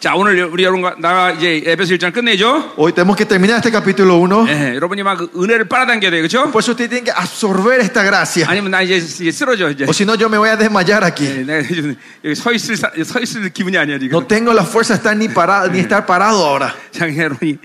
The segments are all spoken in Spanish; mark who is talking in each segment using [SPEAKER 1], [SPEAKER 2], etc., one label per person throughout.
[SPEAKER 1] 자, 오늘 여- 우리 여러분과 나 이제 에베소 1장 끝내죠.
[SPEAKER 2] Hoy tenemos que terminar este capítulo 1.
[SPEAKER 1] 예, 여러분이 막 그 은혜를 빨아당겨야 돼요. 그렇죠?
[SPEAKER 2] Por eso usted tiene que absorber esta gracia.
[SPEAKER 1] 아니면 나 이제, 이제 쓰러져 이제.
[SPEAKER 2] O si no, yo me voy a desmayar
[SPEAKER 1] 예,
[SPEAKER 2] aquí.
[SPEAKER 1] 내가 요즘 여기 서 있을 사- 서 있을 기분이 아니야 지금.
[SPEAKER 2] No tengo la fuerza de estar ni, parado, ni estar parado ahora.
[SPEAKER 1] 장여러분이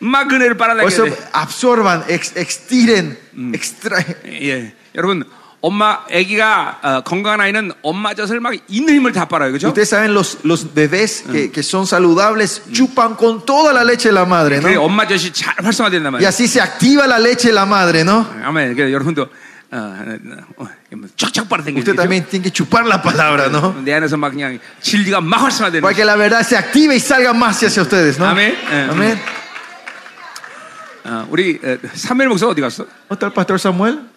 [SPEAKER 1] 막 은혜를
[SPEAKER 2] Por
[SPEAKER 1] 빨아당겨야
[SPEAKER 2] eso
[SPEAKER 1] 돼.
[SPEAKER 2] absorban, ex- extiren, extraen.
[SPEAKER 1] 예, 여러분 엄마 아기가 어, 건강한 아이는 엄마 젖을 막 있는 힘을 다 빨아요, 그렇죠?
[SPEAKER 2] Ustedes saben, los, los bebés que, que son saludables chupan con toda la leche de la madre,
[SPEAKER 1] 그래
[SPEAKER 2] ¿no?
[SPEAKER 1] 엄마 젖이 잘 활성화된단
[SPEAKER 2] Y
[SPEAKER 1] 말이에요.
[SPEAKER 2] así se activa la leche de la madre, ¿no?
[SPEAKER 1] 아멘. 그래 여러분도 어, 어, 어, 뭐 쫙쫙
[SPEAKER 2] Usted
[SPEAKER 1] 빨아당겨.
[SPEAKER 2] también tiene que chupar la palabra, ¿no?
[SPEAKER 1] 내 안에서 막 그냥 진리가 막 활성화되는.
[SPEAKER 2] Para que la verdad se active y salga más hacia ustedes, ¿no?
[SPEAKER 1] Amén. Eh,
[SPEAKER 2] Amén.
[SPEAKER 1] 어, 우리 에, 사무엘 목사 어디 갔어?
[SPEAKER 2] ¿Dónde está el pastor Samuel?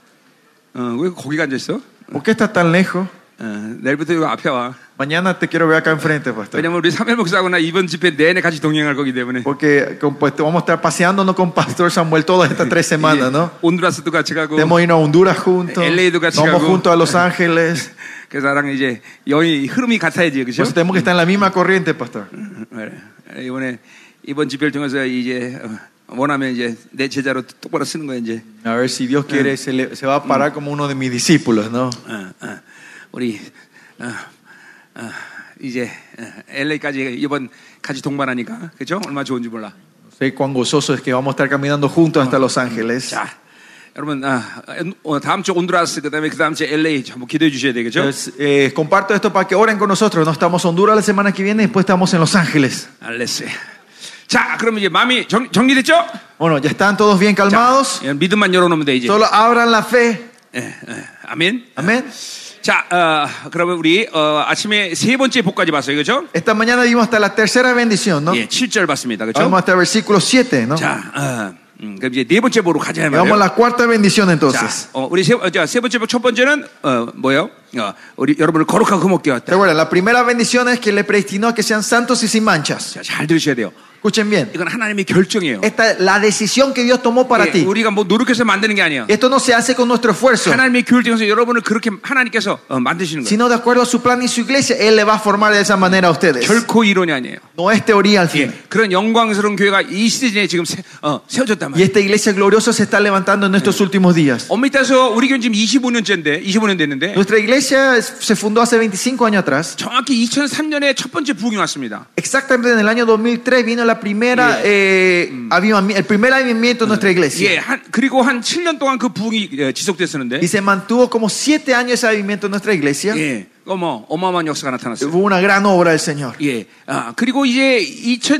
[SPEAKER 1] 어, 왜 거기 앉아 있어?
[SPEAKER 2] ¿Por qué está tan lejos?
[SPEAKER 1] 어, 내일부터 여기 앞에 와.
[SPEAKER 2] Mañana te quiero ver acá enfrente, pastor.
[SPEAKER 1] 왜냐면 우리 사무엘 목사하고 나 이번 집회 내내 같이 동행할 거기 때문에.
[SPEAKER 2] 뭐, Porque con- pues, vamos a estar paseándonos con pastor Samuel todas estas tres semanas, ¿no?
[SPEAKER 1] 이제 온두라스도 같이 가고.
[SPEAKER 2] Tenemos ido a Honduras juntos,
[SPEAKER 1] LA do
[SPEAKER 2] nos
[SPEAKER 1] Chicago.
[SPEAKER 2] vamos juntos a Los Ángeles.
[SPEAKER 1] 그래서 나랑 이제 여기 흐름이 같아야지, 그렇죠? 네.
[SPEAKER 2] Entonces tenemos que estar en la misma corriente, pastor.
[SPEAKER 1] 이번에 이번 집회를 통해서 이제 어, 원하면 이제 내 제자로 똑바로 쓰는 거야 이제.
[SPEAKER 2] A ver si Dios quiere, se, le- se va a parar como uno de mis discípulos, ¿no?
[SPEAKER 1] 어, 어, 우리 어, 어, 이제 LA까지 이번 같이 동반하니까, 그렇죠? 얼마 나 좋은지 몰라.
[SPEAKER 2] No sé cuán gozoso es que vamos a estar caminando juntos hasta Los Ángeles.
[SPEAKER 1] 자, 여러분 아, 어, 다음 주 온두라스 그다음에 그 다음 주 LA 한번 기대해 주셔야 되겠죠?
[SPEAKER 2] Entonces, eh, comparto esto para que oren con nosotros. No estamos en Honduras la semana que viene, después estamos en Los Ángeles.
[SPEAKER 1] 알겠어요. 아, 자, 그럼 이제 마음이 정, 정리됐죠?
[SPEAKER 2] Bueno, ya están todos bien calmados.
[SPEAKER 1] 예, 믿음만 열어놓으면 돼 이제.
[SPEAKER 2] Solo abran la fe.
[SPEAKER 1] 예, 예, 아멘.
[SPEAKER 2] Amén.
[SPEAKER 1] 자, 어, 그러면 우리 어, 아침에 세 번째 복까지 봤어요, 그렇죠?
[SPEAKER 2] Esta mañana vimos hasta la tercera bendición, ¿no?
[SPEAKER 1] 예, 7절 봤습니다, 그렇죠?
[SPEAKER 2] Vamos hasta el versículo 7, ¿no?
[SPEAKER 1] 자, 어, 음, 그럼 이제 네 번째 복으로 가자
[SPEAKER 2] Y vamos a
[SPEAKER 1] 말이에요.
[SPEAKER 2] la cuarta bendición
[SPEAKER 1] 자,
[SPEAKER 2] entonces.
[SPEAKER 1] 어, 우리 세, 어, 자, 세 번째 복 첫 번째는 어, 뭐요? 어, 우리 여러분을 거룩하고 흠없게 왔다.
[SPEAKER 2] Recuerda, la primera bendición es que le predestinó a que sean santos y sin manchas.
[SPEAKER 1] 자, 잘 들으셔야 돼요.
[SPEAKER 2] Escuchen bien.
[SPEAKER 1] 이건 하나님의 결정이에요.
[SPEAKER 2] Esta es la decisión que Dios tomó para
[SPEAKER 1] 예,
[SPEAKER 2] ti.
[SPEAKER 1] 우리가 뭐 노력해서 만드는 게 아니야.
[SPEAKER 2] Esto no se hace con nuestro esfuerzo,
[SPEAKER 1] 하나님의 교육을 통해서 여러분을 그렇게 하나님께서 어, 만드시는 거예요.
[SPEAKER 2] sino de acuerdo a su plan y su iglesia. Él le va a formar de esa manera a ustedes.
[SPEAKER 1] 결코 이론이 아니에요.
[SPEAKER 2] No es teoría al fin.
[SPEAKER 1] 그런 영광스러운 교회가 이 시대에 지금 세, 어, 세워졌단
[SPEAKER 2] Y
[SPEAKER 1] 말이에요.
[SPEAKER 2] esta iglesia gloriosa se está levantando en estos últimos días.
[SPEAKER 1] 엄밀히 따서 우리 교회 지금 25년째인데 25년 됐는데
[SPEAKER 2] Nuestra iglesia es- se fundó hace 25 años atrás.
[SPEAKER 1] 정확히 2003년에 첫 번째 부흥이 왔습니다.
[SPEAKER 2] Exactamente en el año 2003 vino la primera, eh, avivami- el primer avivamiento en nuestra iglesia.
[SPEAKER 1] 예, 한, 그리고 한 7년 동안 그 부흥이 예, 지속됐었는데
[SPEAKER 2] Y se mantuvo como siete años ese avivamiento en nuestra iglesia.
[SPEAKER 1] 예, 어머, 어마어마한 역사가 나타났어요.
[SPEAKER 2] Hubo una gran obra del Señor.
[SPEAKER 1] 예, 아, 그리고 이제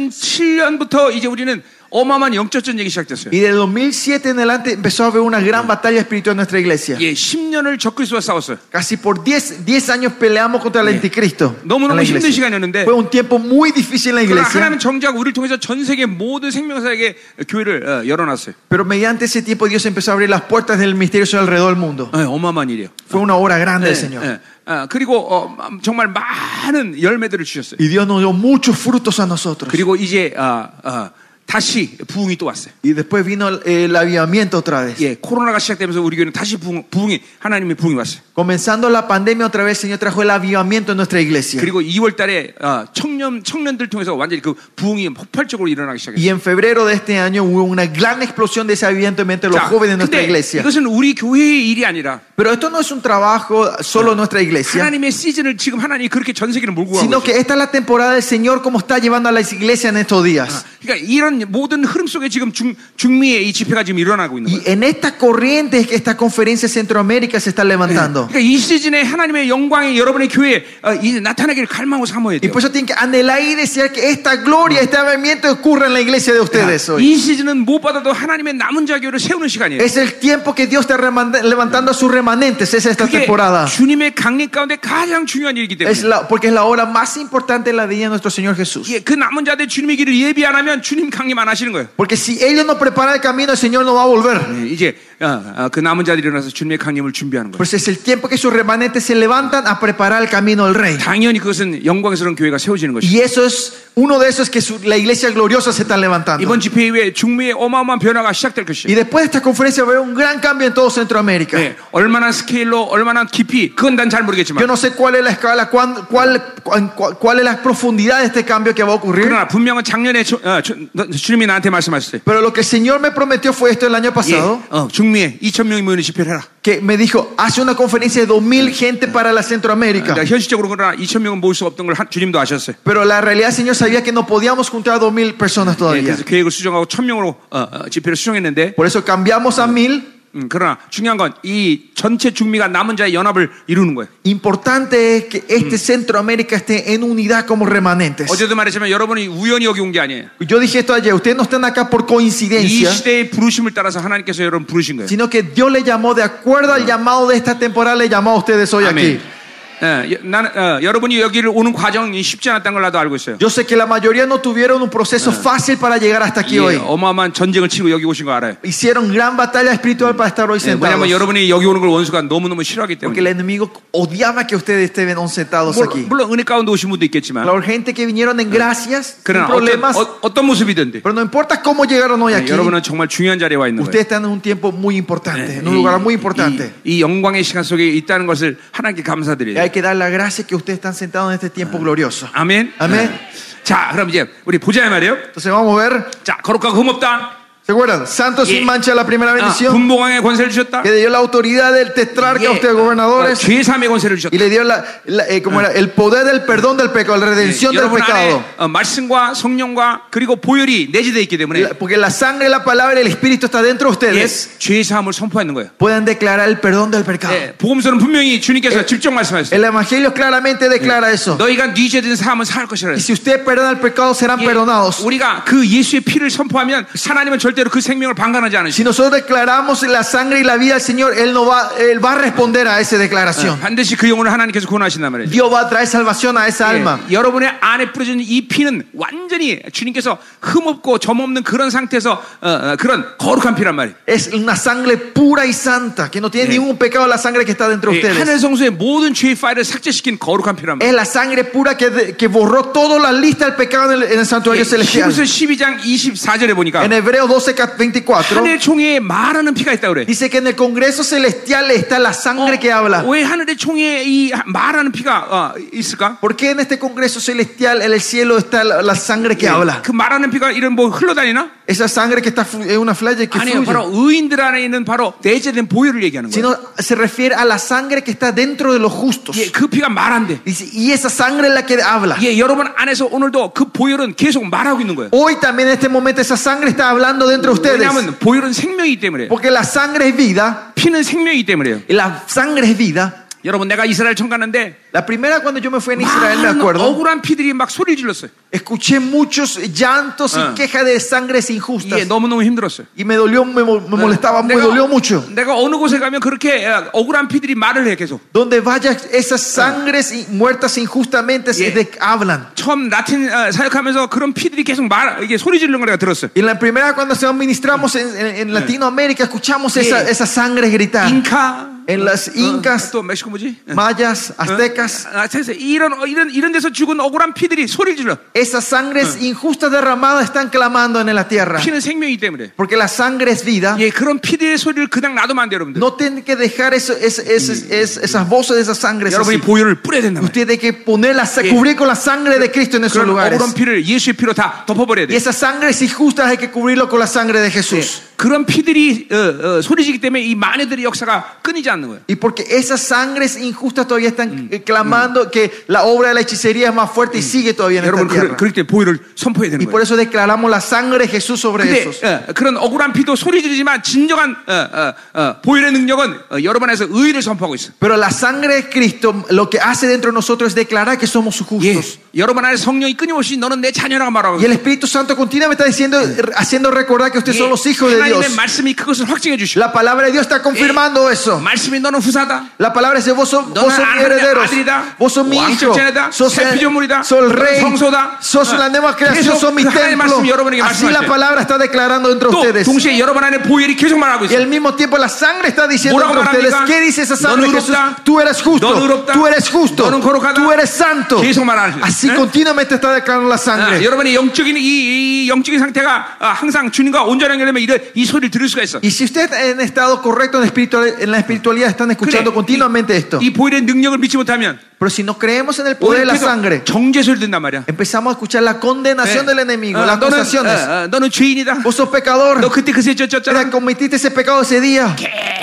[SPEAKER 1] 2007년부터 이제 우리는 어마어마한 영적 전쟁이 시작됐어요.
[SPEAKER 2] Y del 2007 en adelante empezó a haber una gran batalla espiritual en nuestra iglesia.
[SPEAKER 1] 예, 10년을 적그리스와 싸웠어요.
[SPEAKER 2] Casi por 10, 10 años peleamos contra el anticristo.
[SPEAKER 1] 너무너무
[SPEAKER 2] en la
[SPEAKER 1] 힘든
[SPEAKER 2] iglesia.
[SPEAKER 1] 시간이었는데.
[SPEAKER 2] Fue un tiempo muy difícil en la
[SPEAKER 1] 그러나
[SPEAKER 2] iglesia.
[SPEAKER 1] 하나님 정작 우리를 통해서 전 세계 모든 생명사에게 교회를 어, 열어놨어요.
[SPEAKER 2] Pero mediante ese tiempo Dios empezó a abrir las puertas del misterio alrededor del mundo.
[SPEAKER 1] 예, 어마어마한 일이에요.
[SPEAKER 2] Fue una obra grande
[SPEAKER 1] 예,
[SPEAKER 2] del Señor.
[SPEAKER 1] 예. 아, 그리고 어, 정말 많은 열매들을 주셨어요.
[SPEAKER 2] Y Dios nos dio muchos frutos a nosotros.
[SPEAKER 1] 그리고 이제 아, 아, 다시 부흥이 또 왔어요.
[SPEAKER 2] Y después vino el, el avivamiento otra vez.
[SPEAKER 1] 예, 코로나가 시작되면서 우리 교회는 다시 부흥, 부흥이 하나님의 부흥이 왔어요.
[SPEAKER 2] Comenzando la pandemia otra vez, el Señor trajo el avivamiento en nuestra iglesia.
[SPEAKER 1] 그리고 2월달에 아, 청년 청년들 통해서 완전히 그 부흥이 폭발적으로 일어나기 시작했어요.
[SPEAKER 2] Y en febrero de este año hubo una gran explosión de ese avivamiento entre los
[SPEAKER 1] 자,
[SPEAKER 2] jóvenes de nuestra
[SPEAKER 1] 근데
[SPEAKER 2] iglesia.
[SPEAKER 1] 이것은 우리 교회의 일이 아니라
[SPEAKER 2] Pero esto no es un trabajo solo en nuestra iglesia,
[SPEAKER 1] 하나님의 시즌을 지금 하나님이 그렇게 전 세계를 몰고 가고
[SPEAKER 2] sino
[SPEAKER 1] 있어요.
[SPEAKER 2] que esta es la temporada del Señor como está llevando a la iglesia en estos días.
[SPEAKER 1] 그러니까 이런 모든 흐름 속에 지금 중, 중미의 이 집회가 지금 일어나고 있는 거예요.
[SPEAKER 2] Y en estas corrientes que esta conferencia Centroamérica se está levantando.
[SPEAKER 1] 그러니까 이 시즌에 하나님의 영광이 여러분의 교회에 어, 이 나타나기를 갈망하고 사모해야
[SPEAKER 2] Y
[SPEAKER 1] 돼요.
[SPEAKER 2] por eso tienen que anhelar y desear que esta gloria, este avivamiento ocurra en la iglesia de ustedes hoy.
[SPEAKER 1] 그러니까 이 시즌은 무엇보다도 하나님의 남은 자교를 세우는 시간이에요.
[SPEAKER 2] Es el tiempo que Dios está remanda- levantando a sus remanentes. Es esta
[SPEAKER 1] 그게
[SPEAKER 2] temporada.
[SPEAKER 1] 주님의 강림 가운데 가장 중요한 일이기 때문에
[SPEAKER 2] Es la- porque es la obra más importante en la vida de nuestro Señor Jesús.
[SPEAKER 1] 예, 그 남은 자들 주님의 길을 예비 안 하면 주님 강림 안 하시는 거예요.
[SPEAKER 2] Porque si ellos no preparan el camino, el Señor no va a volver.
[SPEAKER 1] 예, 이제 어, 어, 그 남은 자들이 일어나서 주님의 강림을 준비하는 거예요.
[SPEAKER 2] Pues es el tiempo que sus remanentes se levantan a preparar el camino al rey.
[SPEAKER 1] 당연히 그것은 영광스러운 교회가 세워지는 것이죠.
[SPEAKER 2] Y eso es uno de esos que su- la iglesia gloriosa se está levantando.
[SPEAKER 1] 이번 집회 이후에 중미의 어마어마한 변화가 시작될
[SPEAKER 2] Y
[SPEAKER 1] 것이에요.
[SPEAKER 2] después de esta conferencia va a haber un gran cambio en todo Centroamérica.
[SPEAKER 1] 네, 얼마나 스케일로, 얼마나 깊이, 그건 난 잘
[SPEAKER 2] Yo
[SPEAKER 1] 모르겠지만.
[SPEAKER 2] no sé cuál es la escala, cuán- cuál, cuán- cuál, cuál es la profundidad de este cambio que va a ocurrir.
[SPEAKER 1] 그러나 분명은 작년에 주, 어, 주, 너- 주님이 나한테 말씀하셨어요.
[SPEAKER 2] Pero lo que el Señor me prometió fue esto el año
[SPEAKER 1] 예,
[SPEAKER 2] pasado,
[SPEAKER 1] 어, 중미에 2천 명이 모이는 집회를 해라.
[SPEAKER 2] que me dijo, hace una conferencia de 2.000 gente para la Centroamérica.
[SPEAKER 1] 그러니까 현실적으로 그러나 2천 명은 모일 수 없던 걸 하- 주님도 아셨어요.
[SPEAKER 2] Pero la realidad el Señor sabía que no podíamos juntar a 2.000 personas
[SPEAKER 1] 예,
[SPEAKER 2] todavía.
[SPEAKER 1] 그래서 계획을 수정하고 천 명으로 어, 어, 집회를 수정했는데,
[SPEAKER 2] Por eso cambiamos a 1.000.
[SPEAKER 1] 음, 그러나 중요한 건 이 전체 중미가 남은 자의 연합을 이루는 거예요.
[SPEAKER 2] Importante es que este Centroamérica esté en unidad como remanentes.
[SPEAKER 1] 어제도 말했지만 여러분이 우연히 여기 온 게 아니에요.
[SPEAKER 2] Yo dije esto ayer, ustedes no están acá por
[SPEAKER 1] 이
[SPEAKER 2] coincidencia,
[SPEAKER 1] 시대의 부르심을 따라서 하나님께서 여러분 부르신 거예요.
[SPEAKER 2] sino que Dios le llamó de acuerdo al llamado de esta temporada, le llamó a ustedes hoy aquí.
[SPEAKER 1] 아멘. 예, 여- 나는, 어, 여러분이 여기를 오는 과정이 쉽지 않았다는 걸 나도 알고 있어요.
[SPEAKER 2] Yo sé que la mayoría no tuvieron un proceso fácil para llegar hasta aquí
[SPEAKER 1] 예,
[SPEAKER 2] hoy.
[SPEAKER 1] 어마어마한 전쟁을 치고 여기 오신 거 알아요.
[SPEAKER 2] Hicieron gran batalla espiritual para estar hoy
[SPEAKER 1] 예,
[SPEAKER 2] sentados.
[SPEAKER 1] 왜냐하면 여러분이 여기 오는 걸 원수가 너무너무 싫어하기 때문에.
[SPEAKER 2] Porque el enemigo odiaba que ustedes estén sentados
[SPEAKER 1] 물론,
[SPEAKER 2] aquí.
[SPEAKER 1] 물론 은혜 가운데 오신 분도 있겠지만,
[SPEAKER 2] La gente que vinieron en gracias, sin
[SPEAKER 1] 그러나 어떤,
[SPEAKER 2] problemas,
[SPEAKER 1] 어, 어떤 모습이든지
[SPEAKER 2] pero no importa cómo llegaron hoy
[SPEAKER 1] 예,
[SPEAKER 2] aquí,
[SPEAKER 1] 여러분은 정말 중요한 자리에 와 있는 거예요.
[SPEAKER 2] ustedes están en un tiempo muy importante,
[SPEAKER 1] Eh,
[SPEAKER 2] en un lugar
[SPEAKER 1] 뭐
[SPEAKER 2] muy importante.
[SPEAKER 1] 이, 이, 이 영광의 시간 속에 있다는 것을 하나님께
[SPEAKER 2] Y
[SPEAKER 1] 감사드려요.
[SPEAKER 2] hay que dar la gracia que ustedes están sentados en este tiempo glorioso.
[SPEAKER 1] 아멘.
[SPEAKER 2] 아멘.
[SPEAKER 1] 예. 자, 그럼 이제 우리 보자 이 말이에요.
[SPEAKER 2] Entonces vamos a ver,
[SPEAKER 1] 자, 거룩하고 흠없다.
[SPEAKER 2] ¿se acuerdan? Santo
[SPEAKER 1] Yeah. Ah,
[SPEAKER 2] sin mancha la primera
[SPEAKER 1] 아,
[SPEAKER 2] bendición
[SPEAKER 1] 분봉왕의 권세를 주셨다.
[SPEAKER 2] que dio la autoridad del tetrarca a ustedes gobernadores
[SPEAKER 1] 죄삼의 권세를 주셨다.
[SPEAKER 2] y le dio la, la- eh, como era, el poder del perdón del pecado, la redención del
[SPEAKER 1] 예, 여러분
[SPEAKER 2] pecado.
[SPEAKER 1] 안에 어, 말씀과 성령과 그리고 보혈이 내재되어 있기 때문에
[SPEAKER 2] La- Porque la sangre, la palabra y el espíritu está dentro de ustedes.
[SPEAKER 1] 죄사함을 선포하는 거예요.
[SPEAKER 2] Pueden declarar el perdón del pecado.
[SPEAKER 1] 예, 복음서는 분명히 주님께서 직접 말씀하셨어요.
[SPEAKER 2] El evangelio claramente declara eso.
[SPEAKER 1] 너희가 네 죄된 사함은 사할 것이라
[SPEAKER 2] Y
[SPEAKER 1] 했어요.
[SPEAKER 2] si ustedes perdonan el pecado, serán
[SPEAKER 1] 예,
[SPEAKER 2] perdonados.
[SPEAKER 1] 우리가 그 예수의 피를 선포하면 하나님은 절대로 그 생명을 방관하지
[SPEAKER 2] Si
[SPEAKER 1] 않으시고
[SPEAKER 2] nosotros declaramos la sangre y la vida del Señor, Él, no va, él va a responder a esa declaración.
[SPEAKER 1] 반드시 그 영혼을 하나님께서 구원하신단 말이에요.
[SPEAKER 2] Dios va a traer salvación a esa alma.
[SPEAKER 1] 예, 여러분의 안에 뿌려진 이 피는 완전히 주님께서 흠없고 점없는 그런 상태에서 어, 어, 그런 거룩한 피란 말이에요.
[SPEAKER 2] Es una sangre pura y santa, que no tiene
[SPEAKER 1] Sí.
[SPEAKER 2] ningún pecado la sangre que está dentro de
[SPEAKER 1] 예, 하늘
[SPEAKER 2] ustedes.
[SPEAKER 1] 성소의 모든 죄의 파일을 삭제시킨 거룩한 피란 말이에요.
[SPEAKER 2] Es la sangre pura que, de- que borró toda la lista del pecado en el, en el santuario celestial.
[SPEAKER 1] 히브리서 12장 24절에 보니까
[SPEAKER 2] En Hebreos 12, 24,
[SPEAKER 1] 하늘 총에 말하는 피가 있다 그래.
[SPEAKER 2] dice que en el Congreso celestial está la
[SPEAKER 1] Oh.
[SPEAKER 2] sangre que habla.
[SPEAKER 1] 어, 왜 하늘의 총에 이 말하는 피가 어, 있을까?
[SPEAKER 2] ¿Por qué en este Congreso celestial, en el cielo, está la, la sangre que habla?
[SPEAKER 1] 그 말하는 피가 이런 뭐 흘러다니나?
[SPEAKER 2] Esa sangre que está flu- es una flecha que
[SPEAKER 1] 아니요,
[SPEAKER 2] fluye.
[SPEAKER 1] 바로 의인들 안에 있는 바로 내재된 보혈을 얘기하는 거예요.
[SPEAKER 2] Sino se refiere a la sangre que está dentro de los justos.
[SPEAKER 1] 예, 그 피가 말한대.
[SPEAKER 2] Dice, y esa sangre es la que habla.
[SPEAKER 1] 예, 여러분 안에서 오늘도 그 보혈은 계속 말하고 있는 거예요.
[SPEAKER 2] Hoy también en este momento esa sangre está hablando dentro de ustedes.
[SPEAKER 1] 왜냐하면 보혈은 생명이기 때문에
[SPEAKER 2] Porque la sangre es vida.
[SPEAKER 1] 뭐 피는 생명이기 때문에요.
[SPEAKER 2] y La sangre es vida.
[SPEAKER 1] 여러분 내가 이스라엘 청 갔는데
[SPEAKER 2] La primera cuando yo me fui en Israel, me
[SPEAKER 1] 많은
[SPEAKER 2] acuerdo,
[SPEAKER 1] 억울한 피들이 막 소리를 질렀어요.
[SPEAKER 2] escuché muchos llantos
[SPEAKER 1] Ah.
[SPEAKER 2] y quejas de sangres injustas.
[SPEAKER 1] 예, 너무너무 힘들었어요.
[SPEAKER 2] Y me dolió, me, mo- me molestaba, me dolió mucho.
[SPEAKER 1] 내가 어느 곳에 가면 그렇게 어, 억울한 피들이 말을 해 계속.
[SPEAKER 2] Donde vayas, esas sangres in- muertas injustamente se
[SPEAKER 1] Yeah.
[SPEAKER 2] de- hablan.
[SPEAKER 1] 처음 라틴 어, 사역하면서 그런 피들이 계속 말 이게 소리 지르는 걸 내가 들었어요.
[SPEAKER 2] Y en la primera cuando se ministramos en, en- en Latinoamérica, escuchamos esa,
[SPEAKER 1] Yeah.
[SPEAKER 2] esas sangres gritar.
[SPEAKER 1] 아. 잉카,
[SPEAKER 2] En las
[SPEAKER 1] 어,
[SPEAKER 2] incas,
[SPEAKER 1] 또 멕시코 뭐지?
[SPEAKER 2] mayas, aztecas,
[SPEAKER 1] 아, 그래서 이런 어, 이런 이런 데서 죽은 억울한 피들이 소리를 질러.
[SPEAKER 2] esas sangres injustas derramadas están clamando en la tierra.
[SPEAKER 1] 피는 생명이기 때문에.
[SPEAKER 2] Porque la sangre es vida.
[SPEAKER 1] 예, 그런 피들의 소리를 그냥 놔두면 안 돼요, 여러분들.
[SPEAKER 2] No tienen que dejar eso, es- es- es- es- esas voces de esas sangres.
[SPEAKER 1] 여러분이
[SPEAKER 2] Así.
[SPEAKER 1] 보혈을 뿌려야 된다 말이에요.
[SPEAKER 2] Usted tiene que ponerla, sa-
[SPEAKER 1] Yeah.
[SPEAKER 2] cubrir con la sangre de Cristo en esos
[SPEAKER 1] 그런
[SPEAKER 2] lugares.
[SPEAKER 1] 억울한 피를 예수의 피로 다 덮어버려야
[SPEAKER 2] Y
[SPEAKER 1] 돼.
[SPEAKER 2] esas sangres injustas hay que cubrirlo con la sangre de Jesús.
[SPEAKER 1] 그런 피들이 어, 어, 소리지기 때문에 이 마녀들의 역사가 끊이지 않는 거예요.
[SPEAKER 2] Y porque esas sangres injustas todavía están eh, clamando que la obra de la hechicería es más fuerte y sigue todavía en esta
[SPEAKER 1] 여러분 그,
[SPEAKER 2] tierra.
[SPEAKER 1] 그럴 때 보혈을 선포해야 되는
[SPEAKER 2] Y por
[SPEAKER 1] 거예요.
[SPEAKER 2] eso declaramos la sangre de Jesús sobre
[SPEAKER 1] 근데
[SPEAKER 2] esos.
[SPEAKER 1] 어, 그런 억울한 피도 소리 지르지만 진정한 어, 어, 어, 보혈의 능력은 어, 여러분 안에서 의를 선포하고 있어요.
[SPEAKER 2] Pero la sangre de Cristo lo que hace dentro de nosotros es declarar que somos
[SPEAKER 1] 예,
[SPEAKER 2] justos.
[SPEAKER 1] 여러분 안에 성령이 끊임없이 너는 내 자녀라고 말하고
[SPEAKER 2] Y el Espíritu Santo continuamente está diciendo, haciendo recordar que ustedes son los hijos de Dios.
[SPEAKER 1] 하나님의 말씀이 그것을 확증해 주시고
[SPEAKER 2] La palabra de Dios está confirmando eso.
[SPEAKER 1] 말씀이 너는 후사다.
[SPEAKER 2] La palabra dice, vos sos, vos
[SPEAKER 1] 너는
[SPEAKER 2] sos mi
[SPEAKER 1] 아들이다.
[SPEAKER 2] herederos,
[SPEAKER 1] 아들이다.
[SPEAKER 2] vos sos mi hijo,
[SPEAKER 1] 왕천체다.
[SPEAKER 2] sos
[SPEAKER 1] 새
[SPEAKER 2] el,
[SPEAKER 1] 피조물이다.
[SPEAKER 2] sos el rey,
[SPEAKER 1] 성소다.
[SPEAKER 2] sos la nueva creación,
[SPEAKER 1] 계속
[SPEAKER 2] sos mi
[SPEAKER 1] 그 하나님의
[SPEAKER 2] templo.
[SPEAKER 1] 말씀이 여러분에게
[SPEAKER 2] Así la
[SPEAKER 1] 말씀하세요.
[SPEAKER 2] palabra está declarando entre
[SPEAKER 1] 또
[SPEAKER 2] ustedes.
[SPEAKER 1] 동시에 여러분 안에 보혈이 계속 말하고
[SPEAKER 2] Y
[SPEAKER 1] 있어.
[SPEAKER 2] al mismo tiempo la sangre está diciendo
[SPEAKER 1] 뭐라고
[SPEAKER 2] entre ustedes,
[SPEAKER 1] 말합니까?
[SPEAKER 2] ¿qué dice esa sangre
[SPEAKER 1] 너는
[SPEAKER 2] de Jesús?
[SPEAKER 1] 의롭다.
[SPEAKER 2] Tú eres
[SPEAKER 1] 너는
[SPEAKER 2] justo,
[SPEAKER 1] 의롭다.
[SPEAKER 2] tú eres justo,
[SPEAKER 1] 너는 거룩하다.
[SPEAKER 2] tú eres santo.
[SPEAKER 1] 계속 말하는
[SPEAKER 2] Así
[SPEAKER 1] 네?
[SPEAKER 2] continuamente está declarando la
[SPEAKER 1] 아,
[SPEAKER 2] sangre.
[SPEAKER 1] 여러분의 영적인 이, 이 영적인 상태가 아, 항상 주님과 온전히 연결되면 이런 이 소리를 들을 수가 있어.
[SPEAKER 2] Y si ustedes en estado correcto en, espiritual- en la espiritualidad están escuchando continuamente esto,
[SPEAKER 1] 이 보혈의 능력을 믿지 못하면
[SPEAKER 2] pero si no creemos en el poder de
[SPEAKER 1] 오히려
[SPEAKER 2] la
[SPEAKER 1] 계속
[SPEAKER 2] sangre,
[SPEAKER 1] 정죄소리를 듣단 말이야.
[SPEAKER 2] empezamos a escuchar la condenación del enemigo,
[SPEAKER 1] 어,
[SPEAKER 2] las
[SPEAKER 1] 너는,
[SPEAKER 2] acusaciones.
[SPEAKER 1] 어, 어, 너는 죄인이다.
[SPEAKER 2] Vos sos pecador.
[SPEAKER 1] 너 그때 그새 쪘잖아.
[SPEAKER 2] Mira, cometiste ese pecado ese día.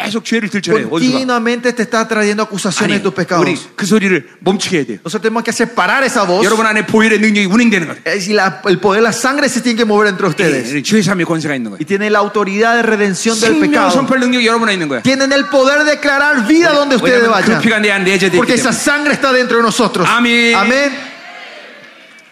[SPEAKER 1] 계속 죄를 들쳐요. 원수가.
[SPEAKER 2] Continuamente te está trayendo acusaciones
[SPEAKER 1] 아니,
[SPEAKER 2] de tus
[SPEAKER 1] 우리
[SPEAKER 2] pecados.
[SPEAKER 1] 그 소리를 멈추게 해야 돼요.
[SPEAKER 2] Nosotros tenemos que hacer parar esa voz.
[SPEAKER 1] 여러분 안에 보혈의 능력이 운행되는 거예요.
[SPEAKER 2] Es decir, la- el poder de la sangre se tiene que mover entre ustedes.
[SPEAKER 1] 예, 죄의 삶의 권세가 있는
[SPEAKER 2] Y
[SPEAKER 1] 거예요.
[SPEAKER 2] tiene la autoridad de redención del
[SPEAKER 1] 생명
[SPEAKER 2] pecado.
[SPEAKER 1] 선포 능력이 여러분 안에 있는 거예요.
[SPEAKER 2] Tienen el poder de declarar vida donde ustedes
[SPEAKER 1] 왜냐하면 그
[SPEAKER 2] vayan.
[SPEAKER 1] 피가 내 안에 내재되기
[SPEAKER 2] Porque esa
[SPEAKER 1] 때문에.
[SPEAKER 2] sangre está dentro de nosotros.
[SPEAKER 1] este Amén.
[SPEAKER 2] Amén.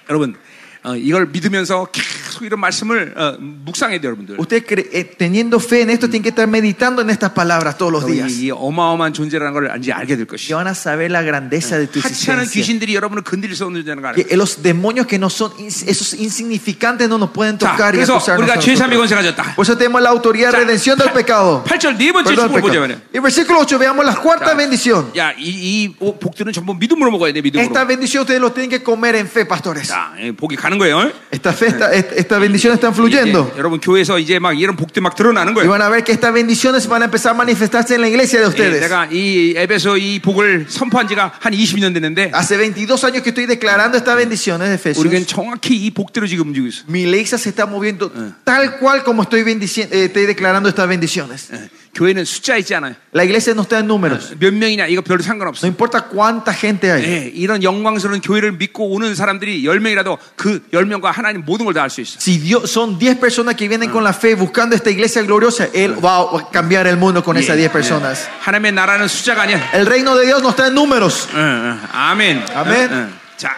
[SPEAKER 1] 여러분 어, 이걸 믿으면서 계속 이런 말씀을 어, 묵상해야 돼요 여러분들.
[SPEAKER 2] Usted cree- eh, teniendo fe en esto, tiene que estar meditando en estas palabras todos los días.
[SPEAKER 1] 어, 이, 이 어마어마한 존재라는 걸 이제 알게 될
[SPEAKER 2] Y
[SPEAKER 1] 것이죠.
[SPEAKER 2] van a saber la grandeza de tu
[SPEAKER 1] 하찮은
[SPEAKER 2] existencia.
[SPEAKER 1] 귀신들이 예, 여러분을 건드릴 수 없는 존재라는 걸 알아요.
[SPEAKER 2] que los demonios que no son ins- esos insignificantes no nos pueden
[SPEAKER 1] 자,
[SPEAKER 2] tocar y
[SPEAKER 1] 그래서
[SPEAKER 2] acusarnos a
[SPEAKER 1] 우리가 죄의 삶의
[SPEAKER 2] nosotros.
[SPEAKER 1] 권세 가졌다.
[SPEAKER 2] Por eso tenemos la autoridad de redención del pecado.
[SPEAKER 1] 8절 네 번째
[SPEAKER 2] Perdón,
[SPEAKER 1] 축복을 보자
[SPEAKER 2] del pecado.
[SPEAKER 1] 말이야.
[SPEAKER 2] Y versículo 8 veamos la cuarta bendición.
[SPEAKER 1] 야, 이, 이 오- 복들은 전부 믿음으로 먹어야 돼, 믿음으로.
[SPEAKER 2] Esta bendición ustedes lo tienen que comer en fe, pastores.
[SPEAKER 1] 자, 예, 복이 가는 거예요. 어?
[SPEAKER 2] Esta, fe, esta, est- esta bendición está fluyendo.
[SPEAKER 1] 이제 여러분 교회에서 이제 막 이런 복들 막 드러나는
[SPEAKER 2] Y
[SPEAKER 1] 거예요.
[SPEAKER 2] van a ver que estas bendiciones van a empezar a manifestarse en la iglesia de
[SPEAKER 1] 예,
[SPEAKER 2] ustedes.
[SPEAKER 1] 내가 이 앱에서 이 복을 선포한 지가 한 20년 됐는데
[SPEAKER 2] Hace 22 años que estoy declarando estas bendiciones de Efesios.
[SPEAKER 1] 우리는 정확히 이 복대로 지금 움직이고 있어.
[SPEAKER 2] Mi iglesia se está moviendo tal cual como estoy, bendici- eh, estoy declarando estas bendiciones.
[SPEAKER 1] 예, 교회는 숫자 있지 않아요.
[SPEAKER 2] La iglesia no está en números.
[SPEAKER 1] 몇 명이냐 이거 별로
[SPEAKER 2] No
[SPEAKER 1] 상관없어.
[SPEAKER 2] importa cuánta gente hay.
[SPEAKER 1] 예, 이런 영광스러운 교회를 믿고 오는 사람들이 10명이라도 그 10명과 하나님 모든 걸 다 할 수 있어.
[SPEAKER 2] Si Dios, son 10 personas que vienen con la fe buscando esta iglesia gloriosa, Él va a cambiar el mundo con esas 10 personas.
[SPEAKER 1] 하나님의 나라는 숫자가 아니야.
[SPEAKER 2] El reino de Dios no está en números.
[SPEAKER 1] 응, 응. 아멘.
[SPEAKER 2] 아멘.
[SPEAKER 1] 응, 응. 자,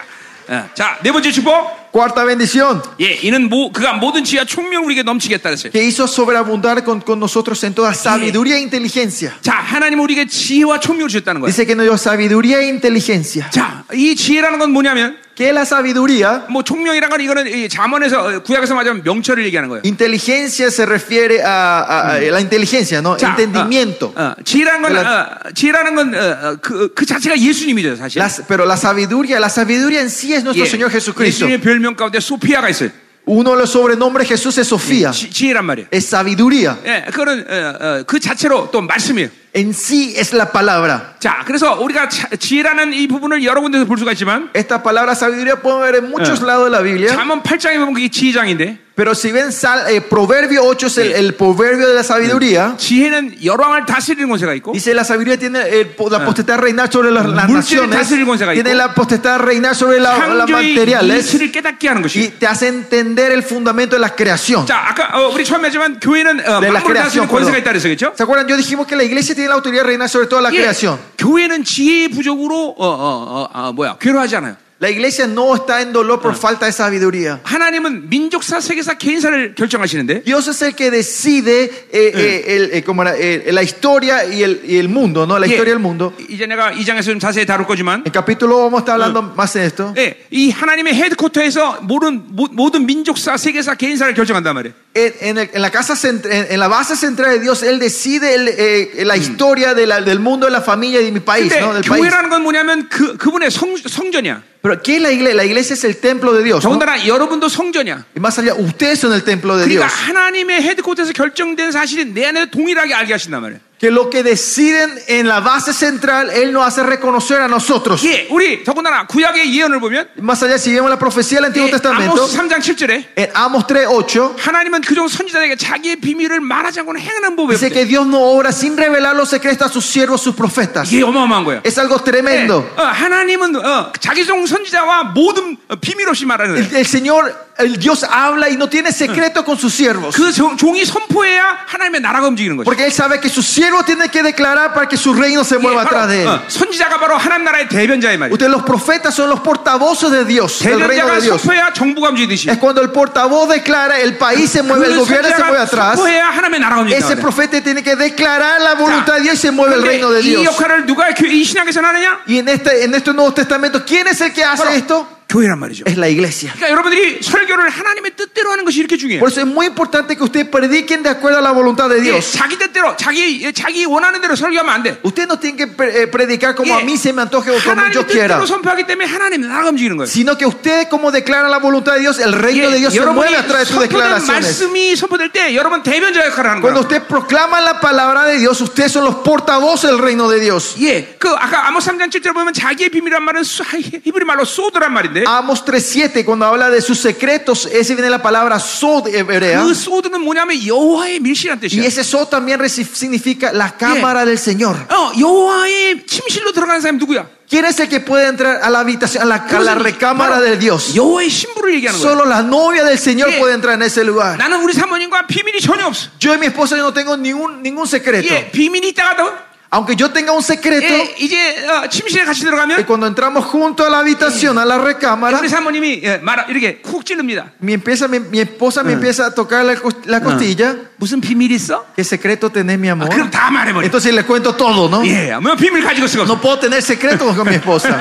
[SPEAKER 1] 응. 자, 네 번째 축복.
[SPEAKER 2] Cuarta bendición,
[SPEAKER 1] 예, 이는 모, 그가 모든 지혜와 총명을 우리에게 넘치겠다 그랬어요.
[SPEAKER 2] que hizo sobreabundar con, con nosotros en toda sabiduría e inteligencia.
[SPEAKER 1] 자, 하나님은 우리에게 지혜와 총명을 주셨다는 거예요.
[SPEAKER 2] Dice que nos dio sabiduría e inteligencia.
[SPEAKER 1] 자, 이 지혜라는 건 뭐냐면
[SPEAKER 2] Que la sabiduría,
[SPEAKER 1] 뭐 총명이라는 건 이거는 이 자문에서 어, 구약에서 말하자면 명철을 얘기하는 거예요.
[SPEAKER 2] inteligencia se refiere a, a- a la inteligencia, ¿no?
[SPEAKER 1] 자,
[SPEAKER 2] Entendimiento.
[SPEAKER 1] 어, 어, 지혜라는 건 어, 지혜라는 건그 그 자체가 예수님이죠, 사실. 예.
[SPEAKER 2] Las- pero la sabiduría, la sabiduría en sí es nuestro Señor Jesucristo.
[SPEAKER 1] 예수님의 별명 가운데 소피아가 있어요.
[SPEAKER 2] Uno de los sobrenombres de Jesús es Sofía,
[SPEAKER 1] 지, 지혜란 말이에요.
[SPEAKER 2] es 사biduría.
[SPEAKER 1] 예, 그거는 어, 어, 그 자체로 또 말씀이에요.
[SPEAKER 2] En sí es la palabra.
[SPEAKER 1] 자, 그래서 우리가 자- 지혜라는 이 부분을 여러 군데서 볼 수가 있지만
[SPEAKER 2] Esta palabra sabiduría podemos ver en muchos
[SPEAKER 1] Eh.
[SPEAKER 2] lados de la Biblia,
[SPEAKER 1] 잠언 8장에 보면 그게 지혜장인데
[SPEAKER 2] pero si ven Sal- eh, Proverbio 8 es el, el proverbio de la sabiduría,
[SPEAKER 1] Mm. 지혜는 열왕을 다스리는 권세가 있고
[SPEAKER 2] dice la sabiduría tiene el po- la potestad de reinar sobre las, las
[SPEAKER 1] Multi를
[SPEAKER 2] naciones,
[SPEAKER 1] 다스릴 권세가
[SPEAKER 2] tiene
[SPEAKER 1] 있고,
[SPEAKER 2] la potestad de reinar sobre la- las
[SPEAKER 1] 창조의
[SPEAKER 2] materiales
[SPEAKER 1] 이치를 깨닫게 하는
[SPEAKER 2] y
[SPEAKER 1] 것이.
[SPEAKER 2] te hace entender el fundamento de la creación.
[SPEAKER 1] 자, 아까 어, 우리 처음에 하지만 교회는 어,
[SPEAKER 2] De la
[SPEAKER 1] 만물을 다스리는
[SPEAKER 2] creación,
[SPEAKER 1] 권세가
[SPEAKER 2] perdón.
[SPEAKER 1] 있다 그랬어요, 그렇죠?
[SPEAKER 2] ¿Se acuerdan? Yo dijimos que la iglesia tiene la autoridad de reinar sobre toda la creación.
[SPEAKER 1] 예, 교회는 지혜의 부족으로 어, 어, 어, 아, 뭐야 괴로워하지 않아요.
[SPEAKER 2] La iglesia no está en dolor por falta de sabiduría.
[SPEAKER 1] 하나님은 민족사, 세계사, 개인사를 결정하시는데 예,
[SPEAKER 2] Dios es el que decide eh, eh, el- eh, como era, eh, la historia y el, y el mundo, ¿no? La
[SPEAKER 1] 예,
[SPEAKER 2] historia del mundo.
[SPEAKER 1] 이제 내가 이 장에서 좀 자세히 다룰 거지만
[SPEAKER 2] En capítulo vamos a estar hablando más de esto.
[SPEAKER 1] 예, 이 하나님의 헤드쿼터에서 모든 모- 모든 민족사, 세계사, 개인사를 결정한단 말이에요.
[SPEAKER 2] En, en el- en la casa cent- en, en la base central de Dios, Él decide el, eh, la historia de la- del mundo, de la familia y de mi país,
[SPEAKER 1] 근데
[SPEAKER 2] ¿no? Del país.
[SPEAKER 1] 교회라는 건 뭐냐면 그 그분의 성, 성전이야.
[SPEAKER 2] Pero ¿qué es la iglesia? La iglesia es el templo de Dios. ¿no?
[SPEAKER 1] 더군다나 여러분도 성전이야.
[SPEAKER 2] Y más allá, ustedes son el templo de
[SPEAKER 1] 그러니까
[SPEAKER 2] Dios.
[SPEAKER 1] 하나님의 헤드쿼터에서 결정된 사실이 내 안에 동일하게 알게 하신단 말이에요.
[SPEAKER 2] Que lo que deciden en la base central, Él nos hace reconocer a nosotros.
[SPEAKER 1] 예, 우리 더군다나 구약의 예언을 보면
[SPEAKER 2] Y Más allá, si vemos la profecía del Antiguo
[SPEAKER 1] 예,
[SPEAKER 2] Testamento,
[SPEAKER 1] 아모스 3장 7절에
[SPEAKER 2] en Amos 3.8,
[SPEAKER 1] 하나님은 그종 선지자에게 자기의 비밀을 말하지 않고는 행하는 법이
[SPEAKER 2] Dice
[SPEAKER 1] 없대.
[SPEAKER 2] que Dios no obra sin revelar los secretos a sus siervos, sus profetas.
[SPEAKER 1] 이게 어마어마한 거야.
[SPEAKER 2] Es algo
[SPEAKER 1] 예,
[SPEAKER 2] tremendo.
[SPEAKER 1] 어, 하나님은 어, 자기 종 선지자와 모든 어, 비밀 없이 말하는 거야.
[SPEAKER 2] El, el Señor el Dios habla y no tiene secreto con sus siervos.
[SPEAKER 1] 그 종- 종이 선포해야 하나님의 나라가 움직이는 거죠.
[SPEAKER 2] Porque él sabe que su siervo tiene que declarar para que su reino se
[SPEAKER 1] 이게
[SPEAKER 2] mueva
[SPEAKER 1] 바로,
[SPEAKER 2] atrás de él.
[SPEAKER 1] 어, 선지자가 바로 하나님 나라의 대변자의 말이에요.
[SPEAKER 2] Ustedes los profetas son los portavoces de Dios, del reino
[SPEAKER 1] 대변자가
[SPEAKER 2] de Dios.
[SPEAKER 1] 선포해야 정부가 움직이듯이
[SPEAKER 2] Es cuando el portavoz declara, el país se mueve, el
[SPEAKER 1] 예, 그
[SPEAKER 2] gobierno se
[SPEAKER 1] 선지자가
[SPEAKER 2] mueve atrás.
[SPEAKER 1] 선포해야 하나님의 나라가
[SPEAKER 2] Ese
[SPEAKER 1] 움직인다.
[SPEAKER 2] profeta tiene que declarar la voluntad de Dios y se mueve el reino de
[SPEAKER 1] 이
[SPEAKER 2] Dios.
[SPEAKER 1] 역할을 누가 교- 이 신학에서 하느냐?
[SPEAKER 2] Y en este, en este Nuevo Testamento, ¿quién es el que hace esto?
[SPEAKER 1] 교회란 말이죠.
[SPEAKER 2] Es la iglesia.
[SPEAKER 1] 그러니까 여러분들이 설교를 하나님의 뜻대로 하는 것이 이렇게 중요해요.
[SPEAKER 2] Por eso es muy importante que ustedes prediquen de acuerdo a la voluntad de
[SPEAKER 1] 예,
[SPEAKER 2] Dios.
[SPEAKER 1] 자기 뜻대로 자기 예, 자기 원하는 대로 설교하면 안 돼.
[SPEAKER 2] Ustedes no tienen que pre- eh, predicar como
[SPEAKER 1] 예,
[SPEAKER 2] a mí se me antoje o como
[SPEAKER 1] 하나님
[SPEAKER 2] yo quiera,
[SPEAKER 1] 뜻대로 선포하기 때문에 하나님 나라가 움직이는 거예요.
[SPEAKER 2] sino que ustedes como declaran la voluntad de Dios, el reino de Dios se mueve a través de sus
[SPEAKER 1] 선포된
[SPEAKER 2] declaraciones.
[SPEAKER 1] 말씀이 선포될 때 여러분 대변자 역할을 하는 거예요.
[SPEAKER 2] Cuando ustedes proclaman la palabra de Dios, ustedes son los portavoces del reino de Dios.
[SPEAKER 1] 예, 그 아까 아모스 3장 7절 보면 자기의 비밀이란 말은 수- 하- 히브리 말로 소드란 말인데
[SPEAKER 2] Amos 3.7, cuando habla de sus secretos, ese viene la palabra sod hebrea.
[SPEAKER 1] 그 소드는 뭐냐면 여호와의 밀실한
[SPEAKER 2] Y
[SPEAKER 1] 뜻이야.
[SPEAKER 2] ese sod también reci- significa la cámara del Señor.
[SPEAKER 1] 어, 여호와의 침실로 들어가는 사람이 누구야?
[SPEAKER 2] ¿Quién es el que puede entrar a la habitación, a la, a la recámara de Dios?
[SPEAKER 1] 여호와의 신부를 얘기하는 거야.
[SPEAKER 2] Solo la novia del Señor puede entrar en ese lugar.
[SPEAKER 1] 나는 우리 사모님과 비밀이 전혀 없어.
[SPEAKER 2] Yo y mi esposa yo no tengo ningún, ningún secreto.
[SPEAKER 1] 예, 비밀이 있다가도
[SPEAKER 2] Aunque yo tenga un secreto,
[SPEAKER 1] 예, 이제 어, 침실에 같이
[SPEAKER 2] que
[SPEAKER 1] 들어가면
[SPEAKER 2] cuando entramos juntos a la habitación, a la recámara,
[SPEAKER 1] 우리 사모님이 예, 말 이렇게 쿡 찌릅니다.
[SPEAKER 2] mi, empieza, mi, mi esposa me empieza a tocar la, cos- la costilla.
[SPEAKER 1] 무슨 비밀이 있어?
[SPEAKER 2] ¿Qué secreto tenés, mi
[SPEAKER 1] 아,
[SPEAKER 2] amor?
[SPEAKER 1] 그럼 다 말해버려.
[SPEAKER 2] Entonces le cuento todo, ¿no?
[SPEAKER 1] 예, 뭐 비밀 가지고 있을 거 없어.
[SPEAKER 2] No puedo tener secretos con mi esposa.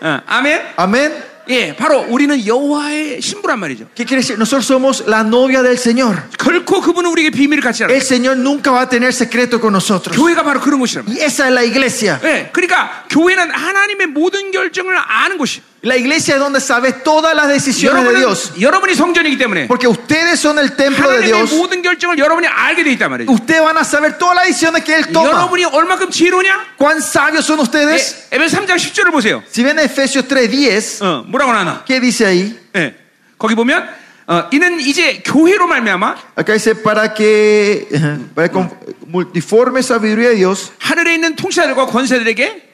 [SPEAKER 1] 어, 아멘.
[SPEAKER 2] Amén.
[SPEAKER 1] 예, 바로 우리는 여호와의 신부란 말이죠.
[SPEAKER 2] ¿Qué quiere decir? Nosotros somos la novia del Señor.
[SPEAKER 1] 결코 그분은 우리에게 비밀을 같이 알아.
[SPEAKER 2] El Señor nunca va a tener secreto con nosotros.
[SPEAKER 1] 교회가 바로 그런 곳이란 말이야.
[SPEAKER 2] Y esa es la iglesia.
[SPEAKER 1] 예, 그러니까 교회는 하나님의 모든 결정을 아는 곳이야.
[SPEAKER 2] La iglesia es donde sabes todas las decisiones de
[SPEAKER 1] 여러분은,
[SPEAKER 2] Dios.
[SPEAKER 1] 여러분이 성전이기 때문에
[SPEAKER 2] Porque ustedes son el templo de
[SPEAKER 1] 하나님의
[SPEAKER 2] Dios.
[SPEAKER 1] 모든 결정을 여러분이 알게 돼 있단 말이죠.
[SPEAKER 2] Ustedes van a saber todas las decisiones que Él toma.
[SPEAKER 1] 여러분이 얼마큼 지혜로냐? 예,
[SPEAKER 2] ¿Cuán sabios son ustedes?
[SPEAKER 1] 에베소 3장 10절을 보세요.
[SPEAKER 2] Si ven Efesios 3.10,
[SPEAKER 1] 어, 뭐라고 나나?
[SPEAKER 2] ¿qué dice ahí?
[SPEAKER 1] 예. 거기 보면 어, 이는 이제 교회로 말미암아
[SPEAKER 2] Acá dice, para que para con multiforme sabiduría de Dios
[SPEAKER 1] 하늘에 있는 통치자들과 권세들에게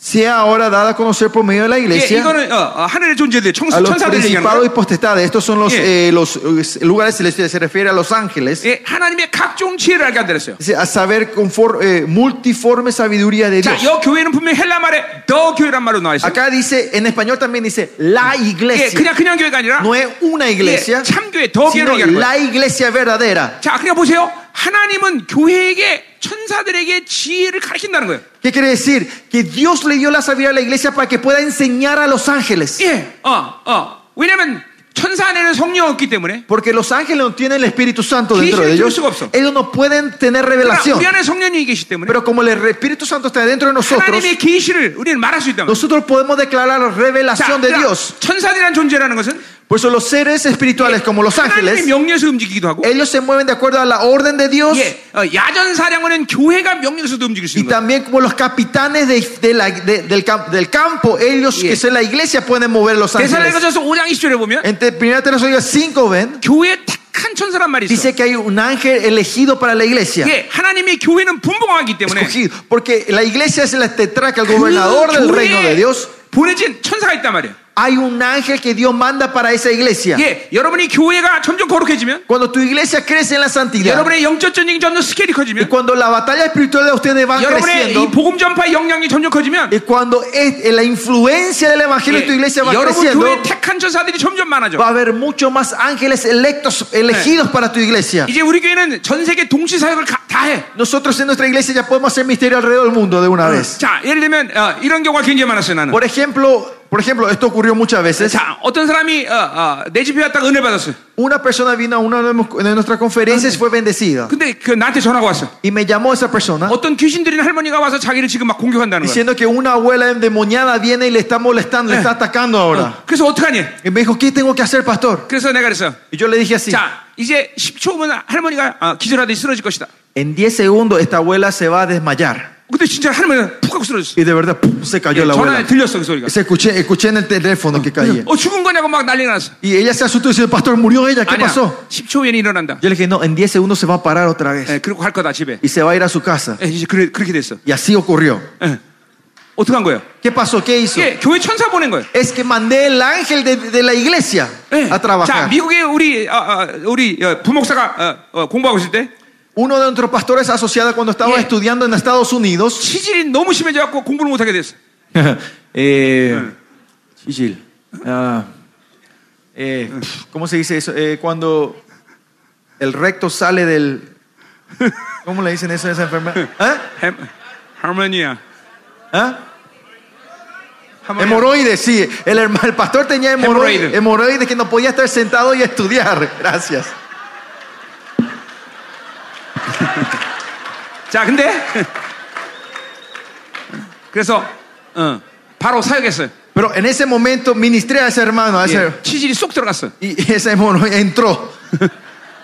[SPEAKER 2] sea ahora dada a conocer por medio Eh, de la
[SPEAKER 1] 예,
[SPEAKER 2] iglesia
[SPEAKER 1] 이거는 어, 어, 하늘의 존재들,
[SPEAKER 2] a
[SPEAKER 1] 청수,
[SPEAKER 2] los
[SPEAKER 1] 천사들 얘기하는
[SPEAKER 2] principados y
[SPEAKER 1] 거예요.
[SPEAKER 2] potestades. Estos son los,
[SPEAKER 1] Yeah.
[SPEAKER 2] eh, los eh, lugares celestiales, se refiere a los ángeles.
[SPEAKER 1] 예, 하나님의 각종 지혜를 알게 한다랬어요.
[SPEAKER 2] Dice, a saber conform- eh, multiforme sabiduría de
[SPEAKER 1] 자,
[SPEAKER 2] Dios.
[SPEAKER 1] 여 교회는 분명 히 헬라 말에 더 교회란 말로 나와 있어요.
[SPEAKER 2] Acá dice, en español también dice la
[SPEAKER 1] 예,
[SPEAKER 2] iglesia.
[SPEAKER 1] 그냥 그냥 교회가 아니라
[SPEAKER 2] No es una iglesia,
[SPEAKER 1] 예, 참교회 더
[SPEAKER 2] sino
[SPEAKER 1] 교회를 얘기하는 거예요.
[SPEAKER 2] la iglesia verdadera.
[SPEAKER 1] 자, 그냥 보세요. 하나님은 교회에게 천사들에게 지혜를 가르친다는 거예요.
[SPEAKER 2] ¿Qué quiere decir? Que Dios le dio la sabiduría a la iglesia para que pueda enseñar a los ángeles.
[SPEAKER 1] 예, 어, 어. 왜냐면 천사 안에는 성령 없기 때문에.
[SPEAKER 2] Porque los ángeles no tienen el Espíritu Santo dentro de ellos. Ellos no pueden tener
[SPEAKER 1] 그러나
[SPEAKER 2] revelación.
[SPEAKER 1] 우리 안에 성령이 계시기 때문에
[SPEAKER 2] Pero como el Espíritu Santo está dentro de nosotros,
[SPEAKER 1] 하나님의 계시를 우리는 말할 수 있다. 말이에요.
[SPEAKER 2] nosotros podemos declarar la
[SPEAKER 1] 자,
[SPEAKER 2] revelación de
[SPEAKER 1] 그러니까
[SPEAKER 2] Dios.
[SPEAKER 1] 천사들이란 존재라는 것은
[SPEAKER 2] Por eso los seres
[SPEAKER 1] Eh,
[SPEAKER 2] espirituales como los
[SPEAKER 1] 하나님의
[SPEAKER 2] ángeles,
[SPEAKER 1] 명령에서 움직이기도 하고
[SPEAKER 2] ellos se mueven de acuerdo a la orden de Dios.
[SPEAKER 1] 예, 어, 야전 사령원은 교회가 명령에서도 움직일 수
[SPEAKER 2] Y
[SPEAKER 1] 있는 거예요.
[SPEAKER 2] también como los capitanes de- de la- de- del, cam- del campo, ellos
[SPEAKER 1] Yeah.
[SPEAKER 2] que son la iglesia pueden mover los ángeles.
[SPEAKER 1] 대사령에서 5장 20절에 보면
[SPEAKER 2] En 1 Tesalonicenses 5 ven,
[SPEAKER 1] 교회 택한 천사란 말이 있어.
[SPEAKER 2] dice que hay un ángel elegido para la iglesia.
[SPEAKER 1] 예, 하나님의 교회는 분봉하기 때문에
[SPEAKER 2] Escogido. Porque la iglesia es la tetraca, el
[SPEAKER 1] 그
[SPEAKER 2] gobernador del reino de
[SPEAKER 1] 교회에
[SPEAKER 2] Dios.
[SPEAKER 1] 보내진 천사가 있단 말이에요.
[SPEAKER 2] Hay un ángel que Dios manda para esa iglesia.
[SPEAKER 1] 예, 여러분이 교회가 점점 거룩해지면
[SPEAKER 2] Cuando tu iglesia crece en la santidad,
[SPEAKER 1] 여러분의 영적 전쟁이 점점 스케일이
[SPEAKER 2] y
[SPEAKER 1] 커지면
[SPEAKER 2] cuando la batalla espiritual de ustedes va
[SPEAKER 1] 여러분의
[SPEAKER 2] creciendo,
[SPEAKER 1] 이 복음 전파의 영향이 점점 커지면
[SPEAKER 2] y cuando es- eh, la influencia del evangelio
[SPEAKER 1] 예,
[SPEAKER 2] en tu iglesia va
[SPEAKER 1] 여러분
[SPEAKER 2] creciendo,
[SPEAKER 1] 교회 택한 천사들이 점점 많아져.
[SPEAKER 2] va a haber mucho más ángeles electos, elegidos para tu iglesia.
[SPEAKER 1] 이제 우리 교회는 전 세계 동시 사역을 가- 다 해.
[SPEAKER 2] Nosotros en nuestra iglesia ya podemos hacer misterio alrededor del mundo de
[SPEAKER 1] ¿Eh?
[SPEAKER 2] una vez.
[SPEAKER 1] 자, 예를 들면 어, 이런 경우가 굉장히 많았어요 나는.
[SPEAKER 2] Por ejemplo, por ejemplo, esto ocurrió muchas veces.
[SPEAKER 1] 자, 어떤 사람이 어, 어, 내 집에 왔다가 은혜 받았어요.
[SPEAKER 2] Una persona vino a una de mu- de nuestras conferencias y fue bendecida.
[SPEAKER 1] 근데 그 나한테 전화가 왔어.
[SPEAKER 2] Y me llamó esa persona
[SPEAKER 1] 어떤 귀신 들인 할머니가 와서 자기를 지금 막 공격한다는 거야.
[SPEAKER 2] diciendo que una abuela endemoniada viene y le está molestando, le está atacando ahora.
[SPEAKER 1] 그래서 어떡하니?
[SPEAKER 2] Y me dijo, ¿qué tengo que hacer, pastor?
[SPEAKER 1] 그래서 내가 그랬어.
[SPEAKER 2] Y yo le dije así,
[SPEAKER 1] 자, 이제 10초 후면 할머니가 어, 기절하듯이 쓰러질 것이다.
[SPEAKER 2] en 10 segundos esta abuela se va a desmayar.
[SPEAKER 1] 근데 진짜 할머니가 푹 하고 쓰러졌어.
[SPEAKER 2] Y de verdad, ¡pum! se cayó la
[SPEAKER 1] 전화에
[SPEAKER 2] abuela.
[SPEAKER 1] 들렸어 그 소리가.
[SPEAKER 2] Se escuché, escuché en el teléfono que caía.
[SPEAKER 1] 어 죽은 거냐고 막 난리가 났어.
[SPEAKER 2] Y ella se asustó y dice, pastor, ¿murió ella? ¿Qué
[SPEAKER 1] 아니야.
[SPEAKER 2] pasó?
[SPEAKER 1] 10초 후에 일어난다.
[SPEAKER 2] Yo le dije, no, en 10 segundos se va a parar otra vez.
[SPEAKER 1] 예, 그리고 갈 거다 집에.
[SPEAKER 2] y se va a ir a su casa.
[SPEAKER 1] 예, 이제 그래, 그렇게 됐어.
[SPEAKER 2] Y así ocurrió.
[SPEAKER 1] 예. 어떻게 한 거예요?
[SPEAKER 2] ¿Qué pasó? ¿Qué hizo?
[SPEAKER 1] 이게 교회 천사 보낸 거예요.
[SPEAKER 2] Es que mandé el ángel de, de la iglesia
[SPEAKER 1] 예. 자,
[SPEAKER 2] a trabajar.
[SPEAKER 1] 미국에 우리 아, 아, 우리 어, 부목사가 어, 어, 공부하고 있을 때
[SPEAKER 2] Uno de nuestros pastores asociados cuando estaba
[SPEAKER 1] Yeah.
[SPEAKER 2] estudiando en Estados Unidos,
[SPEAKER 1] 치질이 너무 심해져 갖고 공부를 못 하게 됐어.
[SPEAKER 2] eh, Chichil, ah, eh, pf, ¿cómo se dice eso? Eh, cuando el recto sale del... ¿Cómo le dicen eso a esa enfermedad? ¿Ah?
[SPEAKER 1] 햄, 할머니야.
[SPEAKER 2] ¿Ah?
[SPEAKER 1] 할머니야.
[SPEAKER 2] Hemorroides, sí. El, herma- el pastor tenía
[SPEAKER 1] Hemorroides.
[SPEAKER 2] hemorroides, hemorroides que no podía estar sentado y estudiar. Gracias.
[SPEAKER 1] 자, 근데 그래서 어, 바로 사역했어요.
[SPEAKER 2] Pero en ese momento ministré a ese hermano, a ese-
[SPEAKER 1] 예, 치질이 쏙 들어갔어.
[SPEAKER 2] y ese hemorroide entró.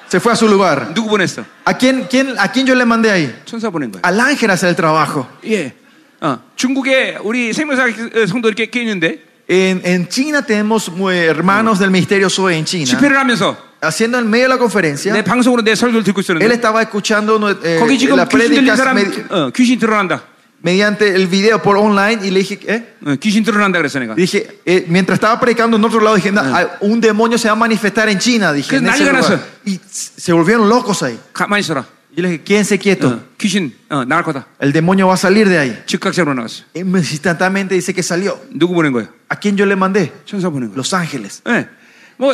[SPEAKER 2] Se fue a su lugar.
[SPEAKER 1] 누구 보냈어?
[SPEAKER 2] ¿A quién, quién- ¿A quién yo le mandé ahí?
[SPEAKER 1] 천사 보낸 거예요.
[SPEAKER 2] Al ángel a hacer el trabajo.
[SPEAKER 1] 예. 어, 중국에 우리 생명사 성도 이렇게 꽤 있는데
[SPEAKER 2] En, en China tenemos eh, hermanos del ministerio Zoe en China.
[SPEAKER 1] 집회를 하면서
[SPEAKER 2] Haciendo en medio de la
[SPEAKER 1] 내
[SPEAKER 2] conferencia,
[SPEAKER 1] 방송으로 내 설교를 듣고
[SPEAKER 2] él
[SPEAKER 1] 있었는데
[SPEAKER 2] estaba escuchando eh,
[SPEAKER 1] 거기 지금
[SPEAKER 2] la
[SPEAKER 1] 귀신 들린
[SPEAKER 2] prédica
[SPEAKER 1] 사람
[SPEAKER 2] medi-
[SPEAKER 1] 어, 귀신 드러난다.
[SPEAKER 2] mediante el video por online y le dije, ¿eh?
[SPEAKER 1] 어, 귀신 드러난다 그랬어 내가.
[SPEAKER 2] Dije, eh, mientras estaba predicando en otro lado, dije, "Na- ah, un demonio se va a manifestar en China. Dije,
[SPEAKER 1] Que
[SPEAKER 2] en
[SPEAKER 1] nadie
[SPEAKER 2] ese lugar.
[SPEAKER 1] ganó eso.
[SPEAKER 2] Y s- se volvieron locos ahí.
[SPEAKER 1] 가만히 있어라.
[SPEAKER 2] Y yo le dije, quédense quietos.
[SPEAKER 1] 어, 귀신 어, 나갈 거다.
[SPEAKER 2] El demonio va a salir de ahí.
[SPEAKER 1] 즉각적으로 나갔어.
[SPEAKER 2] Y me- Instantáneamente dice que salió.
[SPEAKER 1] 누구 보낸 거예요?
[SPEAKER 2] ¿A quién yo le mandé?
[SPEAKER 1] 천사 보낸 거예요.
[SPEAKER 2] Los ángeles.
[SPEAKER 1] 예. 뭐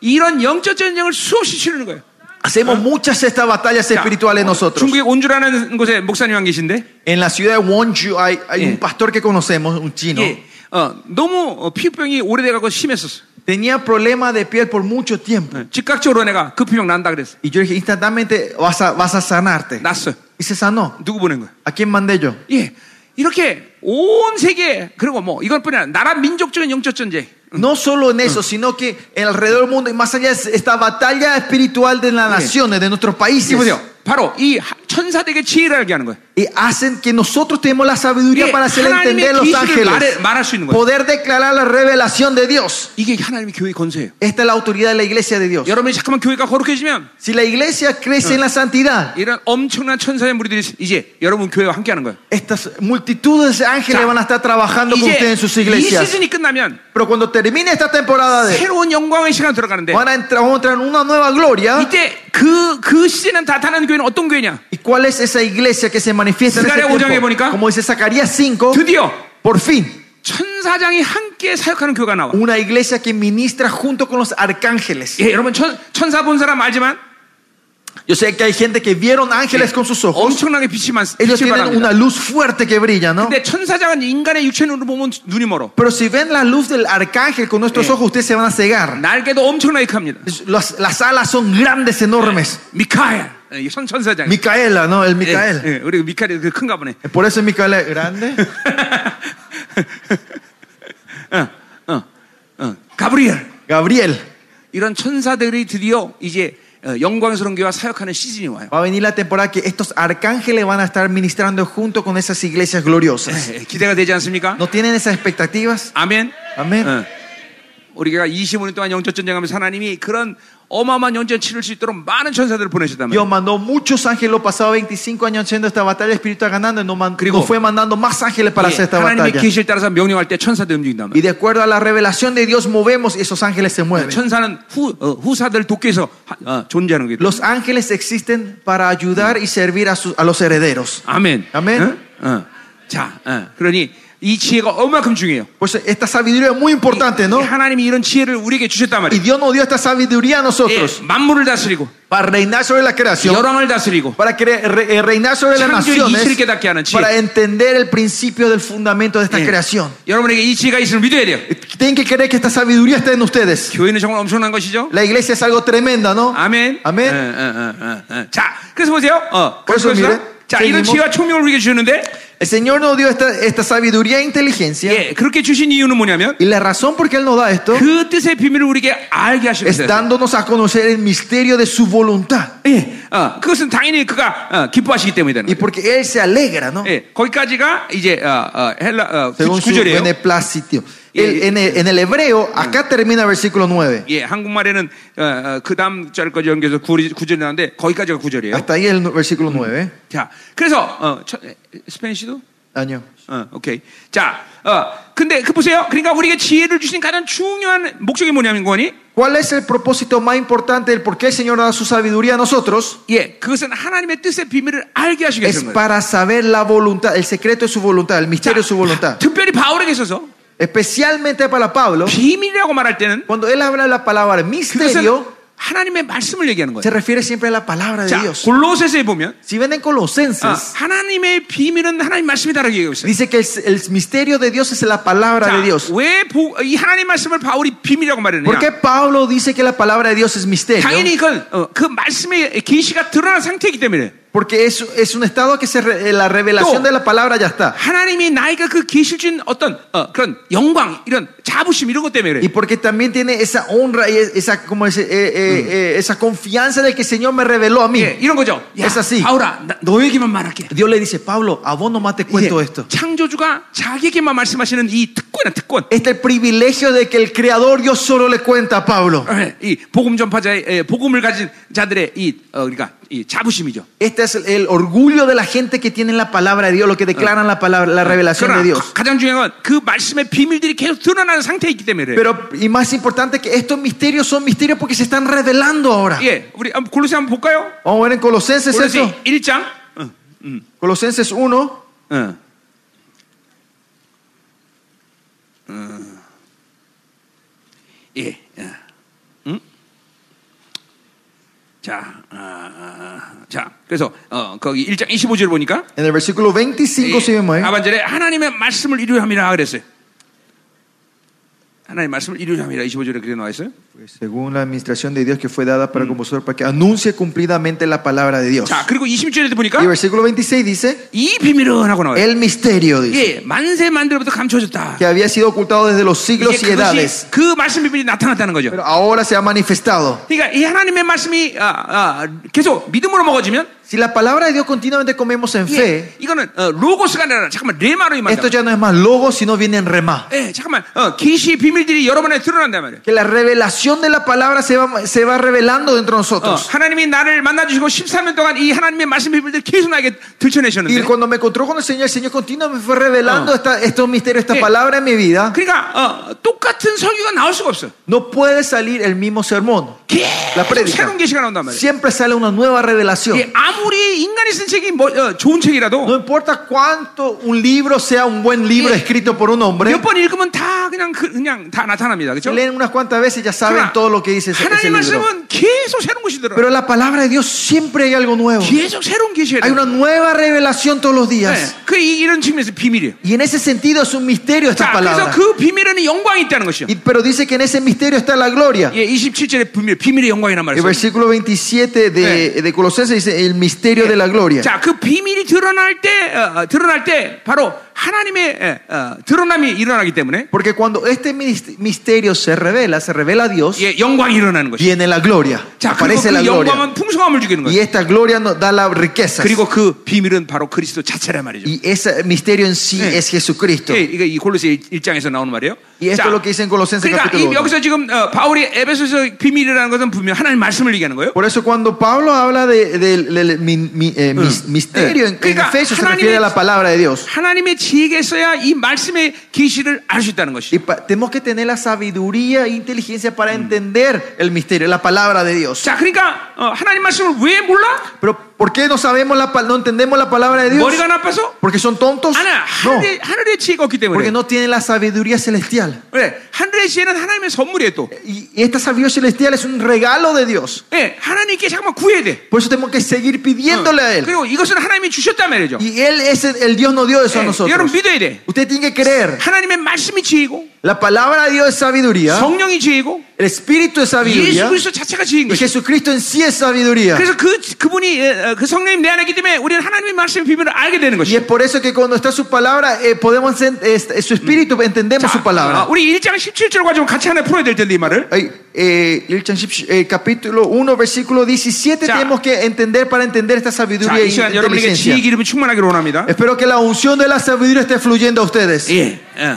[SPEAKER 1] 이런 영적 전쟁을 수없이 치르는 거예요.
[SPEAKER 2] Hacemos muchas de estas batallas
[SPEAKER 1] 자,
[SPEAKER 2] espirituales
[SPEAKER 1] 어,
[SPEAKER 2] nosotros.
[SPEAKER 1] 중국에 온주라는 곳에 목사님 한 계신데
[SPEAKER 2] En la ciudad de Wonju hay, hay un
[SPEAKER 1] Yeah.
[SPEAKER 2] pastor que conocemos, un chino.
[SPEAKER 1] 예, 어, 너무 어, 피부병이 오래돼갖고 심했었어.
[SPEAKER 2] Tenía problema de piel por mucho tiempo.
[SPEAKER 1] 예, 즉각적으로 내가 그 피부병 난다 그랬어.
[SPEAKER 2] Y yo le dije, instantáneamente vas a, vas a sanarte.
[SPEAKER 1] 났어.
[SPEAKER 2] Y se sanó.
[SPEAKER 1] 누구 보낸 거야?
[SPEAKER 2] ¿A quién mandé yo?
[SPEAKER 1] 예. 이렇게 온 세계 그리고 뭐 이것뿐이 아니라 나라 민족적인 영적 전쟁.
[SPEAKER 2] No solo en eso, sino que en alrededor del mundo y más allá es esta batalla espiritual de las naciones, de nuestros
[SPEAKER 1] 이
[SPEAKER 2] países.
[SPEAKER 1] 보세요. 바로 이 하- 천사들에게 지혜를 알게 하는 거예요.
[SPEAKER 2] Y hacen que nosotros tenemos la sabiduría
[SPEAKER 1] Yeah,
[SPEAKER 2] para hacer entender a los
[SPEAKER 1] 하나님의 기술을 말해-
[SPEAKER 2] ángeles.
[SPEAKER 1] 말할 수 있는 거예요.
[SPEAKER 2] Poder declarar la revelación de Dios.
[SPEAKER 1] 이게 하나님의 교회 건세예요.
[SPEAKER 2] Esta es la autoridad de la iglesia de Dios.
[SPEAKER 1] 여러분이 잠깐만 교회가 거룩해지면
[SPEAKER 2] Si la iglesia crece en la santidad,
[SPEAKER 1] 이런 엄청난 천사의 무리들이 이제 여러분 교회와 함께하는 거예요.
[SPEAKER 2] estas multitudes de ángeles
[SPEAKER 1] 자,
[SPEAKER 2] van a estar trabajando con ustedes en sus
[SPEAKER 1] 이제 이
[SPEAKER 2] iglesias.
[SPEAKER 1] 시즌이 끝나면
[SPEAKER 2] Pero cuando termine esta temporada, de,
[SPEAKER 1] 새로운 영광의 시간 들어가는데
[SPEAKER 2] van a entrar, vamos a entrar en una nueva gloria.
[SPEAKER 1] 이때 그, 그 시즌은 나타나는 교회는 어떤 교회냐?
[SPEAKER 2] ¿Y cuál es esa iglesia que se manifiesta en
[SPEAKER 1] Zacarías
[SPEAKER 2] este
[SPEAKER 1] 5장에 보니까
[SPEAKER 2] tiempo? Como dice Zacarías 5,
[SPEAKER 1] 드디어
[SPEAKER 2] por fin,
[SPEAKER 1] 천사장이 함께 사역하는 교회가 나와.
[SPEAKER 2] una iglesia que ministra junto con los arcángeles.
[SPEAKER 1] 예, 여러분 천, 천사 본 사람 알지만
[SPEAKER 2] Yo sé que hay gente que vieron ángeles con sus ojos.
[SPEAKER 1] 엄청나게 빛이 많.
[SPEAKER 2] Ellos
[SPEAKER 1] 빛이
[SPEAKER 2] tienen
[SPEAKER 1] 많아.
[SPEAKER 2] una luz fuerte que brilla, ¿no?
[SPEAKER 1] 근데 천사장은 인간의 육체 눈으로 보면 눈이 멀어.
[SPEAKER 2] Pero si ven la luz del arcángel con nuestros ojos, ustedes se van a cegar.
[SPEAKER 1] 날개도 엄청나게 큽니다.
[SPEAKER 2] Las, las alas son grandes, enormes.
[SPEAKER 1] 미카엘, 예, 이 천, 천사장.
[SPEAKER 2] Micaela, ¿no? El
[SPEAKER 1] 예,
[SPEAKER 2] Micael. Eh,
[SPEAKER 1] 예, 우리 미카엘이 그 큰가 보네.
[SPEAKER 2] Por eso Micaela es grande.
[SPEAKER 1] 어, 어, 어. 가브리엘.
[SPEAKER 2] Gabriel.
[SPEAKER 1] 이런 천사들이 드디어 이제 어, 영광스러운 교회와 사역하는 시즌이 와요.
[SPEAKER 2] Va a venir la temporada que estos arcángeles van a estar ministrando junto con esas iglesias gloriosas.
[SPEAKER 1] 예, 기대가 되지 않습니까?
[SPEAKER 2] ¿No tienen esas expectativas?
[SPEAKER 1] 아멘.
[SPEAKER 2] 아멘.
[SPEAKER 1] 어. 우리가 25년 동안 영적 전쟁하면서 하나님이 그런 어마어마한 영전 치를 수 있도록 많은 천사들을 보내셨다면.
[SPEAKER 2] Dios mandó muchos ángeles, lo pasado 25 años haciendo esta batalla espiritual ganando, y no, man-
[SPEAKER 1] Griego.
[SPEAKER 2] no fue mandando más ángeles para hacer esta
[SPEAKER 1] 예, 하나님의
[SPEAKER 2] batalla.
[SPEAKER 1] 계시를 따라서 명령할 때 천사들
[SPEAKER 2] Y
[SPEAKER 1] 움직인다면.
[SPEAKER 2] de acuerdo a la revelación de Dios movemos y esos ángeles se mueven.
[SPEAKER 1] 천사는 후, 어, 후사들 돕기에서 어, 존재하는 거기 때문에.
[SPEAKER 2] Los ángeles existen para ayudar y servir a, sus- a los herederos.
[SPEAKER 1] 아멘.
[SPEAKER 2] 아멘.
[SPEAKER 1] 어? 어. 자, 어. 그러니 이 지혜가 얼마큼 중요해요.
[SPEAKER 2] Pues esta sabiduría es muy importante, ¿no?
[SPEAKER 1] 이 하나님이 이런 지혜를 우리에게 주셨단
[SPEAKER 2] Y
[SPEAKER 1] 말이에요.
[SPEAKER 2] Dios nos dio esta sabiduría
[SPEAKER 1] 예,
[SPEAKER 2] a nosotros
[SPEAKER 1] 만물을 다스리고
[SPEAKER 2] para reinar sobre la creación,
[SPEAKER 1] 열왕을 다스리고
[SPEAKER 2] para cre- re- eh, reinar sobre las
[SPEAKER 1] 창조의 이치를
[SPEAKER 2] naciones,
[SPEAKER 1] 깨닫게 하는 지혜.
[SPEAKER 2] para entender el principio del fundamento de esta
[SPEAKER 1] 예.
[SPEAKER 2] creación.
[SPEAKER 1] 여러분에게 이 지혜가 있음을 믿어야 돼요.
[SPEAKER 2] Tienen que creer que esta sabiduría está en ustedes.
[SPEAKER 1] 교회는 정말 엄청난 것이죠.
[SPEAKER 2] La iglesia es algo tremenda, ¿no?
[SPEAKER 1] 아멘.
[SPEAKER 2] 아멘.
[SPEAKER 1] 예, 예, 예, 예, 예. 자, 그래서 보세요. 어,
[SPEAKER 2] 벌써
[SPEAKER 1] 그래서
[SPEAKER 2] 미래?
[SPEAKER 1] 자, 이런
[SPEAKER 2] 책임은-
[SPEAKER 1] 지혜와 총명을 우리에게 주는데,
[SPEAKER 2] El Señor nos dio esta, esta sabiduría e inteligencia.
[SPEAKER 1] 예, 그렇게 주신 이유는 뭐냐면
[SPEAKER 2] Y la razón por qué Él nos da esto
[SPEAKER 1] 그 뜻의 비밀을 우리에게 알게 하시는
[SPEAKER 2] es
[SPEAKER 1] 거예요.
[SPEAKER 2] dándonos a conocer el misterio de su voluntad.
[SPEAKER 1] 예, 어, 그것은 당연히 그가 어, 기뻐하시기 때문이라는
[SPEAKER 2] Y
[SPEAKER 1] 거예요.
[SPEAKER 2] porque Él se alegra, ¿no?
[SPEAKER 1] 예, 거기까지가 이제 어, 어, 헬라 어,
[SPEAKER 2] Según su
[SPEAKER 1] 9절이에요.
[SPEAKER 2] beneplácito.
[SPEAKER 1] 예,
[SPEAKER 2] El-
[SPEAKER 1] 예.
[SPEAKER 2] en, el, en el hebreo, acá termina el versículo 9.
[SPEAKER 1] 예, 한국말에는 어, 어, 그 다음 절까지 연결해서 구절이
[SPEAKER 2] 아.
[SPEAKER 1] 나오는데 거기까지가 구절이에요
[SPEAKER 2] Hasta ahí el versículo 9.
[SPEAKER 1] 자, 그래서 어, 처- 스페인시도
[SPEAKER 2] año.
[SPEAKER 1] 어, 오케이. 자, 어, 근데 그 보세요. 그러니까 우리에게 지혜를 주신 가장 중요한 목적이 뭐냐면 거니?
[SPEAKER 2] ¿Cuál es el propósito más importante del por qué el Señor da su sabiduría a nosotros?
[SPEAKER 1] 예, 그것은 하나님의 뜻의 비밀을 알게 하시기
[SPEAKER 2] Es
[SPEAKER 1] 위해서.
[SPEAKER 2] para saber la voluntad, el secreto de su voluntad, el misterio de su voluntad.
[SPEAKER 1] 특별히 바울에게 있어서
[SPEAKER 2] Especialmente para Pablo,
[SPEAKER 1] 비밀이라고 말할 때는
[SPEAKER 2] cuando él habla de la palabra
[SPEAKER 1] 그것은
[SPEAKER 2] misterio,
[SPEAKER 1] 하나님의 말씀을 얘기하는
[SPEAKER 2] se
[SPEAKER 1] 거예요.
[SPEAKER 2] refiere siempre a la palabra de
[SPEAKER 1] 자,
[SPEAKER 2] Dios.
[SPEAKER 1] 골로새서에 보면
[SPEAKER 2] Si ven en
[SPEAKER 1] 아,
[SPEAKER 2] Colosenses,
[SPEAKER 1] 하나님의 비밀은 하나님 말씀이다라고 얘기하고 있어요.
[SPEAKER 2] dice que el, el misterio de Dios es la palabra de Dios.
[SPEAKER 1] 왜이 하나님 말씀을 바울이 비밀이라고
[SPEAKER 2] ¿Por qué
[SPEAKER 1] 말했느냐?
[SPEAKER 2] Pablo dice que la palabra de Dios es misterio?
[SPEAKER 1] 당연히 그건 어, 그 말씀의 계시가 드러난 상태이기 때문에
[SPEAKER 2] Porque es, es un estado que se re- eh, la revelación
[SPEAKER 1] No.
[SPEAKER 2] de la palabra ya está.
[SPEAKER 1] 하나님이 나에게 그 계실 준 어떤 어, 그런 영광 이런 자부심 이런 것 때문에
[SPEAKER 2] Y
[SPEAKER 1] 그래.
[SPEAKER 2] porque también tiene esa honra y esa, como ese, eh, eh, eh, esa confianza de que el Señor me reveló a mí.
[SPEAKER 1] 예, 이런 거죠. 야,
[SPEAKER 2] Es así.
[SPEAKER 1] 바울아, 나- 너에게만 말할게.
[SPEAKER 2] Dios le dice, Pablo, a vos nomás te cuento
[SPEAKER 1] 예,
[SPEAKER 2] esto.
[SPEAKER 1] 창조주가 자기에게만 말씀하시는 이 특권이야 특권.
[SPEAKER 2] Este es el privilegio de que el Creador Dios solo le cuenta a Pablo.
[SPEAKER 1] 예, 이 복음 전파자의 예, 복음을 가진 자들의 이 어, 그러니까 이 자부심이죠.
[SPEAKER 2] Este es el, el orgullo de la gente que tiene la palabra de Dios, lo que declaran la palabra, la revelación
[SPEAKER 1] 그러나
[SPEAKER 2] de Dios.
[SPEAKER 1] 가, 장 중요한 건 그 말씀의 비밀들이 계속 드러나는 상태이기 때문에 그래요.
[SPEAKER 2] Pero, y más importante que estos misterios son misterios porque se están revelando ahora.
[SPEAKER 1] 예, 우리 한번 골로새 한번 볼까요?
[SPEAKER 2] Vamos a ver en Colosenses
[SPEAKER 1] 골로새
[SPEAKER 2] eso.
[SPEAKER 1] 1장. 어.
[SPEAKER 2] Colosenses 1.
[SPEAKER 1] 응. 어. 예. 응? 자, 아, 아, 자, 그래서 어, 거기 1장 25절 보니까
[SPEAKER 2] En el versículo 25 se vemos eh? ahí.
[SPEAKER 1] 아반절에 하나님의 말씀을 이루함이라 그랬어요. 하나님 의 말씀을 이루함이라 25절에 그래 나와 있어요.
[SPEAKER 2] Pues Según la administración de Dios que fue dada para con vosotros, para que anuncie cumplidamente la palabra de Dios.
[SPEAKER 1] 자, 그리고 26절에
[SPEAKER 2] Y el
[SPEAKER 1] 보니까
[SPEAKER 2] versículo 26 dice,
[SPEAKER 1] 이 비밀은 하고 나와요.
[SPEAKER 2] el misterio,
[SPEAKER 1] 예,
[SPEAKER 2] dice,
[SPEAKER 1] 만세 만들부터 감춰졌다.
[SPEAKER 2] que había sido ocultado desde los siglos y
[SPEAKER 1] 이제
[SPEAKER 2] edades,
[SPEAKER 1] 그것이 그 말씀 비밀이 나타났다는 거죠.
[SPEAKER 2] pero ahora se ha manifestado.
[SPEAKER 1] 그러니까 이 하나님의 말씀이 아, 아, 계속 믿음으로 먹어지면
[SPEAKER 2] Si la palabra de Dios continuamente comemos en fe,
[SPEAKER 1] 예, 이거는 어, 로고스가 아니라 잠깐만 레마로
[SPEAKER 2] esto
[SPEAKER 1] 임한다.
[SPEAKER 2] ya no es más logo, sino viene en remá.
[SPEAKER 1] 예, 잠깐만 어, 계시의 비밀들이 여러분에 드러난단 말이에요.
[SPEAKER 2] Que la revelación de la palabra se va, se va revelando dentro de
[SPEAKER 1] 어,
[SPEAKER 2] nosotros.
[SPEAKER 1] 하나님이 나를 만나주시고 13년 동안 이 하나님의 말씀 비밀들 계속 나에게
[SPEAKER 2] Y
[SPEAKER 1] 들춰내셨는데
[SPEAKER 2] cuando me encontró con el Señor, el Señor continuamente fue revelando
[SPEAKER 1] Ah.
[SPEAKER 2] esta- estos misterios, esta
[SPEAKER 1] Sí.
[SPEAKER 2] palabra en mi vida.
[SPEAKER 1] 그러니까 어, 똑같은 설교가 나올 수가 없어.
[SPEAKER 2] No puede salir el mismo sermón. La
[SPEAKER 1] 계속
[SPEAKER 2] predica.
[SPEAKER 1] 새로운 계시가 나온단 말이에요.
[SPEAKER 2] Siempre sale una nueva revelación.
[SPEAKER 1] 예, 아무리 인간이 쓴 책이 뭐, 어, 좋은
[SPEAKER 2] No
[SPEAKER 1] 책이라도
[SPEAKER 2] importa cuánto un libro sea un buen libro
[SPEAKER 1] Sí.
[SPEAKER 2] escrito por un hombre,
[SPEAKER 1] 몇 번 읽으면 다 그냥 그- 그냥 다 나타납니다. 그렇죠?
[SPEAKER 2] leen unas cuantas veces ya saben
[SPEAKER 1] 그러나
[SPEAKER 2] todo lo que dice ese, ese
[SPEAKER 1] 하나님
[SPEAKER 2] libro.
[SPEAKER 1] 말씀은 계속 새로운 것이 들어.
[SPEAKER 2] Pero en la palabra de Dios siempre hay algo nuevo.
[SPEAKER 1] 계속 새로운 계시가 들어.
[SPEAKER 2] Hay una nueva revelación todos los días.
[SPEAKER 1] 네, 그 이- 이런 측면에서 비밀이에요.
[SPEAKER 2] Y en ese sentido es un misterio
[SPEAKER 1] 자, 그래서
[SPEAKER 2] esta palabra.
[SPEAKER 1] 그 비밀에는 영광이 있다는 것이요.
[SPEAKER 2] Y- pero dice que en ese misterio está la gloria.
[SPEAKER 1] 예, 27절의 비밀, 비밀의 영광이란
[SPEAKER 2] El
[SPEAKER 1] 말이에요.
[SPEAKER 2] versículo 27 de, de Colosenses dice el misterio de la gloria.
[SPEAKER 1] 자, 그 비밀이 드러날 때, 어, 어, 드러날 때 바로 하나님의 예, 어, 드러남이 일어나기 때문에
[SPEAKER 2] Porque cuando este mis- misterio se revela, se revela a Dios,
[SPEAKER 1] 예, 영광이 일어나는 것이요.
[SPEAKER 2] viene la gloria.
[SPEAKER 1] 자, 그리고
[SPEAKER 2] Aparece la
[SPEAKER 1] 그
[SPEAKER 2] gloria.
[SPEAKER 1] 영광은 풍성함을 주기는
[SPEAKER 2] Y
[SPEAKER 1] 거예요.
[SPEAKER 2] esta gloria nos da la riqueza.
[SPEAKER 1] 그리고 그 비밀은 바로 그리스도 자체란 말이죠.
[SPEAKER 2] Y ese misterio en sí
[SPEAKER 1] Sí.
[SPEAKER 2] es Jesucristo.
[SPEAKER 1] 예, 이게 이 골로새 1장에서 나오는 말이에요.
[SPEAKER 2] Y esto
[SPEAKER 1] 자,
[SPEAKER 2] es lo que dice en Colosenses
[SPEAKER 1] 그러니까 이,
[SPEAKER 2] capítulo 1.
[SPEAKER 1] 여기서 지금 어, 바울이 에베소서 비밀이라는 것은 분명 하나님 말씀을 얘기하는 거예요.
[SPEAKER 2] Por eso cuando Pablo habla de, del del mi- mi- eh, mis- misterio en, en
[SPEAKER 1] Kika,
[SPEAKER 2] Efesios se
[SPEAKER 1] 하나님의-
[SPEAKER 2] refiere a la palabra de Dios.
[SPEAKER 1] 하나님의 지혜가 있어야 이 말씀의 계시를 알 수 있다는 것이.
[SPEAKER 2] Y pa- tenemos que tener la sabiduría e inteligencia para entender el misterio, la palabra de Dios.
[SPEAKER 1] 자, 그러니까 어, 하나님 말씀을 왜 몰라?
[SPEAKER 2] Pero ¿por qué no sabemos la pa- no entendemos la palabra de Dios?
[SPEAKER 1] 머리가 나빠서?
[SPEAKER 2] Porque son tontos?
[SPEAKER 1] 아니야,
[SPEAKER 2] No,
[SPEAKER 1] 하늘의, 하늘의 지혜가 없기 때문에.
[SPEAKER 2] porque no tienen la sabiduría celestial.
[SPEAKER 1] 네, 하늘의 지혜는 하나님의 선물이에요 또.
[SPEAKER 2] Y y esta sabiduría celestial es un regalo de Dios.
[SPEAKER 1] 네, 하나님께 잠깐만 구해야 돼. 어.
[SPEAKER 2] Por eso tenemos que seguir pidiéndole a él.
[SPEAKER 1] 그리고 이것은 하나님이 주셨단 말이죠.
[SPEAKER 2] Y Él es el, el Eh, Dios no dio eso a
[SPEAKER 1] 네, 여러분
[SPEAKER 2] nosotros.
[SPEAKER 1] 믿어야 돼.
[SPEAKER 2] Usted tiene que creer.
[SPEAKER 1] 하나님의 말씀이 지혜고,
[SPEAKER 2] La palabra de Dios es sabiduría.
[SPEAKER 1] 성령이 지혜고,
[SPEAKER 2] El Espíritu es
[SPEAKER 1] 예수
[SPEAKER 2] sabiduría.
[SPEAKER 1] 그리스도 자체가 지혜인
[SPEAKER 2] Y
[SPEAKER 1] 거죠.
[SPEAKER 2] Jesucristo en sí es sabiduría.
[SPEAKER 1] 그래서 그 그분이 예, 어, 그 성령이 내 안에 있기 때문에 우리는 하나님의 말씀의 비밀을 알게 되는
[SPEAKER 2] Y
[SPEAKER 1] 것이죠.
[SPEAKER 2] es por eso que cuando está su palabra, eh, podemos en- es- es su espíritu,
[SPEAKER 1] Mm.
[SPEAKER 2] entendemos su
[SPEAKER 1] 아,
[SPEAKER 2] palabra.
[SPEAKER 1] 우리 1장 17절과 좀 같이 하나 풀어야 될 텐데 이 말을.
[SPEAKER 2] Ay, eh, Ilchan Ship- eh, capítulo 1, versículo 17,
[SPEAKER 1] Ya.
[SPEAKER 2] tenemos que entender para entender esta
[SPEAKER 1] 자,
[SPEAKER 2] sabiduría e
[SPEAKER 1] 이 예, 시간 여러분에게
[SPEAKER 2] inteligencia.
[SPEAKER 1] 지혜 기름이 충만하기를 원합니다.
[SPEAKER 2] Espero que la unción de la sabiduría esté fluyendo a ustedes.
[SPEAKER 1] 예. 예.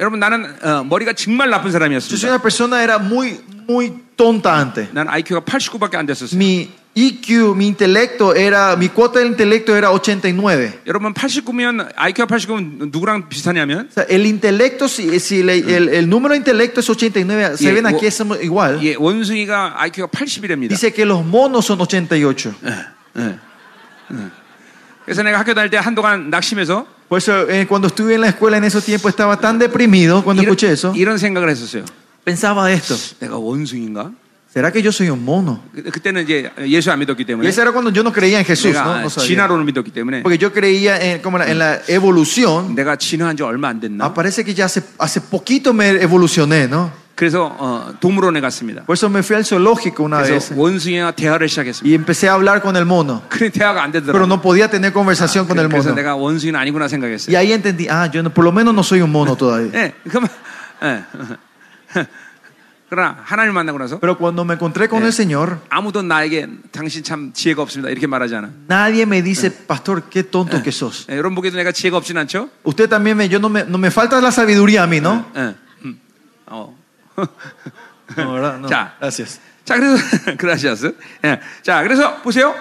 [SPEAKER 1] 여러분 나는 어, 머리가 정말 나쁜
[SPEAKER 2] Yo soy
[SPEAKER 1] 사람이었습니다.
[SPEAKER 2] una persona, era muy, muy tonta antes.
[SPEAKER 1] 난 IQ가 89밖에 안 됐었어요.
[SPEAKER 2] Mi EQ, mi intelecto era, mi cuota del intelecto era 89.
[SPEAKER 1] 여러분 89면 IQ가 89면 누구랑 비슷하냐면
[SPEAKER 2] O sea, el intelecto, si, si le- el, el número de intelecto es 89,
[SPEAKER 1] Mm. Y-
[SPEAKER 2] se ven aquí,
[SPEAKER 1] wo-
[SPEAKER 2] es igual.
[SPEAKER 1] 예, 원숭이가 IQ가 80이랍니다.
[SPEAKER 2] Dice que los monos son 88.
[SPEAKER 1] 그래서 내가 학교 다닐 때 한동안 낙심해서
[SPEAKER 2] Por eso, eh, cuando estuve en la escuela en esos tiempos, estaba tan deprimido cuando
[SPEAKER 1] 이런,
[SPEAKER 2] escuché eso.
[SPEAKER 1] 이런 생각을 했었어요.
[SPEAKER 2] Pensaba esto:
[SPEAKER 1] 내가 원숭인가?
[SPEAKER 2] ¿será que yo soy un mono?
[SPEAKER 1] 이 그때는 이제 예수 안 믿었기
[SPEAKER 2] Y
[SPEAKER 1] 때문에
[SPEAKER 2] eso era cuando yo no creía en Jesús, ¿no?
[SPEAKER 1] 내가
[SPEAKER 2] No sabía.
[SPEAKER 1] 진화론을 믿었기 때문에
[SPEAKER 2] Porque yo creía en, como en la evolución.
[SPEAKER 1] 내가 진화한 지 얼마 안 됐나?
[SPEAKER 2] Ah, parece que ya hace, hace poquito me evolucioné, ¿no?
[SPEAKER 1] 그래서 어, 동물원에 갔습니다.
[SPEAKER 2] Por eso me fui al zoológico una vez
[SPEAKER 1] 그래서 원숭이와 대화를 시작했습니다.
[SPEAKER 2] y empecé a hablar con el mono.
[SPEAKER 1] 그래 대화가 안
[SPEAKER 2] Pero
[SPEAKER 1] 되더라고요.
[SPEAKER 2] no podía tener conversación con el
[SPEAKER 1] 그래서
[SPEAKER 2] mono.
[SPEAKER 1] 내가 원숭이는 아니구나 생각했어요.
[SPEAKER 2] Y ahí entendí, ah, yo no- por lo menos no soy un mono todavía.
[SPEAKER 1] 예, 그만. 예. 그러나 하나님 만나고 나서
[SPEAKER 2] Pero cuando me encontré con el Señor,
[SPEAKER 1] 아무도 나에게 당신 참 지혜가 없습니다 이렇게 말하지 않아.
[SPEAKER 2] nadie me dice, pastor, qué tonto que sos.
[SPEAKER 1] 예, 여러분 보기에도 내가 지혜가 없진 않죠?
[SPEAKER 2] Usted también me, yo no me, no me falta la sabiduría a mí, ¿no?
[SPEAKER 1] 예. 음. 어.
[SPEAKER 2] No, ¿verdad? No.
[SPEAKER 1] Ya.
[SPEAKER 2] Gracias.
[SPEAKER 1] 자 그래서 그라시아스. 예. 자 그래서 보세요.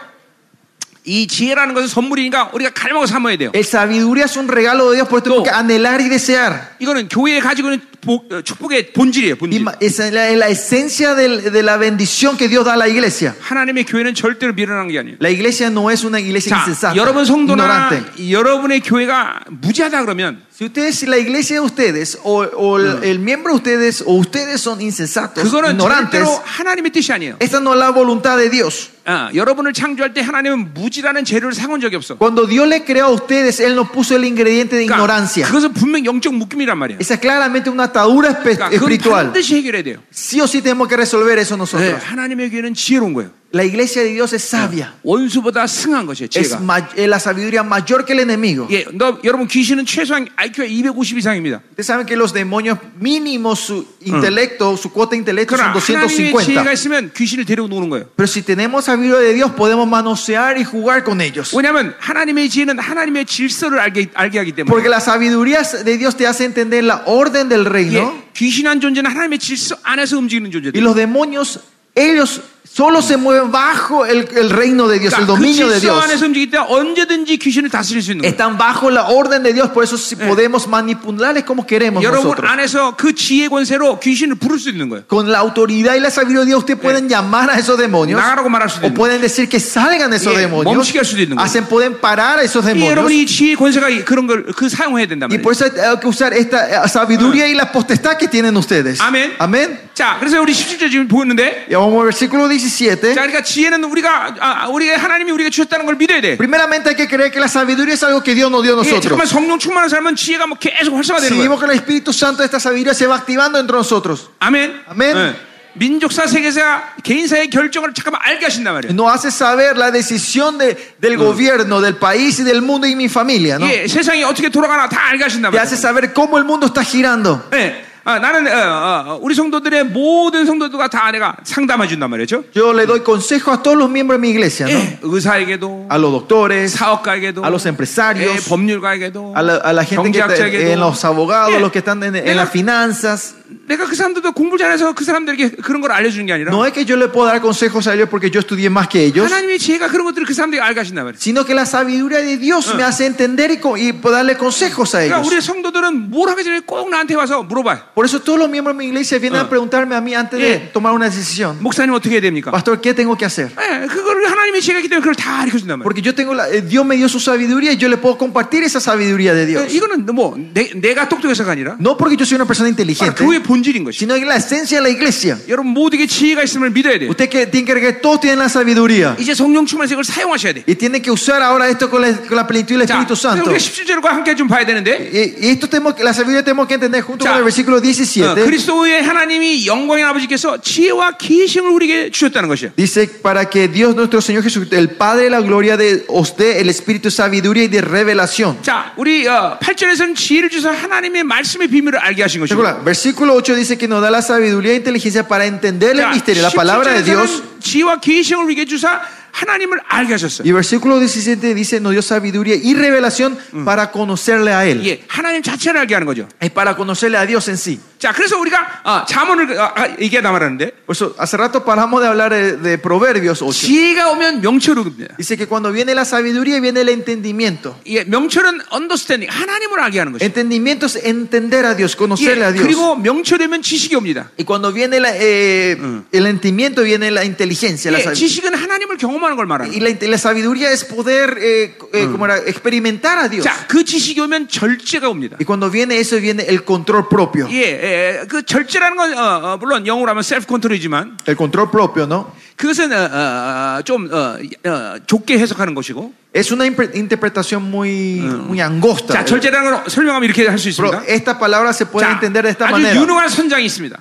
[SPEAKER 1] 이 지혜라는 것은 선물이니까 우리가 갈망을 삼아야 돼요.
[SPEAKER 2] El sabiduría es un regalo de Dios, por esto
[SPEAKER 1] No.
[SPEAKER 2] tengo que anhelar y desear.
[SPEAKER 1] 이거는 교회에 가지고 있는 복- 어, 축복의 본질이에요.
[SPEAKER 2] Y
[SPEAKER 1] 본질.
[SPEAKER 2] ma- esa es la, es la esencia del- de la bendición que Dios da a la iglesia.
[SPEAKER 1] 하나님의 교회는 절대로 미련한 게 아니에요.
[SPEAKER 2] La iglesia no es una
[SPEAKER 1] 자,
[SPEAKER 2] iglesia insensata,
[SPEAKER 1] 여러분 성도나
[SPEAKER 2] ignorante.
[SPEAKER 1] 여러분의 교회가 무지하다 그러면
[SPEAKER 2] Si ustedes, si la iglesia de ustedes, o, o el, el miembro de ustedes, o ustedes son insensatos,
[SPEAKER 1] 그거는
[SPEAKER 2] ignorantes,
[SPEAKER 1] 절대로 하나님의 뜻이 아니에요.
[SPEAKER 2] esta no es la voluntad de Dios.
[SPEAKER 1] 아, 여러분을 창조할 때 하나님은 무지라는 재료를 사온 적이 없어. 그러니까
[SPEAKER 2] Cuando Dios le creó a ustedes, Él no puso el ingrediente de ignorancia.
[SPEAKER 1] 그것은 분명 영적 묶임이란 말이야.
[SPEAKER 2] Esa es claramente una atadura espe-
[SPEAKER 1] 그러니까 그건
[SPEAKER 2] espiritual.
[SPEAKER 1] 반드시 해결해야 돼요.
[SPEAKER 2] Sí o sí tenemos que resolver eso
[SPEAKER 1] 네,
[SPEAKER 2] nosotros.
[SPEAKER 1] 하나님의 교회는 지혜로운 거예요.
[SPEAKER 2] La iglesia de Dios es sabia.
[SPEAKER 1] 원수보다 승한 것이에요.
[SPEAKER 2] Es
[SPEAKER 1] 지혜가.
[SPEAKER 2] ma- eh, la sabiduría mayor que el enemigo.
[SPEAKER 1] 예, 너 여러분 귀신은 최소한 IQ가 250 이상입니다.
[SPEAKER 2] Ustedes saben que los demonios mínimo su intelecto, su cuota de intelecto son
[SPEAKER 1] 그러나 하나님의 지혜가
[SPEAKER 2] 250.
[SPEAKER 1] 있으면 귀신을 데리고 노는 거예요.
[SPEAKER 2] Pero si tenemos sabiduría de Dios, podemos manosear y jugar con ellos.
[SPEAKER 1] 왜냐하면 하나님의 지혜는 하나님의 질서를 알게, 알게 하기 때문에.
[SPEAKER 2] Porque la sabiduría de Dios te hace entender la orden del reino.
[SPEAKER 1] 예, 귀신한 존재는 하나님의 질서 안에서 움직이는
[SPEAKER 2] Y
[SPEAKER 1] 존재들.
[SPEAKER 2] los demonios, ellos solo se mueven bajo el, el reino de Dios, el
[SPEAKER 1] 그러니까 그
[SPEAKER 2] dominio de
[SPEAKER 1] 질서
[SPEAKER 2] Dios.
[SPEAKER 1] 안에서 움직일 때 언제든지 귀신을 다스릴 수 있는 거예요.
[SPEAKER 2] Están bajo la orden de Dios, por eso si podemos manipularles como queremos
[SPEAKER 1] 여러분
[SPEAKER 2] nosotros.
[SPEAKER 1] 안에서 그 지혜 권세로 귀신을 부를 수 있는 거예요.
[SPEAKER 2] Con la autoridad y la sabiduría de Dios, ustedes pueden llamar a esos demonios.
[SPEAKER 1] 나가라고 말할 수도
[SPEAKER 2] O
[SPEAKER 1] 있는 거예요.
[SPEAKER 2] pueden decir que salgan esos
[SPEAKER 1] 예,
[SPEAKER 2] demonios.
[SPEAKER 1] 멈추게 할 수도 있는 거예요.
[SPEAKER 2] Hacen, pueden parar a esos
[SPEAKER 1] 이 여러분이
[SPEAKER 2] demonios.
[SPEAKER 1] 이 지혜 권세가 이- 그런 걸 그 사용해야 된단
[SPEAKER 2] Y
[SPEAKER 1] 네, 말이에요.
[SPEAKER 2] por eso hay que usar esta eh, sabiduría y la potestad que tienen ustedes.
[SPEAKER 1] Amén.
[SPEAKER 2] Amén.
[SPEAKER 1] 자, 그래서 우리 17절 지금 보였는데,
[SPEAKER 2] Y vamos al versículo
[SPEAKER 1] 자,
[SPEAKER 2] 17.
[SPEAKER 1] 그러니까 지혜는 우리가 아, 아, 우리가 하나님이 우리가 주셨다는 걸 믿어야 돼.
[SPEAKER 2] Primeramente hay que creer que la sabiduría es algo que Dios nos dio
[SPEAKER 1] 예,
[SPEAKER 2] a nosotros.
[SPEAKER 1] 잠깐만 성령 충만한 사람은 지혜가 뭐 계속
[SPEAKER 2] Si
[SPEAKER 1] 활성화되는 거예요.
[SPEAKER 2] vimos que el Espíritu Santo, esta sabiduría se va activando entre nosotros.
[SPEAKER 1] 아멘. 예.
[SPEAKER 2] 아멘.
[SPEAKER 1] 민족사 세계사 개인사의 결정을 잠깐만 알게 하신단 말이에요.
[SPEAKER 2] Nos hace saber la decisión de- del gobierno, del país y del mundo y mi familia, ¿no?
[SPEAKER 1] 예, 세상이 어떻게 돌아가나 다 알게 하신단
[SPEAKER 2] Te
[SPEAKER 1] 말이에요.
[SPEAKER 2] hace saber cómo el mundo está girando.
[SPEAKER 1] 예. 아, 나는 어, 어, 어, 우리 성도들의 모든 성도들과 다 내가 상담해 준단 말이죠.
[SPEAKER 2] Yo le doy consejo a todos los miembros de mi iglesia, ¿no?
[SPEAKER 1] 예, 의사에게도
[SPEAKER 2] A los doctores,
[SPEAKER 1] 사업가에게도
[SPEAKER 2] a los empresarios,
[SPEAKER 1] 예, 법률가에게도
[SPEAKER 2] a la, a la gente que está
[SPEAKER 1] 경제학자에게도
[SPEAKER 2] en los abogados,
[SPEAKER 1] 예,
[SPEAKER 2] los que están en, en
[SPEAKER 1] 내가,
[SPEAKER 2] las finanzas.
[SPEAKER 1] 내가 그 사람들도 공부 잘해서 그 사람들에게 그런 걸 알려주는 게 아니라
[SPEAKER 2] No es que yo le pueda dar consejos a ellos porque yo estudié más que ellos,
[SPEAKER 1] 하나님의 지혜가 그런 것들을 그 사람들에게 알게 하신단 말이에요.
[SPEAKER 2] sino que la sabiduría de Dios me hace entender y, co- y darle consejos a
[SPEAKER 1] 그러니까
[SPEAKER 2] ellos.
[SPEAKER 1] 우리 성도들은 뭘 하기 전에 꼭 나한테 와서 물어봐요.
[SPEAKER 2] Por eso todos los miembros de mi iglesia vienen a preguntarme a mí antes de
[SPEAKER 1] Yeah.
[SPEAKER 2] tomar una decisión.
[SPEAKER 1] 목사님 어떻게 해야 됩니까?
[SPEAKER 2] Pastor, ¿qué tengo que hacer?
[SPEAKER 1] 예, 그거를 하나님의 지혜가 있기 때문에 그걸 다 가르쳐 준단 말이에요.
[SPEAKER 2] Porque yo tengo la- eh, Dios me dio su sabiduría y yo le puedo compartir esa sabiduría de
[SPEAKER 1] 예,
[SPEAKER 2] Dios.
[SPEAKER 1] 이거는 뭐 내, 내가 똑똑해서가 아니라
[SPEAKER 2] No porque yo soy una persona
[SPEAKER 1] 바로
[SPEAKER 2] inteligente,
[SPEAKER 1] 그의 본질인 것이.
[SPEAKER 2] sino en la esencia de la iglesia.
[SPEAKER 1] 여러분 모두에게 지혜가 있음을 믿어야 돼요.
[SPEAKER 2] Usted que tiene que creer que todos tienen la sabiduría
[SPEAKER 1] 이제 성령 충만해서 이걸 사용하셔야 돼.
[SPEAKER 2] y tiene que usar ahora esto con la, con la plenitud del
[SPEAKER 1] 자,
[SPEAKER 2] Espíritu Santo.
[SPEAKER 1] 우리가 17절과 함께 좀 봐야 되는데.
[SPEAKER 2] Y, y esto tenemos que- la sabiduría tenemos que entender junto
[SPEAKER 1] 자,
[SPEAKER 2] con el
[SPEAKER 1] 어,
[SPEAKER 2] versículo 17.
[SPEAKER 1] 그리스도의 하나님이 영광의 아버지께서 지혜와 계심을 우리에게 주셨다는 것이에요.
[SPEAKER 2] Dice, para que Dios nuestro Señor Jesucristo, el Padre de la gloria, de, os dé el espíritu de sabiduría y de revelación.
[SPEAKER 1] 자, 우리 어, 8절에서는 지혜를 주셔서 하나님의 말씀의 비밀을 알게 하신 것이고.
[SPEAKER 2] Recuerda, versículo 8 dice que nos da la sabiduría e inteligencia para entender el
[SPEAKER 1] 자,
[SPEAKER 2] misterio, la palabra de Dios.
[SPEAKER 1] 17절에서는 지혜와 계심을 우리에게 주사 하나님을 알게 하셨어요.
[SPEAKER 2] Y versículo 17 dice, nos dio sabiduría y Mm. revelación para conocerle a Él.
[SPEAKER 1] 예, 하나님 자체를 알게 하는 거죠.
[SPEAKER 2] Es para conocerle a Dios en sí.
[SPEAKER 1] 자, 그래서 우리가 아, 자문을 아, 아, 얘기하다 말하는데
[SPEAKER 2] Por eso, hace rato paramos de hablar eh, de Proverbios 8.
[SPEAKER 1] 지혜가 오면 명철입니다.
[SPEAKER 2] Dice que cuando viene la sabiduría viene el entendimiento.
[SPEAKER 1] 예, 명철은 understanding, 하나님을 알게 하는 것이죠.
[SPEAKER 2] Entendimiento es entender a Dios,
[SPEAKER 1] 예,
[SPEAKER 2] conocerle a Dios.
[SPEAKER 1] 그리고 명철이면 지식이 옵니다.
[SPEAKER 2] Y cuando viene la, eh, el entendimiento viene la inteligencia, la
[SPEAKER 1] 예,
[SPEAKER 2] sabiduría.
[SPEAKER 1] 지식은 하나님을 경험하는 걸 말하는
[SPEAKER 2] Y
[SPEAKER 1] 거예요.
[SPEAKER 2] la, inte- la sabiduría es poder eh, eh, ¿cómo era? experimentar a Dios.
[SPEAKER 1] 자, 그 지식이 오면 절제가 옵니다.
[SPEAKER 2] Y cuando viene eso viene el control propio.
[SPEAKER 1] 예, 예, 그 절제라는 건 어, 어, 물론 영어로 하면 셀프 컨트롤이지만
[SPEAKER 2] El control propio, ¿no?
[SPEAKER 1] 그것은 어, 어, 좀 어, 어, 좁게 해석하는 것이고
[SPEAKER 2] Es una impre- interpretación muy, muy angosta.
[SPEAKER 1] 자, 절제라는 걸 설명하면 이렇게 할 수
[SPEAKER 2] Pero
[SPEAKER 1] 있습니다.
[SPEAKER 2] esta palabra se puede
[SPEAKER 1] 자,
[SPEAKER 2] entender de esta
[SPEAKER 1] 아주
[SPEAKER 2] manera.
[SPEAKER 1] 유능한 선장이 있습니다.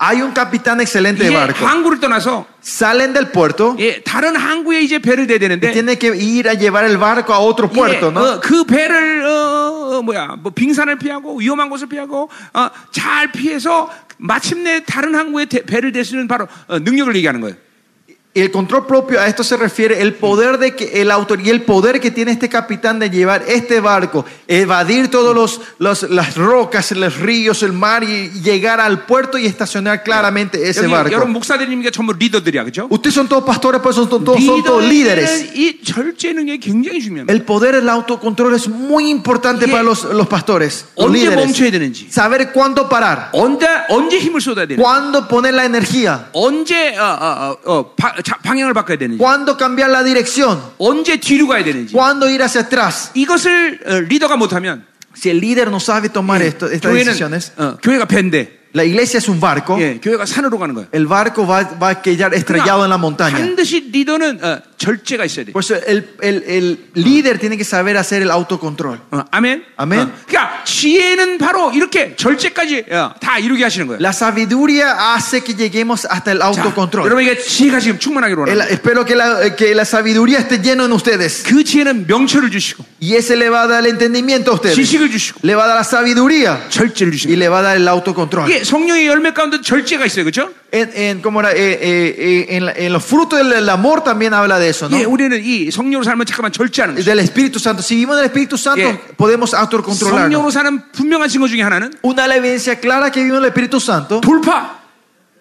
[SPEAKER 2] Hay un capitán excelente de
[SPEAKER 1] 이게
[SPEAKER 2] barco.
[SPEAKER 1] 항구를 떠나서
[SPEAKER 2] Salen del puerto
[SPEAKER 1] 예, 다른 항구에 이제 배를 대야
[SPEAKER 2] y
[SPEAKER 1] 되는데
[SPEAKER 2] tiene que ir a llevar el barco a otro
[SPEAKER 1] 이게,
[SPEAKER 2] puerto, ¿no?
[SPEAKER 1] 어, 그 배를 어, 어, 뭐야 뭐 빙산을 피하고 위험한 곳을 피하고 어, 잘 피해서 마침내 다른 항구에 대- 배를 대수는 바로 어, 능력을 얘기하는 거예요.
[SPEAKER 2] Y el control propio a esto se refiere el poder de que el autor y el poder que tiene este capitán de llevar este barco, evadir todos los, los- las rocas, los ríos, el mar y llegar al puerto y estacionar claramente ese
[SPEAKER 1] 여기 여러분
[SPEAKER 2] barco.
[SPEAKER 1] 목사들님이 전부 리더들이야, 그렇죠?
[SPEAKER 2] Ustedes son todos pastores, pues son to- todos son todos líderes.
[SPEAKER 1] 이 절제 능력이 굉장히 중요합니다.
[SPEAKER 2] El poder del autocontrol es muy importante
[SPEAKER 1] Yeah.
[SPEAKER 2] para los, los pastores, los
[SPEAKER 1] 언제 멈춰야
[SPEAKER 2] líderes.
[SPEAKER 1] 되는지,
[SPEAKER 2] Saber cuándo parar,
[SPEAKER 1] 언제 언제 힘을 쏟아야 되는지,
[SPEAKER 2] cuándo poner la energía,
[SPEAKER 1] 언제 어, 어, 어, 어, 바- 자- 방향을 바꿔야 되는지,
[SPEAKER 2] cuándo cambiar la dirección,
[SPEAKER 1] 언제 뒤로 가야 되는지
[SPEAKER 2] cuándo ir hacia atrás.
[SPEAKER 1] 이것을 어, 리더가 못하면
[SPEAKER 2] Si el líder no sabe tomar esto- estas
[SPEAKER 1] 교회는
[SPEAKER 2] decisiones,
[SPEAKER 1] 어, 교회가 밴데
[SPEAKER 2] la iglesia es un barco,
[SPEAKER 1] 예, 교회가 산으로 가는 거예요.
[SPEAKER 2] el barco va, va a quedar estrellado en la montaña.
[SPEAKER 1] 반드시 리더는 어, 절제가 있어야 돼.
[SPEAKER 2] Por eso el, el- el líder tiene que saber hacer el autocontrol.
[SPEAKER 1] 어, 아멘.
[SPEAKER 2] 아멘.
[SPEAKER 1] 어, 그러니까 지혜는 바로 이렇게 절제까지 어, 다 이루게 하시는 거예요.
[SPEAKER 2] La sabiduría hace que lleguemos hasta el
[SPEAKER 1] 자,
[SPEAKER 2] autocontrol.
[SPEAKER 1] 여러분에게 지혜가 지금 충만하기로
[SPEAKER 2] El-
[SPEAKER 1] 원합니다.
[SPEAKER 2] espero que la, que la sabiduría esté lleno en ustedes.
[SPEAKER 1] 그 지혜는 명철을 주시고
[SPEAKER 2] Y ese le va a dar el entendimiento a ustedes.
[SPEAKER 1] 지식을 주시고
[SPEAKER 2] Le va a dar la sabiduría
[SPEAKER 1] 절제를
[SPEAKER 2] y
[SPEAKER 1] 주시고
[SPEAKER 2] le va a dar el autocontrol.
[SPEAKER 1] 이게 성령의 열매 가운데 절제가 있어요, 그렇죠?
[SPEAKER 2] En, en- ¿cómo era? Eh, eh, eh, en, la- en los frutos del del amor también habla de eso, ¿no?
[SPEAKER 1] 예, 우리는 이 성령으로 살면 잠깐만 절제하는 거죠.
[SPEAKER 2] del Espíritu Santo. Si vivimos en el Espíritu Santo,
[SPEAKER 1] Yeah.
[SPEAKER 2] podemos autocontrolarnos.
[SPEAKER 1] 성령으로 사는 분명한 증거 중에 하나는
[SPEAKER 2] Una de la evidencia clara que vino el Espíritu Santo,
[SPEAKER 1] 돌파,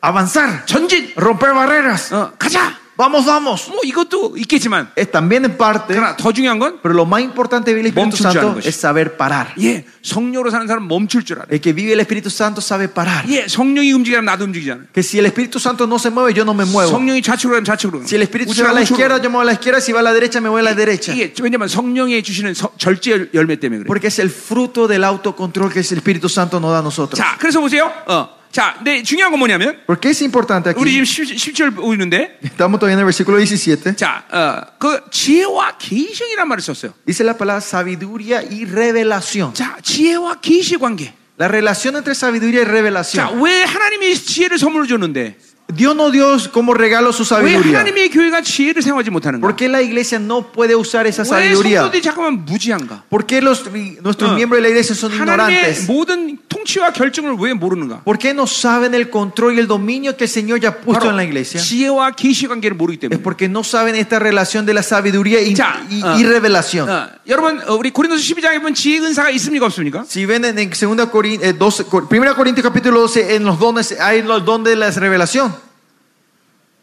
[SPEAKER 2] avanzar,
[SPEAKER 1] 전진,
[SPEAKER 2] romper barreras.
[SPEAKER 1] 어, 가자.
[SPEAKER 2] Vamos, vamos.
[SPEAKER 1] 뭐 이것도 있겠지만
[SPEAKER 2] Es también en parte,
[SPEAKER 1] 그러나 더 중요한 건
[SPEAKER 2] pero lo más importante del
[SPEAKER 1] 멈춘
[SPEAKER 2] Espíritu
[SPEAKER 1] 줄 아는
[SPEAKER 2] Santo
[SPEAKER 1] 것이.
[SPEAKER 2] es saber parar.
[SPEAKER 1] 예, 성령으로 사는 사람 멈출 줄 알아.
[SPEAKER 2] El que vive el Espíritu Santo sabe parar.
[SPEAKER 1] 예, 성령이 움직이면 나도 움직이잖아.
[SPEAKER 2] Que si el Espíritu Santo no se mueve, yo no me muevo.
[SPEAKER 1] 성령이 좌측으로 가면 좌측으로.
[SPEAKER 2] Si el Espíritu se
[SPEAKER 1] 우측으로
[SPEAKER 2] va a
[SPEAKER 1] 가면 우측으로.
[SPEAKER 2] la izquierda, yo me voy a la izquierda. Si va a la derecha, me voy a la derecha.
[SPEAKER 1] 이게 왜냐면 성령이 주시는 서- 절제 열매 때문에 그래.
[SPEAKER 2] Porque es el fruto del autocontrol que el Espíritu Santo nos da a nosotros.
[SPEAKER 1] 자, 그래서 보세요. 어, 자, 근데 중요한 건 뭐냐면
[SPEAKER 2] Porque es importante
[SPEAKER 1] 우리
[SPEAKER 2] aquí.
[SPEAKER 1] 지금 10절 보이는데
[SPEAKER 2] Estamos todavía en el versículo 17.
[SPEAKER 1] 자, 어, 그 지혜와 계시이란 말을 썼어요.
[SPEAKER 2] Dice la palabra sabiduría y revelación.
[SPEAKER 1] 자, 지혜와 계시 관계.
[SPEAKER 2] La relación entre sabiduría y
[SPEAKER 1] 자,
[SPEAKER 2] revelación.
[SPEAKER 1] 왜 하나님이 지혜를 선물로 줬는데
[SPEAKER 2] Dios no dio como regalo su
[SPEAKER 1] 왜
[SPEAKER 2] sabiduría.
[SPEAKER 1] 하나님의 교회가 지혜를 사용하지 못하는
[SPEAKER 2] ¿Por
[SPEAKER 1] 가
[SPEAKER 2] qué la iglesia no puede usar esa
[SPEAKER 1] 왜
[SPEAKER 2] sabiduría?
[SPEAKER 1] 성도들이 잠깐만 무지한가?
[SPEAKER 2] ¿Por qué los, nuestros
[SPEAKER 1] Ah.
[SPEAKER 2] miembros de la iglesia son
[SPEAKER 1] 하나님의
[SPEAKER 2] ignorantes?
[SPEAKER 1] 모든 통치와 결정을 왜 모르는가?
[SPEAKER 2] ¿Por qué no saben el control y el dominio que el Señor ya ha puesto en la
[SPEAKER 1] 바로
[SPEAKER 2] iglesia?
[SPEAKER 1] 지혜와 계시 관계를 모르기
[SPEAKER 2] Es
[SPEAKER 1] 뭐 때문에.
[SPEAKER 2] porque no saben esta relación de la sabiduría y,
[SPEAKER 1] 자,
[SPEAKER 2] y-
[SPEAKER 1] 어.
[SPEAKER 2] y revelación.
[SPEAKER 1] 어, 여러분 어, 우리 고린도서 12장에 보면 지혜 은사가 있습니까 없습니까?
[SPEAKER 2] Si ven en, en 2 Corin- eh, 12 Cor- 1 Corintios capítulo 12, en los dones hay los dones de la revelación.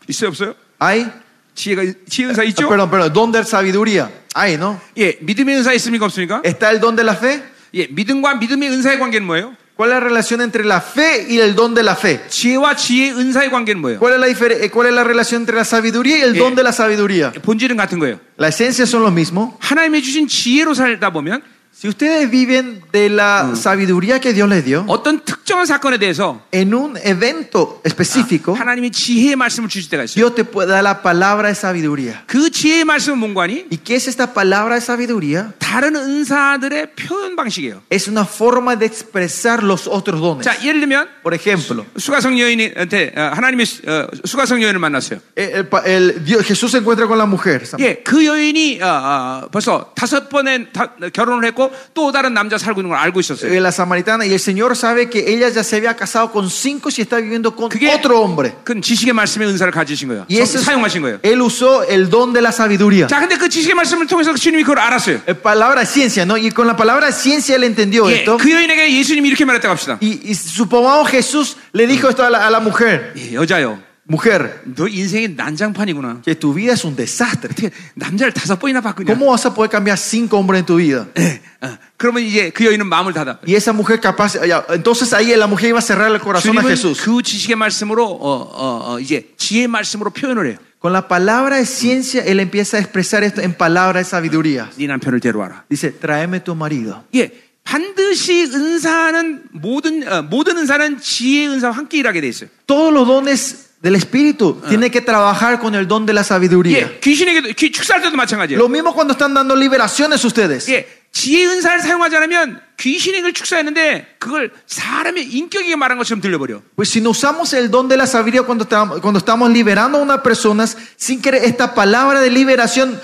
[SPEAKER 1] 있어요 없어요?
[SPEAKER 2] Hay, Ah,
[SPEAKER 1] 지혜가 지혜 은사 있죠?
[SPEAKER 2] perdón, perdón, don de sabiduría. Hay, ¿no?
[SPEAKER 1] 예, 믿음의 은사 있습니까 없습니까?
[SPEAKER 2] ¿Está el don de la fe?
[SPEAKER 1] 예, 믿음과 믿음의 은사의 관계는 뭐예요?
[SPEAKER 2] ¿Cuál es la relación entre la fe y el don de la fe?
[SPEAKER 1] 지혜와 지혜의 은사의 관계는 뭐예요?
[SPEAKER 2] ¿Cuál es la, difer- eh, cuál es la relación entre la sabiduría y el
[SPEAKER 1] Eh.
[SPEAKER 2] don de la sabiduría?
[SPEAKER 1] 본질은 같은 거예요.
[SPEAKER 2] La esencia son lo mismo.
[SPEAKER 1] 하나님이 주신 지혜로 살다 보면
[SPEAKER 2] Si ustedes viven de la sabiduría que Dios les dio,
[SPEAKER 1] 어떤 특정한 사건에 대해서
[SPEAKER 2] en un evento específico,
[SPEAKER 1] 하나님이 지혜의 말씀을 주실 때가 있어요.
[SPEAKER 2] Dios te puede dar la palabra de sabiduría.
[SPEAKER 1] 그 지혜의 말씀은 뭔가니?
[SPEAKER 2] ¿Y qué es esta palabra de sabiduría?
[SPEAKER 1] 다른 은사들의 표현 방식이에요.
[SPEAKER 2] Es una forma de expresar los otros dones.
[SPEAKER 1] 자, 예를 들면
[SPEAKER 2] Por ejemplo,
[SPEAKER 1] 수가성 여인한테 어, 하나님이 수- 어, 수가성 여인을 만났어요.
[SPEAKER 2] eh, el pa- el Dios-
[SPEAKER 1] 그
[SPEAKER 2] Jesús se encuentra con la mujer.
[SPEAKER 1] 예, 그 여인이 아, 아, 벌써 다섯 번의 다- 결혼을 했고 하고 또 다른 남자 살고 있는 걸 알고 있었어요.
[SPEAKER 2] eh, la samaritana y el Señor sabe que ella ya se había casado con cinco y está viviendo con
[SPEAKER 1] 그게-
[SPEAKER 2] otro hombre.
[SPEAKER 1] 그건 지식의 말씀의 은사를 가지신 거예요.
[SPEAKER 2] Y eso
[SPEAKER 1] 성-
[SPEAKER 2] es-
[SPEAKER 1] 사용하신 거예요.
[SPEAKER 2] él usó el don de la sabiduría.
[SPEAKER 1] 자, 근데 그 지식의 말씀을 통해서 주님이 그걸 알았어요.
[SPEAKER 2] Eh, palabra de ciencia, ¿no? Y con la palabra de ciencia él entendió
[SPEAKER 1] 예,
[SPEAKER 2] esto.
[SPEAKER 1] 그 여인에게 예수님이 이렇게 말했다고 합시다.
[SPEAKER 2] Y, y supongamos Jesús le dijo esto a la, a la mujer,
[SPEAKER 1] 예, 여자요.
[SPEAKER 2] mujer,
[SPEAKER 1] 너 인생이 난장판이구나.
[SPEAKER 2] que tu vida es un desastre.
[SPEAKER 1] 어떻게 남자를 다섯 번이나 바꾸냐.
[SPEAKER 2] ¿Cómo vas a poder cambiar cinco hombres en tu vida?
[SPEAKER 1] 예, 어, 그러면 이제 그 여인은 마음을 닫아.
[SPEAKER 2] Y esa mujer capaz, ya, entonces ahí la mujer iba a cerrar el corazón a
[SPEAKER 1] 주님은
[SPEAKER 2] Jesús.
[SPEAKER 1] 그 지식의 말씀으로 어, 어, 어, 이제 지혜의 말씀으로 표현을 해요.
[SPEAKER 2] Con la palabra de ciencia, él empieza a expresar esto en palabra de sabiduría.
[SPEAKER 1] 네 남편을 데려와라.
[SPEAKER 2] Dice, tráeme tu marido.
[SPEAKER 1] 예, 반드시 은사는 모든 어, 모든 은사는 지혜의 은사와 함께 일하게 돼 있어요.
[SPEAKER 2] Todos los dones del Espíritu tienen que trabajar con el don de la sabiduría.
[SPEAKER 1] 예, 귀신에게도 귀, 축사할 때도 마찬가지예요.
[SPEAKER 2] Lo mismo cuando están dando liberaciones ustedes.
[SPEAKER 1] 예, 지혜 은사를 사용하지 않으면 귀신에게 축사했는데 그걸 사람의 인격에게 말한 것처럼 들려버려.
[SPEAKER 2] Pues si no usamos el don de la sabiduría cuando estamos, cuando estamos liberando a unas personas, sin querer, esta palabra de liberación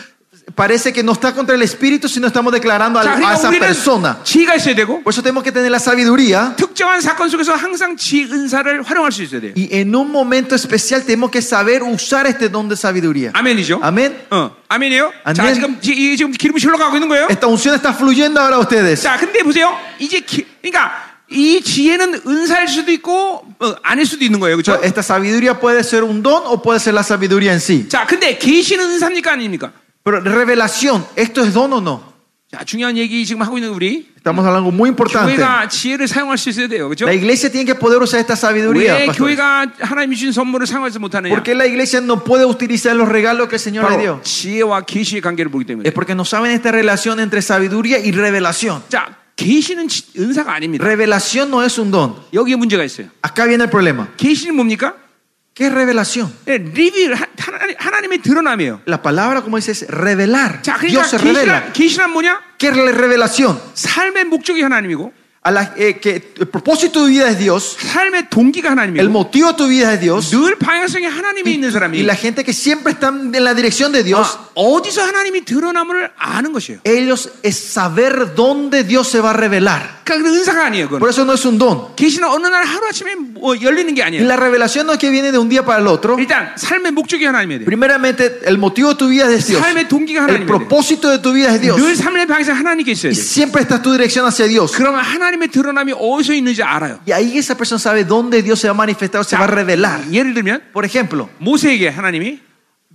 [SPEAKER 2] parece que no está contra el espíritu, sino estamos declarando a,
[SPEAKER 1] 자,
[SPEAKER 2] a
[SPEAKER 1] 그러니까
[SPEAKER 2] esa
[SPEAKER 1] 우리는
[SPEAKER 2] persona.
[SPEAKER 1] 지혜가 있어야 되고
[SPEAKER 2] Por eso tenemos que tener la sabiduría
[SPEAKER 1] 특정한 사건 속에서 항상 지혜 은사를 활용할 수 있어야 돼요.
[SPEAKER 2] y en un momento especial tenemos que saber usar este don de sabiduría.
[SPEAKER 1] 아멘이죠.
[SPEAKER 2] Amén.
[SPEAKER 1] 어, 아멘이에요. 자,
[SPEAKER 2] 아멘.
[SPEAKER 1] 지금 지- 이- 지금 기름이 흘러가고 있는 거예요.
[SPEAKER 2] Esta unción está fluyendo ahora a ustedes.
[SPEAKER 1] 자, 근데 보세요. 이제 기, 그러니까 이 지혜는 은사일 수도 있고 어, 아닐 수도 있는 거예요. 그렇죠?
[SPEAKER 2] Esta sabiduría puede ser un don o puede ser la sabiduría en sí.
[SPEAKER 1] 자, 근데 계시는 은사입니까 아닙니까?
[SPEAKER 2] Pero revelación, ¿esto es don o no?
[SPEAKER 1] 자, 중요한 얘기 지금 하고 있는 우리
[SPEAKER 2] Estamos hablando de algo muy importante.
[SPEAKER 1] 교회가 지혜를 사용할 수 있어야 돼요. 그렇죠?
[SPEAKER 2] La iglesia tiene que poder usar esta sabiduría.
[SPEAKER 1] 왜
[SPEAKER 2] pastores.
[SPEAKER 1] 교회가 하나님이 주신 선물을 사용하지 못하느냐?
[SPEAKER 2] ¿Por qué la iglesia no puede utilizar los regalos que el Señor le
[SPEAKER 1] 바로
[SPEAKER 2] dio?
[SPEAKER 1] 지혜와 계시의 관계를 보기 때문에.
[SPEAKER 2] Es porque no saben esta relación entre sabiduría y revelación.
[SPEAKER 1] 자, 계시는 지- 은사가 아닙니다.
[SPEAKER 2] Revelación no es un don.
[SPEAKER 1] 여기에 문제가 있어요.
[SPEAKER 2] Acá viene el problema.
[SPEAKER 1] 계시는 뭡니까?
[SPEAKER 2] ¿Qué es revelación?
[SPEAKER 1] 예, 리빌 하- 하나님- 하나님의 드러남이에요.
[SPEAKER 2] La palabra, como dice, es revelar.
[SPEAKER 1] 자,
[SPEAKER 2] Dios se
[SPEAKER 1] 그러니까
[SPEAKER 2] revela.
[SPEAKER 1] 계시란 계시란 뭐냐?
[SPEAKER 2] ¿Qué es la revelación?
[SPEAKER 1] 삶의 목적이 하나님이고
[SPEAKER 2] A la- eh, que el propósito de tu vida es Dios,
[SPEAKER 1] 그 삶의 동기가
[SPEAKER 2] el
[SPEAKER 1] 하나님이고
[SPEAKER 2] motivo de tu vida es Dios.
[SPEAKER 1] 늘 방향성이 하나님이 있는
[SPEAKER 2] Y
[SPEAKER 1] 사람이
[SPEAKER 2] la gente que siempre está en la dirección de Dios,
[SPEAKER 1] 아, 어디서 하나님이 드러남을 아는 것이에요.
[SPEAKER 2] ellos es saber dónde Dios se va a revelar.
[SPEAKER 1] 그러니까 그 은사가 아니에요.
[SPEAKER 2] Por
[SPEAKER 1] 그건
[SPEAKER 2] eso no es un don.
[SPEAKER 1] 계시는 어느 날 하루 아침에 뭐 열리는 게
[SPEAKER 2] Y
[SPEAKER 1] 아니에요.
[SPEAKER 2] la revelación no es que viene de un día para el otro.
[SPEAKER 1] 일단 삶의 목적이 하나님에 대해
[SPEAKER 2] Primeramente, el motivo de tu vida es Dios.
[SPEAKER 1] 삶의 동기가
[SPEAKER 2] El
[SPEAKER 1] 하나님에 대해
[SPEAKER 2] propósito de tu vida es Dios.
[SPEAKER 1] 늘 삶의 방향성 하나님께 있어야
[SPEAKER 2] Y
[SPEAKER 1] 돼.
[SPEAKER 2] siempre está tu dirección hacia Dios.
[SPEAKER 1] 그러면 하나님의 드러남이 어디서 있는지 알아요.
[SPEAKER 2] Y ahí esa persona sabe dónde Dios se va a manifestar o se va a revelar.
[SPEAKER 1] 예를 들면
[SPEAKER 2] Por ejemplo,
[SPEAKER 1] 모세에게 하나님이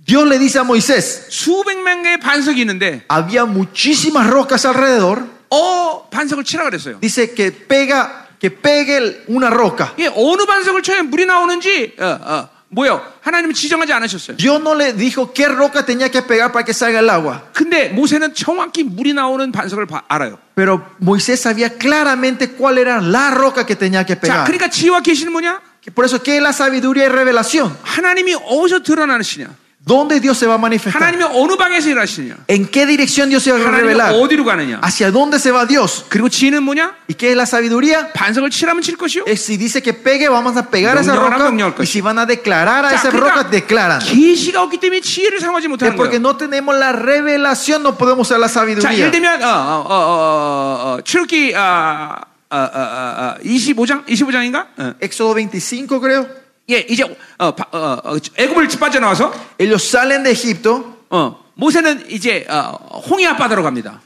[SPEAKER 2] Dios le dice a Moisés,
[SPEAKER 1] 수백 만 개의 반석이 있는데
[SPEAKER 2] había muchísimas rocas alrededor.
[SPEAKER 1] 어 반석을 치라 그랬어요.
[SPEAKER 2] Dice que pega, que pegue el- una roca.
[SPEAKER 1] 예, 어느 반석을 쳐야 물이 나오는지 어, 어, 뭐요? 하나님은 지정하지 않으셨어요.
[SPEAKER 2] Dios no le dijo qué roca tenía que pegar para que salga el agua.
[SPEAKER 1] 근데 모세는 정확히 물이 나오는 반석을 바- 알아요.
[SPEAKER 2] Pero Moisés sabía claramente cuál era la roca que tenía que
[SPEAKER 1] 자,
[SPEAKER 2] pegar.
[SPEAKER 1] 그러니까 지혜와 계시는 뭐냐?
[SPEAKER 2] Por eso, ¿qué es la sabiduría y revelación?
[SPEAKER 1] 하나님이 어디서 드러나시냐?
[SPEAKER 2] ¿Dónde Dios se va a manifestar?
[SPEAKER 1] 하나님이 어느 방에서 일하시냐?
[SPEAKER 2] ¿En qué dirección Dios se va a
[SPEAKER 1] 하나님이
[SPEAKER 2] revelar?
[SPEAKER 1] 어디로 가느냐?
[SPEAKER 2] ¿Hacia dónde se va Dios?
[SPEAKER 1] 그리고 지혜는 뭐냐?
[SPEAKER 2] ¿Y qué es la sabiduría?
[SPEAKER 1] 반석을 치라면 칠 것이요.
[SPEAKER 2] Es si dice que pegue, vamos a pegar a esa
[SPEAKER 1] Ignorar,
[SPEAKER 2] roca.
[SPEAKER 1] ignorar.
[SPEAKER 2] Y si van a declarar a esa roca, declaran.
[SPEAKER 1] 그러니까 계시가 없기 때문에 지혜를 사용하지
[SPEAKER 2] Es
[SPEAKER 1] 못하는
[SPEAKER 2] porque
[SPEAKER 1] 거예요.
[SPEAKER 2] no tenemos la revelación, no podemos usar la
[SPEAKER 1] 자, 예를
[SPEAKER 2] sabiduría.
[SPEAKER 1] 들면 어, 어, 어, 어, 어, 출기 아, 어, 어, 어, 어, 25장 25장인가? 어.
[SPEAKER 2] Éxodo 25, creo.
[SPEAKER 1] 예, 이제 어, 바- 어, 어, 애굽을 빠져나와서
[SPEAKER 2] Ellos salen de Egipto.
[SPEAKER 1] 어, 모세는 이제 어, 홍해 앞바다로 갑니다.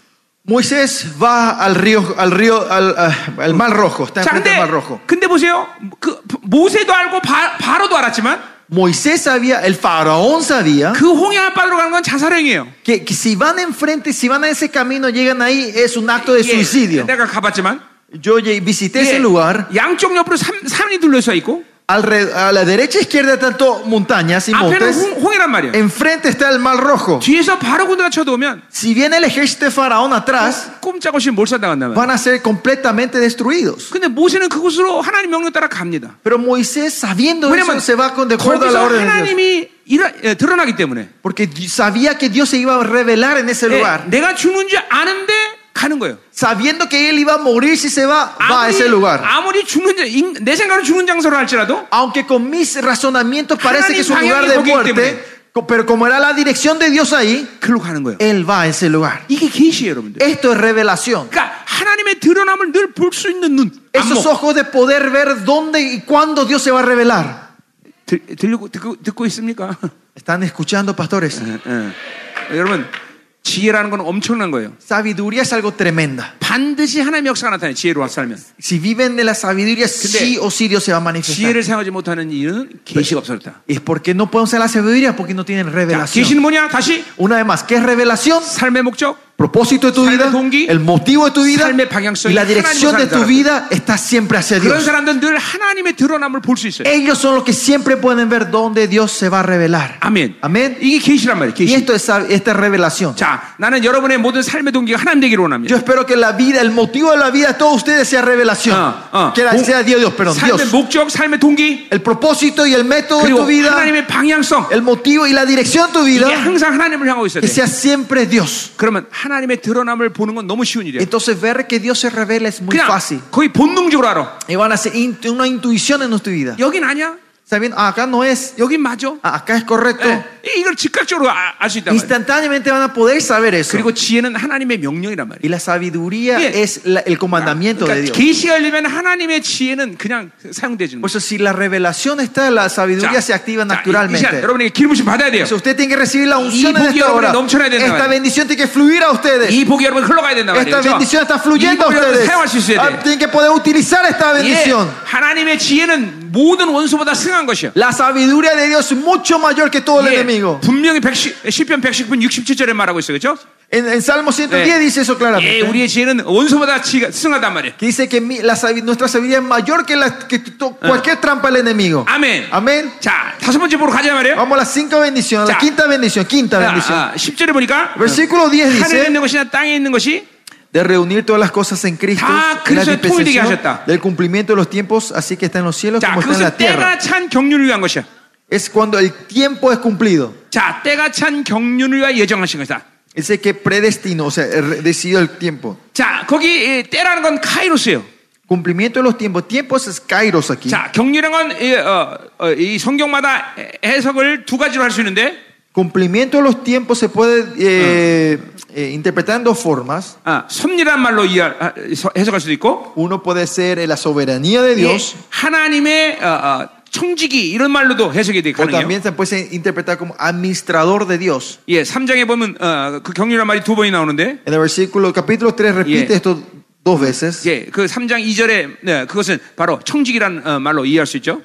[SPEAKER 2] Moisés va al río, al río, al, ah, al mar rojo. Está
[SPEAKER 1] 자,
[SPEAKER 2] enfrente
[SPEAKER 1] 근데
[SPEAKER 2] del mar rojo.
[SPEAKER 1] 근데 보세요. 그 모세도 알고 바, 바로도 알았지만
[SPEAKER 2] Moisés sabía, el faraón sabía,
[SPEAKER 1] 그 홍해 앞바다로 가는 건 자살행위예요.
[SPEAKER 2] que, que si van enfrente, si van a ese camino, llegan ahí, es un acto de
[SPEAKER 1] 예,
[SPEAKER 2] suicidio.
[SPEAKER 1] 내가 가봤지만
[SPEAKER 2] Yo lle- visité
[SPEAKER 1] 예,
[SPEAKER 2] ese lugar.
[SPEAKER 1] 양쪽 옆으로 산, 산이 둘러서 있고
[SPEAKER 2] Alre- a la derecha e izquierda tanto montañas y
[SPEAKER 1] 앞에는
[SPEAKER 2] montes.
[SPEAKER 1] 홍, 홍해란 말이에요.
[SPEAKER 2] Enfrente está el mar rojo.
[SPEAKER 1] 뒤에서 바로 군대가 쳐들어오면
[SPEAKER 2] Si viene el ejército de Faraón atrás,
[SPEAKER 1] 꼼짝없이 몰살당한다면.
[SPEAKER 2] van a ser completamente destruidos.
[SPEAKER 1] 근데 모세는 그곳으로 하나님 명령 따라 갑니다.
[SPEAKER 2] Pero Moisés, sabiendo
[SPEAKER 1] 왜냐면
[SPEAKER 2] eso, se va con de acuerdo a la
[SPEAKER 1] 거기서
[SPEAKER 2] orden de Dios.
[SPEAKER 1] 하나님이 일하- 예, 드러나기 때문에
[SPEAKER 2] Porque di- sabía que Dios se iba a revelar en ese
[SPEAKER 1] 예,
[SPEAKER 2] lugar.
[SPEAKER 1] 내가 죽는 줄 아는데 가는 거예요.
[SPEAKER 2] Sabiendo que él iba a morir si se va, va a ese lugar.
[SPEAKER 1] 아무리 죽는 자- 인- 내 생각으로 죽는 장소로 할지라도
[SPEAKER 2] Aunque con mis razonamientos parece que es un
[SPEAKER 1] 하나님
[SPEAKER 2] lugar de
[SPEAKER 1] 방향이 거기이기
[SPEAKER 2] muerte,
[SPEAKER 1] 때문에.
[SPEAKER 2] Co- Pero como era la dirección de Dios ahí,
[SPEAKER 1] 그로 가는 거예요.
[SPEAKER 2] Él va a ese lugar.
[SPEAKER 1] 이게 계시예요, 여러분들.
[SPEAKER 2] Esto es revelación.
[SPEAKER 1] 그러니까 하나님의 드러남을 늘 볼 수 있는 눈.
[SPEAKER 2] Esos
[SPEAKER 1] 안목.
[SPEAKER 2] ojos de poder ver dónde y cuándo Dios se va a revelar.
[SPEAKER 1] 들, 들리고 듣고, 듣고 있습니까?
[SPEAKER 2] ¿Están escuchando, pastores?
[SPEAKER 1] 예, 예. 여러분 지혜라는 건 엄청난 거예요.
[SPEAKER 2] Sabiduría es algo tremenda.
[SPEAKER 1] 반드시 하나님의 역사가 나타나요. 지혜로 살면
[SPEAKER 2] Si viven de la sabiduría, sí o sí Dios se va a manifestar.
[SPEAKER 1] 지혜를 사용하지 못하는 이유는 계시가 없었다.
[SPEAKER 2] ¿Y por qué no pueden usar la sabiduría? Porque no tienen
[SPEAKER 1] 자,
[SPEAKER 2] revelación.
[SPEAKER 1] 계시는 뭐냐? 다시
[SPEAKER 2] Una vez más, ¿qué es revelación?
[SPEAKER 1] 삶의 목적,
[SPEAKER 2] Propósito de tu vida, el motivo de tu vida y la dirección de tu vida está siempre hacia
[SPEAKER 1] 그런
[SPEAKER 2] Dios.
[SPEAKER 1] 사람들은 늘 하나님의 드러남을 볼 수 있어요.
[SPEAKER 2] Ellos son los que siempre pueden ver dónde Dios se va a revelar.
[SPEAKER 1] 아멘.
[SPEAKER 2] Amén.
[SPEAKER 1] 이게 계시란 말이에요.
[SPEAKER 2] Y
[SPEAKER 1] 계시.
[SPEAKER 2] esto es sab- esta es revelación.
[SPEAKER 1] 자, 나는 여러분의 모든 삶의 동기가 하나님 되기를
[SPEAKER 2] Yo
[SPEAKER 1] 원합니다.
[SPEAKER 2] espero que la vida, el motivo de la vida de todos ustedes sea revelación.
[SPEAKER 1] Ah, ah.
[SPEAKER 2] que la- sea Dios, Dios, perdón, Dios.
[SPEAKER 1] 삶의 목적, 삶의 동기,
[SPEAKER 2] El propósito y el método de
[SPEAKER 1] 그리고
[SPEAKER 2] tu vida,
[SPEAKER 1] 하나님의 방향성
[SPEAKER 2] el motivo y la dirección de tu
[SPEAKER 1] 이게
[SPEAKER 2] vida,
[SPEAKER 1] 항상 하나님을 향하고 있어야 돼.
[SPEAKER 2] que sea siempre Dios.
[SPEAKER 1] 그러면 하나님의 드러남을 보는 건 너무 쉬운 일이에요.
[SPEAKER 2] Entonces ver que Dios se revela es muy
[SPEAKER 1] 그냥
[SPEAKER 2] fácil.
[SPEAKER 1] 거의 본능적으로 알아.
[SPEAKER 2] Y van a hacer int- una intuición en nuestra vida.
[SPEAKER 1] 여긴 아니야.
[SPEAKER 2] ¿Saben? Ah, acá no es,
[SPEAKER 1] 여긴 맞아.
[SPEAKER 2] Ah, acá es correcto.
[SPEAKER 1] 예, 이걸 즉각적으로 알 수 있다. 말이야.
[SPEAKER 2] Instantáneamente van a poder saber eso.
[SPEAKER 1] 그리고 지혜는 하나님의 명령이란 말이야.
[SPEAKER 2] Y la sabiduría
[SPEAKER 1] Bien.
[SPEAKER 2] es la- el comandamiento de
[SPEAKER 1] 그러니까
[SPEAKER 2] Dios.
[SPEAKER 1] 계시가 열리면 하나님의 지혜는 그냥 사용되지는 거예요.
[SPEAKER 2] Por eso si la revelación está, la sabiduría se
[SPEAKER 1] 자, 이- 이 시간
[SPEAKER 2] activa naturalmente.
[SPEAKER 1] 여러분에게 기름부심 받아야 돼요.
[SPEAKER 2] Si usted tiene que recibir la unción en
[SPEAKER 1] Y
[SPEAKER 2] esta
[SPEAKER 1] porque
[SPEAKER 2] hora,
[SPEAKER 1] 넘쳐나야 된다
[SPEAKER 2] esta
[SPEAKER 1] 말이야.
[SPEAKER 2] bendición tiene que fluir a ustedes.
[SPEAKER 1] 이 복이 여러분 흘러가야 된다 말이에요.
[SPEAKER 2] Esta
[SPEAKER 1] 그렇죠?
[SPEAKER 2] bendición está
[SPEAKER 1] 이
[SPEAKER 2] fluyendo a
[SPEAKER 1] 복을 여러분
[SPEAKER 2] ustedes.
[SPEAKER 1] 사용할 수
[SPEAKER 2] Ah,
[SPEAKER 1] 있어야 돼.
[SPEAKER 2] Tienen que poder utilizar
[SPEAKER 1] 예,
[SPEAKER 2] esta bendición.
[SPEAKER 1] 하나님의 지혜는 모든 원수보다 승한 것이요.
[SPEAKER 2] La sabiduría de Dios es mucho mayor que todo el
[SPEAKER 1] 예,
[SPEAKER 2] enemigo.
[SPEAKER 1] 분명히 110, 10편 110분 67절에 말하고 있어요. 그렇죠?
[SPEAKER 2] En, en Salmo 110
[SPEAKER 1] Eh.
[SPEAKER 2] dice eso
[SPEAKER 1] 예,
[SPEAKER 2] claramente.
[SPEAKER 1] 우리의 지혜는 원수보다 지가 승하단 말이에요.
[SPEAKER 2] Que dice que mi- la sabi- nuestra sabiduría es mayor que, la- que to-
[SPEAKER 1] Ah.
[SPEAKER 2] cualquier trampa del enemigo.
[SPEAKER 1] 아멘.
[SPEAKER 2] Amén.
[SPEAKER 1] 자, 다섯 번째 보러 가자 말이에요.
[SPEAKER 2] Vamos a las cinco bendiciones, a
[SPEAKER 1] Ya.
[SPEAKER 2] la quinta bendición, quinta
[SPEAKER 1] Ah,
[SPEAKER 2] bendición.
[SPEAKER 1] 아, 10절에 보니까
[SPEAKER 2] Versículo 10
[SPEAKER 1] 하늘에
[SPEAKER 2] dice
[SPEAKER 1] 있는 것이나 땅에 있는 것이
[SPEAKER 2] de reunir todas las cosas en Cristo,
[SPEAKER 1] Ah,
[SPEAKER 2] en la
[SPEAKER 1] Cristo es todo el que
[SPEAKER 2] dispensación
[SPEAKER 1] haya está.
[SPEAKER 2] del cumplimiento de los tiempos, así que está en los cielos
[SPEAKER 1] 자,
[SPEAKER 2] como está en la
[SPEAKER 1] 그것은
[SPEAKER 2] tierra.
[SPEAKER 1] 때가 찬 경륜을 위한 것이야.
[SPEAKER 2] Es cuando el tiempo es cumplido.
[SPEAKER 1] 자, 때가 찬 경륜을 위하여 예정하신 것이다.
[SPEAKER 2] Dice que predestino, o sea, er- decidió el tiempo.
[SPEAKER 1] 자, 거기 예, 때라는 건 카이로스예요.
[SPEAKER 2] Cumplimiento de los tiempos. Tiempos es kairos aquí.
[SPEAKER 1] 자, 경륜이란 건, 이, 어, 어, 이 성경마다 해- 해석을 두 가지로 할 수 있는데,
[SPEAKER 2] Cumplimiento de los tiempos se puede eh, eh, interpretar en dos formas.
[SPEAKER 1] 아, 섭리란 말로 이해할- 아, 해석- 해석할 수도 있고,
[SPEAKER 2] Uno puede ser eh, la soberanía de
[SPEAKER 1] 예,
[SPEAKER 2] Dios,
[SPEAKER 1] 하나님의 어, 어, 청지기 이런 말로도 해석이 되게
[SPEAKER 2] o
[SPEAKER 1] 가능해요.
[SPEAKER 2] también se puede interpretar como administrador de Dios.
[SPEAKER 1] 예, 3장에 보면 어, 그 경륜이란 말이 두 번이 나오는데,
[SPEAKER 2] En el versículo capítulo 3 repite
[SPEAKER 1] Yeah.
[SPEAKER 2] esto dos veces.
[SPEAKER 1] 예, 그 3장 2절에 네, 그것은 바로 청직이란 어, 말로 이해할 수 있죠.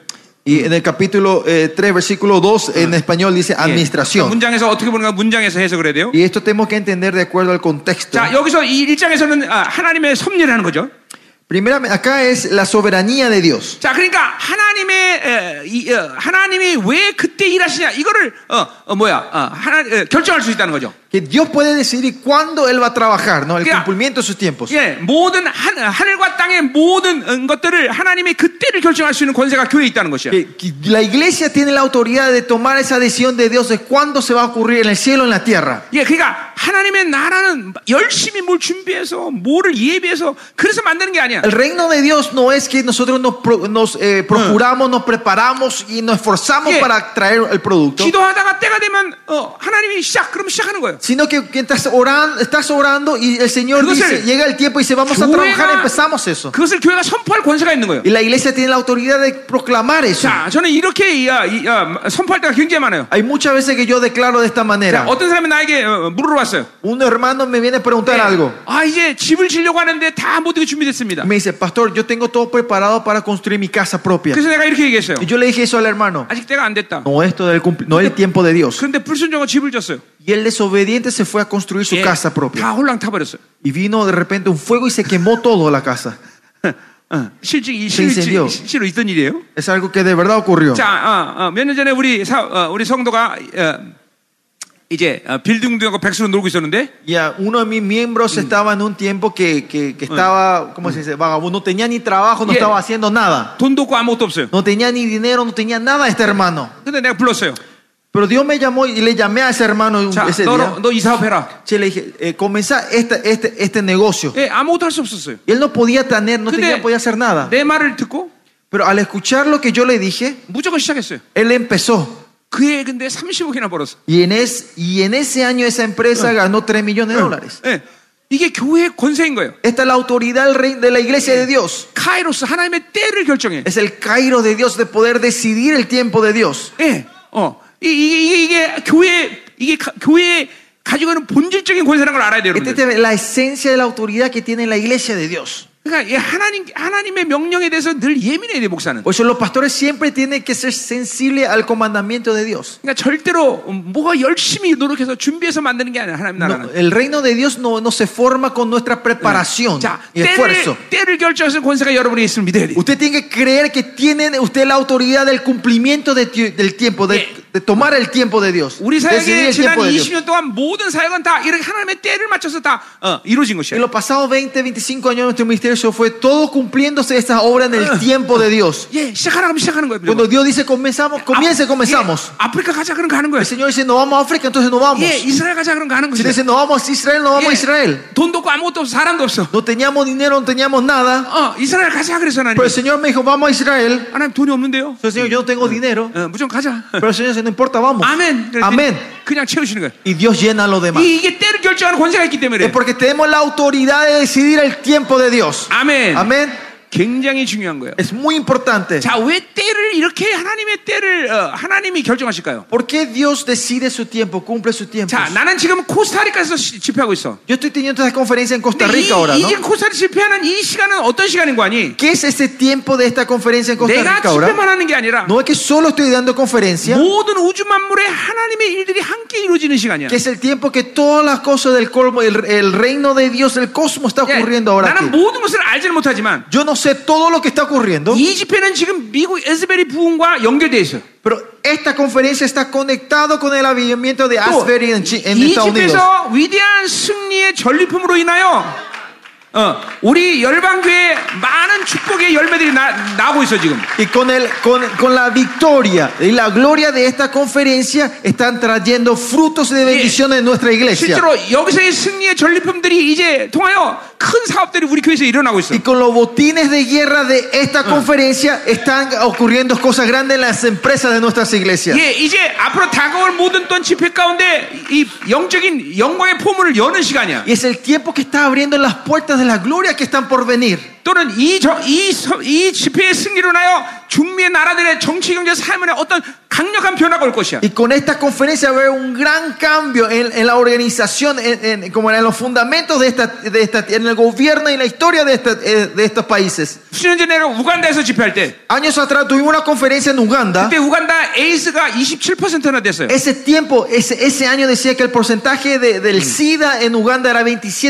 [SPEAKER 2] Y en el capítulo 3, versículo 2, en español dice
[SPEAKER 1] 예. 그
[SPEAKER 2] administración.
[SPEAKER 1] 문장에서 어떻게 보는가 문장에서 해석을 해야 돼요.
[SPEAKER 2] Y esto tenemos que entender de acuerdo al contexto.
[SPEAKER 1] 자, 여기서 이 1장에서는 아, 하나님의 섭리를 하는 거죠.
[SPEAKER 2] Primeramente, acá es la soberanía de Dios.
[SPEAKER 1] 자, 그러니까 하나님의 에, 이, 어, 하나님이 왜 그때 일하시냐 이거를 어, 어, 뭐야 어, 하나, 에, 결정할 수 있다는 거죠.
[SPEAKER 2] Que Dios puede decidir cuándo Él va a trabajar, ¿no? El
[SPEAKER 1] Yeah.
[SPEAKER 2] cumplimiento de sus tiempos.
[SPEAKER 1] 예, 모든 하, 하늘과 땅의 모든 음, 것들을 하나님의 그때를 결정할 수 있는 권세가 교회에 있다는 것이에요.
[SPEAKER 2] Que, que la iglesia tiene la autoridad de tomar esa decisión de Dios de cuándo se va a ocurrir en el cielo o en la tierra.
[SPEAKER 1] 예, 그러니까 하나님의 나라는 열심히 뭘 준비해서 뭐를 예비해서 그래서 만드는 게 아니야.
[SPEAKER 2] El reino de Dios no es que nosotros nos, pro- nos, eh, procuramos, nos preparamos y nos esforzamos
[SPEAKER 1] Yeah.
[SPEAKER 2] para traer el producto.
[SPEAKER 1] 기도하다가 때가 되면 어, 하나님이 시작 그럼 시작하는 거예요.
[SPEAKER 2] sino que que estás orando, estás orando y el Señor
[SPEAKER 1] Entonces,
[SPEAKER 2] dice, llega el tiempo y dice, vamos a
[SPEAKER 1] 교회가-
[SPEAKER 2] trabajar, empezamos eso.
[SPEAKER 1] 그것을 교회가 선포할 권세가 있는 거예요.
[SPEAKER 2] Y la iglesia tiene la autoridad de proclamar eso.
[SPEAKER 1] 자, 저는 이렇게 이, 아, 이, 아, 선포할 때가 굉장히 많아요.
[SPEAKER 2] Hay muchas veces que yo declaro de esta manera.
[SPEAKER 1] 자, 어떤 사람이 나에게 어, 물으러 왔어요.
[SPEAKER 2] Un hermano me viene a preguntar algo.
[SPEAKER 1] 아, 이제 집을 지려고 하는데 다 모든 게 준비됐습니다.
[SPEAKER 2] Me dice, pastor, yo tengo todo preparado para construir mi casa propia.
[SPEAKER 1] 그래서 내가 이렇게 얘기했어요.
[SPEAKER 2] Y yo le dije eso al hermano.
[SPEAKER 1] 아직 때가 안 됐다.
[SPEAKER 2] No, esto del cumpl- no es el tiempo de Dios.
[SPEAKER 1] 그런데 불순종은 집을 졌어요.
[SPEAKER 2] Y el desobediente se fue a construir su
[SPEAKER 1] 예,
[SPEAKER 2] casa propia.
[SPEAKER 1] 다 홀랑 타버렸어요.
[SPEAKER 2] Y vino de repente un fuego y se quemó toda la casa.
[SPEAKER 1] 어, 실제 이
[SPEAKER 2] 신-
[SPEAKER 1] 실제
[SPEAKER 2] 신디요.
[SPEAKER 1] 실제로 있던 일이에요.
[SPEAKER 2] Es algo que de verdad ocurrió.
[SPEAKER 1] 자, 어, 몇 년 전에 우리 사, 어, 우리 성도가 어, 이제 어, 빌딩도하고 백수로 놀고 있었는데
[SPEAKER 2] Ya, uno de mis miembros estaba en un tiempo que, que, que estaba, ¿cómo se dice? Vagabundo, no tenía ni trabajo, no
[SPEAKER 1] Yeah.
[SPEAKER 2] estaba haciendo nada.
[SPEAKER 1] 돈도 없고 아무것도 없어요.
[SPEAKER 2] No tenía ni dinero, no tenía nada este hermano.
[SPEAKER 1] 근데 내가 불렀어요.
[SPEAKER 2] Pero Dios me llamó y le llamé a ese hermano un-
[SPEAKER 1] 자,
[SPEAKER 2] ese día.
[SPEAKER 1] 너너 이 사업해라.
[SPEAKER 2] Che, le dije, eh, comenzá este, este, este negocio.
[SPEAKER 1] 예, 아무것도 할 수 없었어요.
[SPEAKER 2] Y él no podía tener, no
[SPEAKER 1] 근데
[SPEAKER 2] tenía, podía hacer nada.
[SPEAKER 1] 내 말을 듣고
[SPEAKER 2] Pero al escuchar lo que yo le dije,
[SPEAKER 1] 무조건 시작했어요.
[SPEAKER 2] él empezó.
[SPEAKER 1] 그해 근데 30억이나 벌었어.
[SPEAKER 2] Y en, es, y en ese año esa empresa ganó 3 millones de dólares.
[SPEAKER 1] 예. 이게 교회의 권세인 거예요.
[SPEAKER 2] Esta es la autoridad del rey- de la iglesia de Dios.
[SPEAKER 1] 카이로스 하나님의 때를 결정해.
[SPEAKER 2] Es el Cairo de Dios de poder decidir el tiempo de Dios.
[SPEAKER 1] 예. 어. 이- 이게 이게 이게 교회 이게 가- 교회 가지고 있는 본질적인 권세라는 걸 알아야 돼요,
[SPEAKER 2] Esta
[SPEAKER 1] 여러분들.
[SPEAKER 2] es la esencia de la autoridad que tiene la iglesia de Dios.
[SPEAKER 1] 그러니까 이 하나님 하나님의 명령에 대해서 늘 예민해야 돼, 목사는.
[SPEAKER 2] Por eso los pastores siempre tienen que ser sensibles al comandamiento de Dios.
[SPEAKER 1] 그러니까 절대로 뭐가 열심히 노력해서 준비해서 만드는 게 아니라 하나님
[SPEAKER 2] No,
[SPEAKER 1] 나라는.
[SPEAKER 2] el reino de Dios no, no se forma con nuestra preparación
[SPEAKER 1] 자,
[SPEAKER 2] y esfuerzo.
[SPEAKER 1] 때를, 때를 결정하는 권세가 여러분에게 있으면 믿어야 돼.
[SPEAKER 2] Usted tiene que creer que tiene usted la autoridad del cumplimiento de ti- del tiempo, de,
[SPEAKER 1] Sí.
[SPEAKER 2] de tomar el tiempo de Dios.
[SPEAKER 1] 우리 사역의
[SPEAKER 2] decidir
[SPEAKER 1] 지난
[SPEAKER 2] el tiempo de Dios.
[SPEAKER 1] 20년 동안 모든 사역은 다 이렇게 하나님의 때를 맞춰서 다 어, 이루어진
[SPEAKER 2] En
[SPEAKER 1] 것이에요.
[SPEAKER 2] los pasados 20, 25 años de nuestro ministerio eso fue todo cumpliéndose esta obra en el tiempo de Dios.
[SPEAKER 1] 예, 시작하라 하면 시작하는 거예요.
[SPEAKER 2] Cuando Dios dice comenzamos, comience,
[SPEAKER 1] 아,
[SPEAKER 2] comenzamos.
[SPEAKER 1] 예, 아프리카 가자 그럼 가는 거예요.
[SPEAKER 2] El Señor dice no vamos a África, entonces no vamos.
[SPEAKER 1] 예,
[SPEAKER 2] Si
[SPEAKER 1] 이스라엘 가자 그럼 가는 거예요.
[SPEAKER 2] dice no vamos a Israel, no vamos a Israel.
[SPEAKER 1] 예, 돈도 없고 아무것도 없어 사람도 없어.
[SPEAKER 2] No teníamos dinero, no teníamos nada.
[SPEAKER 1] 어, 이스라엘 가자 그래서 하나님.
[SPEAKER 2] Pero el Señor me dijo vamos a Israel.
[SPEAKER 1] 하나님 돈이 없는데요.
[SPEAKER 2] Entonces, Señor, yo no tengo dinero.
[SPEAKER 1] 어, 무조건 가자.
[SPEAKER 2] Pero el Señor dice no importa, vamos.
[SPEAKER 1] 뭐, 아멘.
[SPEAKER 2] Amén.
[SPEAKER 1] 그냥 채우시는 거예요.
[SPEAKER 2] Y Dios llena a los demás.
[SPEAKER 1] 이, 이게 때를 결정하는 권세가 있기 때문에.
[SPEAKER 2] Es
[SPEAKER 1] 그래요.
[SPEAKER 2] porque tenemos la autoridad de decidir el tiempo de Dios.
[SPEAKER 1] 아멘.
[SPEAKER 2] Amén.
[SPEAKER 1] 굉장히 중요한 거예요.
[SPEAKER 2] Es muy importante.
[SPEAKER 1] 자, 왜 때를 이렇게 하나님의 때를 어, 하나님이 결정하실까요?
[SPEAKER 2] ¿Por qué Dios decide su tiempo, cumple su tiempo?
[SPEAKER 1] 자, 나는 지금 코스타리카에서 시- 집회하고 있어.
[SPEAKER 2] Yo estoy teniendo esta conferencia en Costa
[SPEAKER 1] 근데 이,
[SPEAKER 2] Rica ahora, ¿no?
[SPEAKER 1] 이 지금 코스타리카 집회하는 이 시간은 어떤 시간인 거 아니?
[SPEAKER 2] ¿Qué es ese tiempo de esta conferencia en Costa
[SPEAKER 1] 내가
[SPEAKER 2] Rica ahora?
[SPEAKER 1] 집회만 하는 게 아니라
[SPEAKER 2] No es que solo estoy dando conferencia,
[SPEAKER 1] 모든 우주 만물의 하나님의 일들이 함께 이루어지는 시간이야.
[SPEAKER 2] que es el tiempo que todas las cosas del colmo, el, el reino de Dios, del cosmos está
[SPEAKER 1] 예,
[SPEAKER 2] ocurriendo ahora
[SPEAKER 1] 나는
[SPEAKER 2] aquí.
[SPEAKER 1] 모든 것을 알지는 못하지만
[SPEAKER 2] Yo no sé todo lo que está ocurriendo,
[SPEAKER 1] 이 집회는 지금 미국 에스베리 부흥과 연결돼 있어.
[SPEAKER 2] pero esta conferencia está conectado con el avivamiento de Asbury en, Chi- en
[SPEAKER 1] 이
[SPEAKER 2] Estados Unidos.
[SPEAKER 1] 집에서 위대한 승리의 전리품으로 인하여 어, 우리 열방교회 많은 축복의 열매들이 나, 나오고 있어 지금.
[SPEAKER 2] Y con, el, con, con la victoria y la gloria de esta conferencia están trayendo frutos de bendición en nuestra iglesia.
[SPEAKER 1] 실제로 여기서의 승리의 전리품들이 이제 통하여 큰 사업들이 우리 교회에서 일어나고 있어.
[SPEAKER 2] Y con los botines de guerra de esta conferencia están ocurriendo cosas grandes en las empresas de nuestras iglesias.
[SPEAKER 1] 예, 이제 앞으로 다가올 모든 떤 집회 가운데 이 영적인 영광의 포문을 여는 시간이야.
[SPEAKER 2] Y es el tiempo que está abriendo las puertas de la gloria que están por venir.
[SPEAKER 1] 또는 이, 저, 이, 서- 이 집회의 승리로 인하여 중미의 나라들의 정치, 경제, 삶의 어떤 강력한 변화가 올 것이야.
[SPEAKER 2] Y con esta conferencia va a haber un gran cambio en, en la organización, en, en- como en los fundamentos de esta, de esta, en el gobierno y la historia de, esta- eh, de estos países.
[SPEAKER 1] 수년 전에 내가 우간다에서 집회할 때
[SPEAKER 2] Años atrás tuvimos una conferencia en Uganda.
[SPEAKER 1] 그때 우간다 에이스가 27%나 됐어요.
[SPEAKER 2] Ese tiempo, ese, ese año decía que el porcentaje de- del SIDA en Uganda era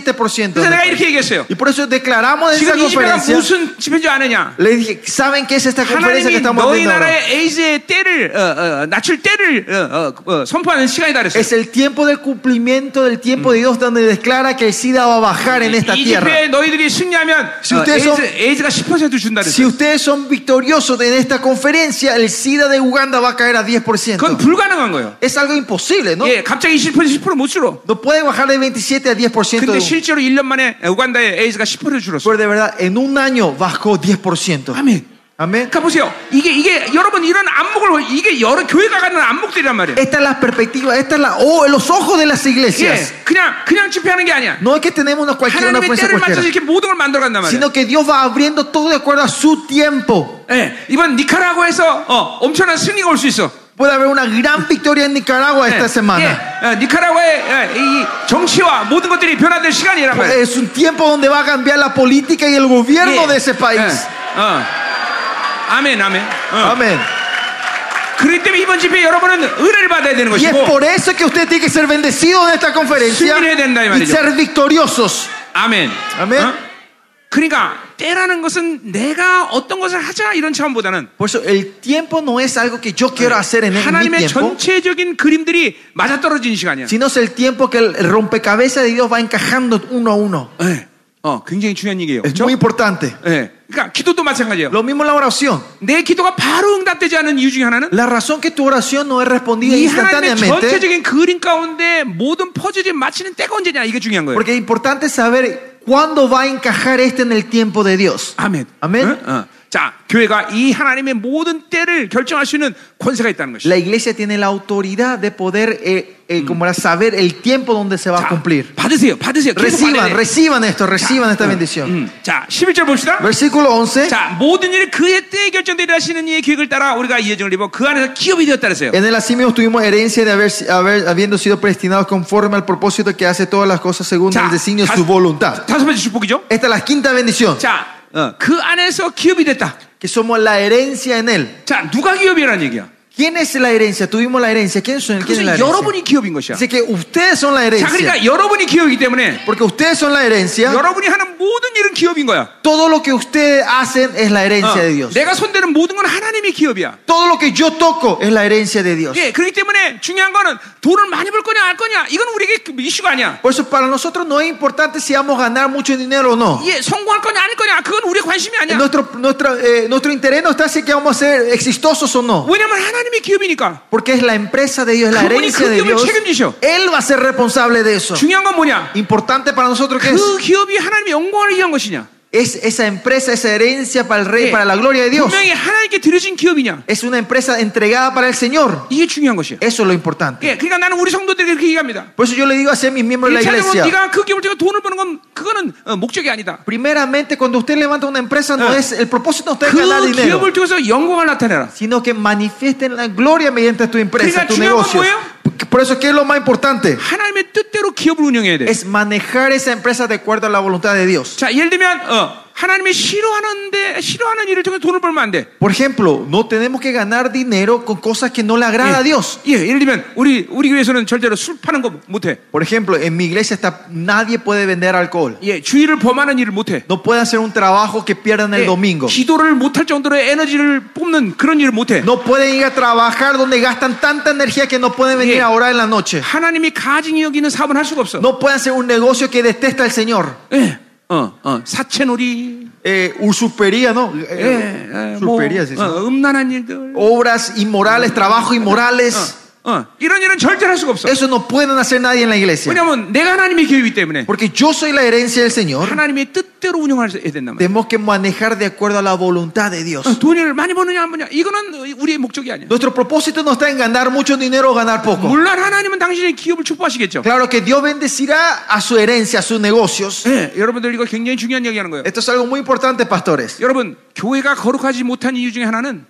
[SPEAKER 2] 27%.
[SPEAKER 1] 그래서 내가 이렇게 얘기했어요.
[SPEAKER 2] Y por eso declaramos en esa
[SPEAKER 1] 지금 이 집회가
[SPEAKER 2] conferencia.
[SPEAKER 1] 무슨 집회인지 아느냐?
[SPEAKER 2] Le dije, ¿saben qué es esta conferencia
[SPEAKER 1] 하나님이
[SPEAKER 2] que estamos
[SPEAKER 1] 너희
[SPEAKER 2] viendo ahora?
[SPEAKER 1] 나라의 에이즈의 때를 어, 어, 낮출 때를 어, 어, 어, 선포하는 시간이다 그랬어요.
[SPEAKER 2] Es el tiempo del cumplimiento del tiempo de Dios donde declara que el SIDA va a bajar en esta
[SPEAKER 1] 이
[SPEAKER 2] tierra.
[SPEAKER 1] 집회에 너희들이 승리하면
[SPEAKER 2] Si
[SPEAKER 1] 어,
[SPEAKER 2] ustedes
[SPEAKER 1] 에이즈,
[SPEAKER 2] son-
[SPEAKER 1] 에이즈가 10% 준다
[SPEAKER 2] Si
[SPEAKER 1] 그랬어요.
[SPEAKER 2] ustedes son victoriosos en esta conferencia, el SIDA de Uganda va a caer a
[SPEAKER 1] 그건
[SPEAKER 2] 10%.
[SPEAKER 1] 불가능한 거예요.
[SPEAKER 2] Es algo imposible, ¿no?
[SPEAKER 1] 예, 갑자기 20% 10%못 줄어.
[SPEAKER 2] No puede bajar de 27 a 10%.
[SPEAKER 1] 근데
[SPEAKER 2] de-
[SPEAKER 1] 실제로 1년 만에 우간다의 에이즈가 10% 줄었어. 요
[SPEAKER 2] Pero de verdad, en un año bajó 10%.
[SPEAKER 1] 아멘.
[SPEAKER 2] Amén.
[SPEAKER 1] 그러니까 보세요. 이게 이게 여러분 이런 안목을 이게 여러 교회가 갖는 안목들이란 말이에요.
[SPEAKER 2] Esta es la perspectiva, esta es la, oh, los ojos de las
[SPEAKER 1] 예,
[SPEAKER 2] iglesias.
[SPEAKER 1] 그냥 그냥 집회하는 게 아니야.
[SPEAKER 2] No es que tenemos una
[SPEAKER 1] 그
[SPEAKER 2] cualquiera una
[SPEAKER 1] 하나님의
[SPEAKER 2] fuerza
[SPEAKER 1] 때를 맞춰서
[SPEAKER 2] cualquiera,
[SPEAKER 1] 이렇게 모든 걸 만들어 간단 말이야.
[SPEAKER 2] sino que Dios va abriendo todo de acuerdo a su tiempo.
[SPEAKER 1] 예, 이번 니카라과에서 어, 엄청난 승리가 올 수 있어.
[SPEAKER 2] Puede haber una gran victoria en Nicaragua
[SPEAKER 1] 예,
[SPEAKER 2] esta semana.
[SPEAKER 1] 예, 예, 니카라과의 예, 이 정치와 모든 것들이 변화될 시간이란 말이야.
[SPEAKER 2] Es un tiempo donde va a cambiar la política y el gobierno de ese país.
[SPEAKER 1] 예, 어. 아멘, 아멘. 어.
[SPEAKER 2] Amén.
[SPEAKER 1] 그렇기 때문에 이번 집회 여러분은 은혜를 받아야 되는
[SPEAKER 2] Y es
[SPEAKER 1] 것이고,
[SPEAKER 2] por eso que usted tiene que ser bendecido en esta conferencia
[SPEAKER 1] 승리해야 된다, 이
[SPEAKER 2] y
[SPEAKER 1] 말이죠.
[SPEAKER 2] ser victoriosos.
[SPEAKER 1] 아멘. 어?
[SPEAKER 2] 아멘.
[SPEAKER 1] 그러니까 때라는 것은 내가 어떤 것을 하자 이런 차원보다는
[SPEAKER 2] Por eso el tiempo no es algo que yo quiero hacer
[SPEAKER 1] 네,
[SPEAKER 2] en, en mi
[SPEAKER 1] 하나님의
[SPEAKER 2] tiempo,
[SPEAKER 1] 전체적인 그림들이 맞아떨어지는 시간이야.
[SPEAKER 2] sino es el tiempo que el rompecabezas de Dios va encajando uno a uno.
[SPEAKER 1] 예. 어, 굉장히 중요한 얘기예요.
[SPEAKER 2] Es
[SPEAKER 1] 그렇죠?
[SPEAKER 2] muy importante.
[SPEAKER 1] 예. 그러니까 기도도 마찬가지예요.
[SPEAKER 2] Lo mismo la oración.
[SPEAKER 1] 내 기도가 바로 응답되지 않은 이유 중에 하나는
[SPEAKER 2] La razón que tu oración no es respondida
[SPEAKER 1] 이 하나님의
[SPEAKER 2] instantáneamente
[SPEAKER 1] 전체적인 그림 가운데 모든 퍼즐이 맞히는 때가 언제냐 이게 중요한 거예요.
[SPEAKER 2] Porque es importante saber cuándo va a encajar este en el tiempo de Dios.
[SPEAKER 1] 아멘.
[SPEAKER 2] 아멘.
[SPEAKER 1] 응? 어. 자, 교회가 이 하나님의 모든 때를 결정할 수 있는 권세가 있다는 것이죠.
[SPEAKER 2] La iglesia tiene la autoridad de poder eh, eh, como era saber el tiempo donde se va a
[SPEAKER 1] 자,
[SPEAKER 2] cumplir.
[SPEAKER 1] 받으세요. 받으세요. 계속
[SPEAKER 2] Reciban,
[SPEAKER 1] 받아야 돼.
[SPEAKER 2] reciban esto, reciban esta bendición.
[SPEAKER 1] 음, 자, 11절 봅시다.
[SPEAKER 2] Versículo 11.
[SPEAKER 1] 자, 모든 일이 그의 때에 결정되리라 하시는 이의 계획을 따라 우리가 이 예정을 입어 그 안에서 기업이 되었다 그랬어요.
[SPEAKER 2] En el asimio tuvimos herencia de haber, haber- habiendo sido predestinados conforme al propósito que hace todas las cosas según
[SPEAKER 1] 자,
[SPEAKER 2] el designio de
[SPEAKER 1] 다-
[SPEAKER 2] su voluntad.
[SPEAKER 1] 다섯 번째 축복이죠.
[SPEAKER 2] Esta es la quinta bendición,
[SPEAKER 1] 자, 어, 그 안에서 기업이 됐다.
[SPEAKER 2] que somos la herencia en él.
[SPEAKER 1] 자, 누가 기업이라는 얘기야?
[SPEAKER 2] ¿Quién es la herencia? Tuvimos la herencia. ¿Quién son?
[SPEAKER 1] 그래서
[SPEAKER 2] ¿Quién es la herencia?
[SPEAKER 1] 여러분이 기업인 것이야.
[SPEAKER 2] Dice que ustedes son la
[SPEAKER 1] 자,
[SPEAKER 2] herencia.
[SPEAKER 1] 그러니까 여러분이 기업이기 때문에
[SPEAKER 2] Porque ustedes son la herencia.
[SPEAKER 1] 여러분이 하는 모든 일은 기업인 거야.
[SPEAKER 2] Todo lo que ustedes hacen es la
[SPEAKER 1] 어,
[SPEAKER 2] herencia de Dios.
[SPEAKER 1] 내가 손대는 모든 건 하나님의 기업이야.
[SPEAKER 2] Todo lo que yo toco es la herencia de Dios.
[SPEAKER 1] 예, 그렇기 때문에 중요한 거는 돈을 많이 벌 거냐 알 거냐 이건 우리에게 그 이슈가 아니야.
[SPEAKER 2] Por eso para nosotros no es importante si vamos a ganar mucho dinero o no.
[SPEAKER 1] 예, 성공할 거냐 아닐 거냐 그건 우리의 관심이 아니야.
[SPEAKER 2] Nuestro, nuestra, eh, nuestro interés no está si que vamos a ser exitosos o no.
[SPEAKER 1] 왜냐면 하나님의 기업이니까.
[SPEAKER 2] Porque es la empresa de Dios, la
[SPEAKER 1] 그분이
[SPEAKER 2] herencia
[SPEAKER 1] 그
[SPEAKER 2] de
[SPEAKER 1] 기업을
[SPEAKER 2] Dios.
[SPEAKER 1] 책임지셔.
[SPEAKER 2] Él va a ser responsable de eso.
[SPEAKER 1] 중요한 건 뭐냐?
[SPEAKER 2] Importante para nosotros que es,
[SPEAKER 1] 그 기업이 하나님의 영광을 위한 것이냐?
[SPEAKER 2] es esa empresa, esa herencia para el rey,
[SPEAKER 1] 예,
[SPEAKER 2] para la gloria de Dios.
[SPEAKER 1] 분명히 하나님께 드려진 기업이냐?
[SPEAKER 2] Es una empresa entregada para el Señor.
[SPEAKER 1] 이게 중요한 것이야.
[SPEAKER 2] Eso es lo importante.
[SPEAKER 1] 예, 그러니까 나는 우리 성도들에게 그렇게 얘기합니다.
[SPEAKER 2] Por eso yo le digo así a mis miembros de la
[SPEAKER 1] 일차적으로
[SPEAKER 2] iglesia.
[SPEAKER 1] 네가 그 기업을 통해 돈을 버는 건 그거는 어, 목적이 아니다.
[SPEAKER 2] Primeramente, cuando usted levanta una empresa, no
[SPEAKER 1] Ah.
[SPEAKER 2] es el propósito no está en ganar
[SPEAKER 1] 그
[SPEAKER 2] dinero,
[SPEAKER 1] 기업을 통해서 영광을 나타내라.
[SPEAKER 2] sino que manifiesten la gloria mediante tu empresa,
[SPEAKER 1] Diga,
[SPEAKER 2] tu
[SPEAKER 1] "Chunga,
[SPEAKER 2] negocio.
[SPEAKER 1] ¿cómo
[SPEAKER 2] Por eso, ¿qué es lo más importante?
[SPEAKER 1] 하나님의 뜻대로 기업을 운영해야 돼.
[SPEAKER 2] Es manejar esa empresa de acuerdo a la voluntad de Dios.
[SPEAKER 1] 자, 예를 들면 어, 하나님이 싫어하는데 싫어하는 일을 통해 돈을 벌면 안 돼.
[SPEAKER 2] Por ejemplo, no tenemos que ganar dinero con cosas que no le agrada a Dios.
[SPEAKER 1] 예, 예를 들면 우리 우리 교회에서는 절대로 술 파는 거 못 해.
[SPEAKER 2] Por ejemplo, en mi iglesia está, nadie puede vender alcohol.
[SPEAKER 1] 예, 주의를 범하는 일을 못 해.
[SPEAKER 2] No puede hacer un trabajo que pierdan el
[SPEAKER 1] 예,
[SPEAKER 2] domingo.
[SPEAKER 1] 기도를 못 할 정도로 에너지를 뽑는 그런 일을 못 해.
[SPEAKER 2] No pueden ir a trabajar donde gastan tanta energía que no pueden venir
[SPEAKER 1] Yeah.
[SPEAKER 2] a orar en la noche.
[SPEAKER 1] 하나님이 가증히 여기는 사업은 할 수가 없어.
[SPEAKER 2] No pueden hacer un negocio que detesta al Señor.
[SPEAKER 1] 예, 어, 어, 사채놀이,
[SPEAKER 2] Eh, usurpería, ¿no?
[SPEAKER 1] 예,
[SPEAKER 2] Eh,
[SPEAKER 1] 예, 뭐,
[SPEAKER 2] usurpería, sí, sí.
[SPEAKER 1] 어, 음란한 일들,
[SPEAKER 2] Obras inmorales, trabajo inmorales.
[SPEAKER 1] 어, 어, 이런 일은 절대로 할 수가 없어.
[SPEAKER 2] Eso no pueden hacer nadie en la iglesia.
[SPEAKER 1] 왜냐하면 내가 하나님의 기업이기 때문에
[SPEAKER 2] Porque yo soy la herencia del Señor.
[SPEAKER 1] 하나님의 뜻대로 운영해야 된단 말이야.
[SPEAKER 2] Tenemos que manejar de acuerdo a la voluntad de Dios.
[SPEAKER 1] 어, 돈을 많이 버느냐 안 버느냐 이거는 우리의 목적이 아니야.
[SPEAKER 2] Nuestro propósito no está en ganar mucho dinero o ganar poco.
[SPEAKER 1] 물론 하나님은 당신의 기업을 축복하시겠죠.
[SPEAKER 2] Claro que Dios bendecirá a su herencia, a sus negocios.
[SPEAKER 1] 예, 여러분들 이거 굉장히 중요한 얘기하는 거예요.
[SPEAKER 2] Esto es algo muy importante, pastores.
[SPEAKER 1] 여러분 교회가 거룩하지 못한 이유 중에 하나는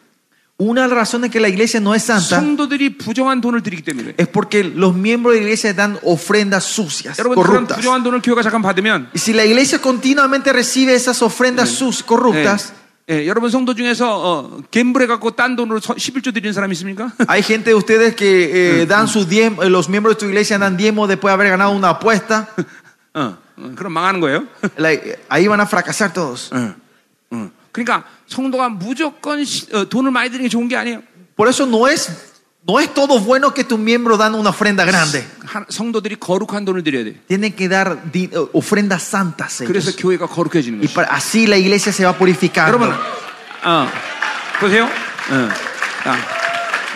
[SPEAKER 2] Una de las razones que la iglesia no es santa
[SPEAKER 1] 성도들이 부정한 돈을 드리기 때문에. 그래요.
[SPEAKER 2] es porque los miembros de la iglesia dan ofrendas sucias,
[SPEAKER 1] 여러분 그런
[SPEAKER 2] corruptas.
[SPEAKER 1] 부정한 돈을 교회가 잠깐 받으면
[SPEAKER 2] Y si la iglesia continuamente recibe esas ofrendas sus corruptas,
[SPEAKER 1] 예, 예, 여러분 성도 중에서 어, 갬블해 갖고 딴 돈으로 서- 11조 드리는 사람 있습니까?
[SPEAKER 2] hay gente de ustedes que eh, dan sus diezmos, los miembros de tu iglesia dan diezmos después de haber ganado una apuesta,
[SPEAKER 1] 어, 어, 그럼 망하는 거예요.
[SPEAKER 2] La- ahí van a fracasar todos.
[SPEAKER 1] 어, 어. 그러니까 성도가 무조건 시- 어, 돈을 많이 드리는 게 좋은 게 아니에요.
[SPEAKER 2] Por eso no es, no es todo bueno que tus miembros dan una ofrenda grande.
[SPEAKER 1] 하- 성도들이 거룩한 돈을 드려야 돼.
[SPEAKER 2] Tienen que dar di- eh, ofrendas santas. ellos.
[SPEAKER 1] 네, 그래서 교회가 거룩해지는
[SPEAKER 2] Y
[SPEAKER 1] 거예요.
[SPEAKER 2] para- así la iglesia se va purificando.
[SPEAKER 1] 여러분, 어, 보세요. 어, 아,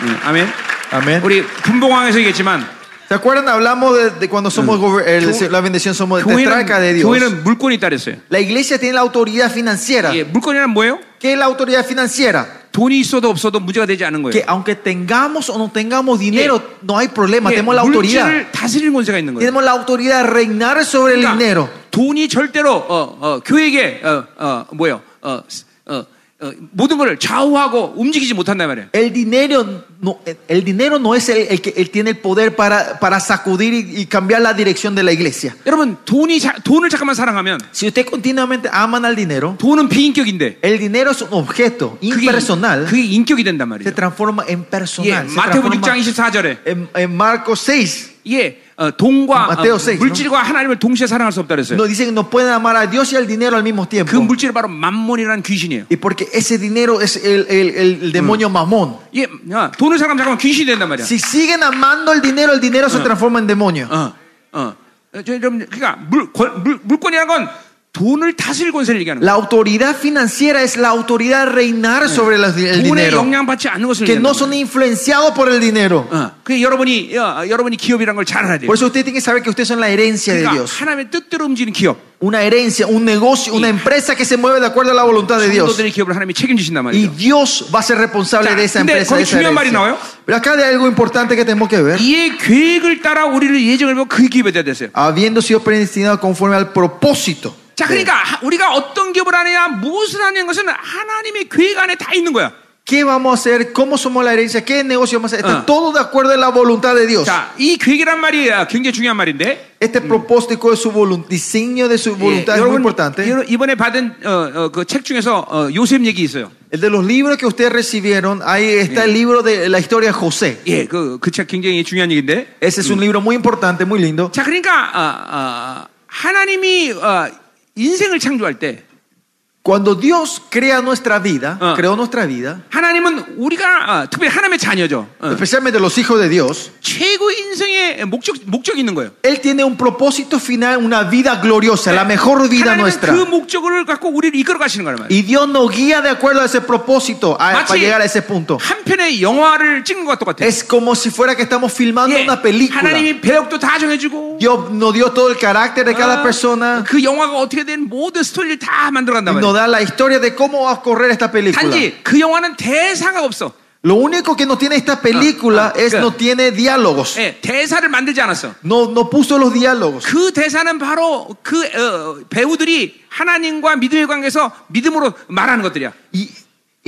[SPEAKER 1] 음, 아멘.
[SPEAKER 2] Amén.
[SPEAKER 1] 우리 분봉왕에서 얘기했지만
[SPEAKER 2] ¿Se acuerdan? Hablamos de, de cuando somos gober- el-
[SPEAKER 1] Yo-
[SPEAKER 2] la bendición
[SPEAKER 1] 어,
[SPEAKER 2] somos de
[SPEAKER 1] 교회는,
[SPEAKER 2] tetrarca de Dios.
[SPEAKER 1] 교회는 물권이 따랐어요.
[SPEAKER 2] La iglesia tiene la autoridad financiera.
[SPEAKER 1] 예, 물권이란 뭐예요?
[SPEAKER 2] ¿Qué es la autoridad financiera?
[SPEAKER 1] 돈이 있어도 없어도 문제가 되지 않은 거예요.
[SPEAKER 2] Que aunque tengamos o no tengamos dinero, no hay problema.
[SPEAKER 1] 예,
[SPEAKER 2] Tenemos la autoridad.
[SPEAKER 1] 물질을 다스리는 권세가 있는 거예요.
[SPEAKER 2] Tenemos la autoridad de reinar sobre el dinero.
[SPEAKER 1] 그러니까 돈이 절대로 어, 어, 교회에게 어, 어, 뭐예요? 어, 어, 어, 모든 것을 좌우하고 움직이지 못한단 말이에요.
[SPEAKER 2] El dinero no, el dinero no es el, el que él tiene el poder para, para sacudir y, y cambiar la dirección de la iglesia.
[SPEAKER 1] 여러분 돈이 자- 돈을 잠깐만 사랑하면
[SPEAKER 2] Si usted continuamente aman al dinero,
[SPEAKER 1] 돈은 비인격인데
[SPEAKER 2] el dinero es un objeto
[SPEAKER 1] 그게,
[SPEAKER 2] impersonal.
[SPEAKER 1] 그게 인격이 된단
[SPEAKER 2] se
[SPEAKER 1] 말이에요.
[SPEAKER 2] transforma en
[SPEAKER 1] 예,
[SPEAKER 2] personal. se
[SPEAKER 1] 마태복음
[SPEAKER 2] transforma
[SPEAKER 1] 6장 24절에
[SPEAKER 2] en, en Marcos 6
[SPEAKER 1] 예, 어, 돈과
[SPEAKER 2] 마테오
[SPEAKER 1] 어,
[SPEAKER 2] seis,
[SPEAKER 1] 물질과 하나님을 동시에 사랑할 수 없다 그랬어요.
[SPEAKER 2] nos dice que no pueden amar a Dios y al dinero al mismo
[SPEAKER 1] 그
[SPEAKER 2] tiempo.
[SPEAKER 1] 물질이 바로 만몬이라는 귀신이에요.
[SPEAKER 2] Y porque ese dinero es el, el- el- el demonio mamón.
[SPEAKER 1] 예, 야, 돈을 사랑하면 잠깐만 귀신이 된단 말이야.
[SPEAKER 2] Si siguen amando el dinero, el dinero se transforma en demonio.
[SPEAKER 1] 어, 어. 어, 저, 여러분, 그러니까 물, 권, 물, 물권이라는 건 돈을 다스릴 권세를 얘기하는 거예요.
[SPEAKER 2] La autoridad financiera es la autoridad de reinar sobre los-
[SPEAKER 1] 돈에
[SPEAKER 2] el dinero.
[SPEAKER 1] 영향받지 않는 것을
[SPEAKER 2] Que no
[SPEAKER 1] 얘기하는
[SPEAKER 2] son influenciados por el dinero.
[SPEAKER 1] 거예요. 어, 그 여러분이 어, 여러분이 기업이라는 걸 잘 알아야 돼요.
[SPEAKER 2] Por eso usted tiene que saber que ustedes son la herencia de
[SPEAKER 1] 그러니까
[SPEAKER 2] Dios.
[SPEAKER 1] 하나님의 뜻대로 움직이는 기업.
[SPEAKER 2] una herencia, un negocio, una empresa que se mueve de acuerdo a la voluntad de Dios.
[SPEAKER 1] 성도들의 기업을 하나님이 책임지신단
[SPEAKER 2] Y
[SPEAKER 1] 말이죠.
[SPEAKER 2] Dios va a ser responsable
[SPEAKER 1] 자,
[SPEAKER 2] de esa
[SPEAKER 1] 근데
[SPEAKER 2] empresa.
[SPEAKER 1] 거기
[SPEAKER 2] de esa
[SPEAKER 1] 중요한 말이
[SPEAKER 2] herencia.
[SPEAKER 1] 나와요.
[SPEAKER 2] Pero acá hay algo importante que tenemos que ver.
[SPEAKER 1] 이의 계획을 따라 우리를 예정을 보고 그 기업에 대야 되세요.
[SPEAKER 2] Habiendo sido predestinados conforme al propósito. Eh,
[SPEAKER 1] 자, 그러니까 하- 우리가 어떤 기업을 하느냐, 무엇을 하는 것은 하나님의 계획 안에 다 있는 거야.
[SPEAKER 2] ¿Qué vamos a hacer? ¿Cómo somos la herencia? ¿Qué negocio vamos a hacer? Está
[SPEAKER 1] Ah.
[SPEAKER 2] todo de acuerdo a la voluntad de Dios.
[SPEAKER 1] 자, 이 계획이란 말이 아, 굉장히 중요한 말인데.
[SPEAKER 2] Este propósito de su volun- diseño de su
[SPEAKER 1] 예,
[SPEAKER 2] voluntad es muy importante.
[SPEAKER 1] 여러- 이번에 받은 그 책 중에서 어, 요셉 얘기 있어요.
[SPEAKER 2] El de los libros que ustedes recibieron, ahí está
[SPEAKER 1] Eh.
[SPEAKER 2] el libro de la historia de José.
[SPEAKER 1] 예, 그 그 책 굉장히 중요한 얘기인데.
[SPEAKER 2] Ese es un libro muy importante, muy lindo.
[SPEAKER 1] 자, 그러니까 아, 아, 하나님이 아, 인생을 창조할 때
[SPEAKER 2] Cuando Dios crea nuestra vida,
[SPEAKER 1] Ah.
[SPEAKER 2] creó nuestra vida,
[SPEAKER 1] 하나님은 우리가 아, 특별히 하나님의 자녀죠. 어,
[SPEAKER 2] especialmente los hijos de Dios,
[SPEAKER 1] 최고 인생의 목적 목적이 있는 거예요.
[SPEAKER 2] Él tiene un propósito final, una vida gloriosa, la mejor vida
[SPEAKER 1] 하나님은 그
[SPEAKER 2] nuestra.
[SPEAKER 1] 목적을 갖고 우리를 이끌어 가시는 거란 말이에요.
[SPEAKER 2] Y Dios nos guía de acuerdo a ese propósito a-
[SPEAKER 1] Machi-
[SPEAKER 2] para llegar a ese punto.
[SPEAKER 1] 한 편의 영화를 찍는 것과 똑같아요.
[SPEAKER 2] Es como si fuera que estamos filmando
[SPEAKER 1] 예,
[SPEAKER 2] una película.
[SPEAKER 1] 하나님이 배역도 다 정해주고
[SPEAKER 2] Dios nos dio todo el carácter de
[SPEAKER 1] 아,
[SPEAKER 2] cada persona
[SPEAKER 1] 그 영화가 어떻게 된 모든 스토리를 다
[SPEAKER 2] y
[SPEAKER 1] 만들어간단
[SPEAKER 2] nos
[SPEAKER 1] 말이에요.
[SPEAKER 2] da la historia de cómo va a correr esta película.
[SPEAKER 1] 단지 그 영화는 대사가 없어.
[SPEAKER 2] Lo único que no tiene esta
[SPEAKER 1] Ah,
[SPEAKER 2] película
[SPEAKER 1] Eh. ah,
[SPEAKER 2] es
[SPEAKER 1] claro.
[SPEAKER 2] no tiene diálogos.
[SPEAKER 1] 예, 대사를 만들지 않았어.
[SPEAKER 2] No, no puso los diálogos.
[SPEAKER 1] 그 대사는 바로 그 어, 배우들이 하나님과 믿음의 관계에서 믿음으로 말하는 것들이야.
[SPEAKER 2] Y,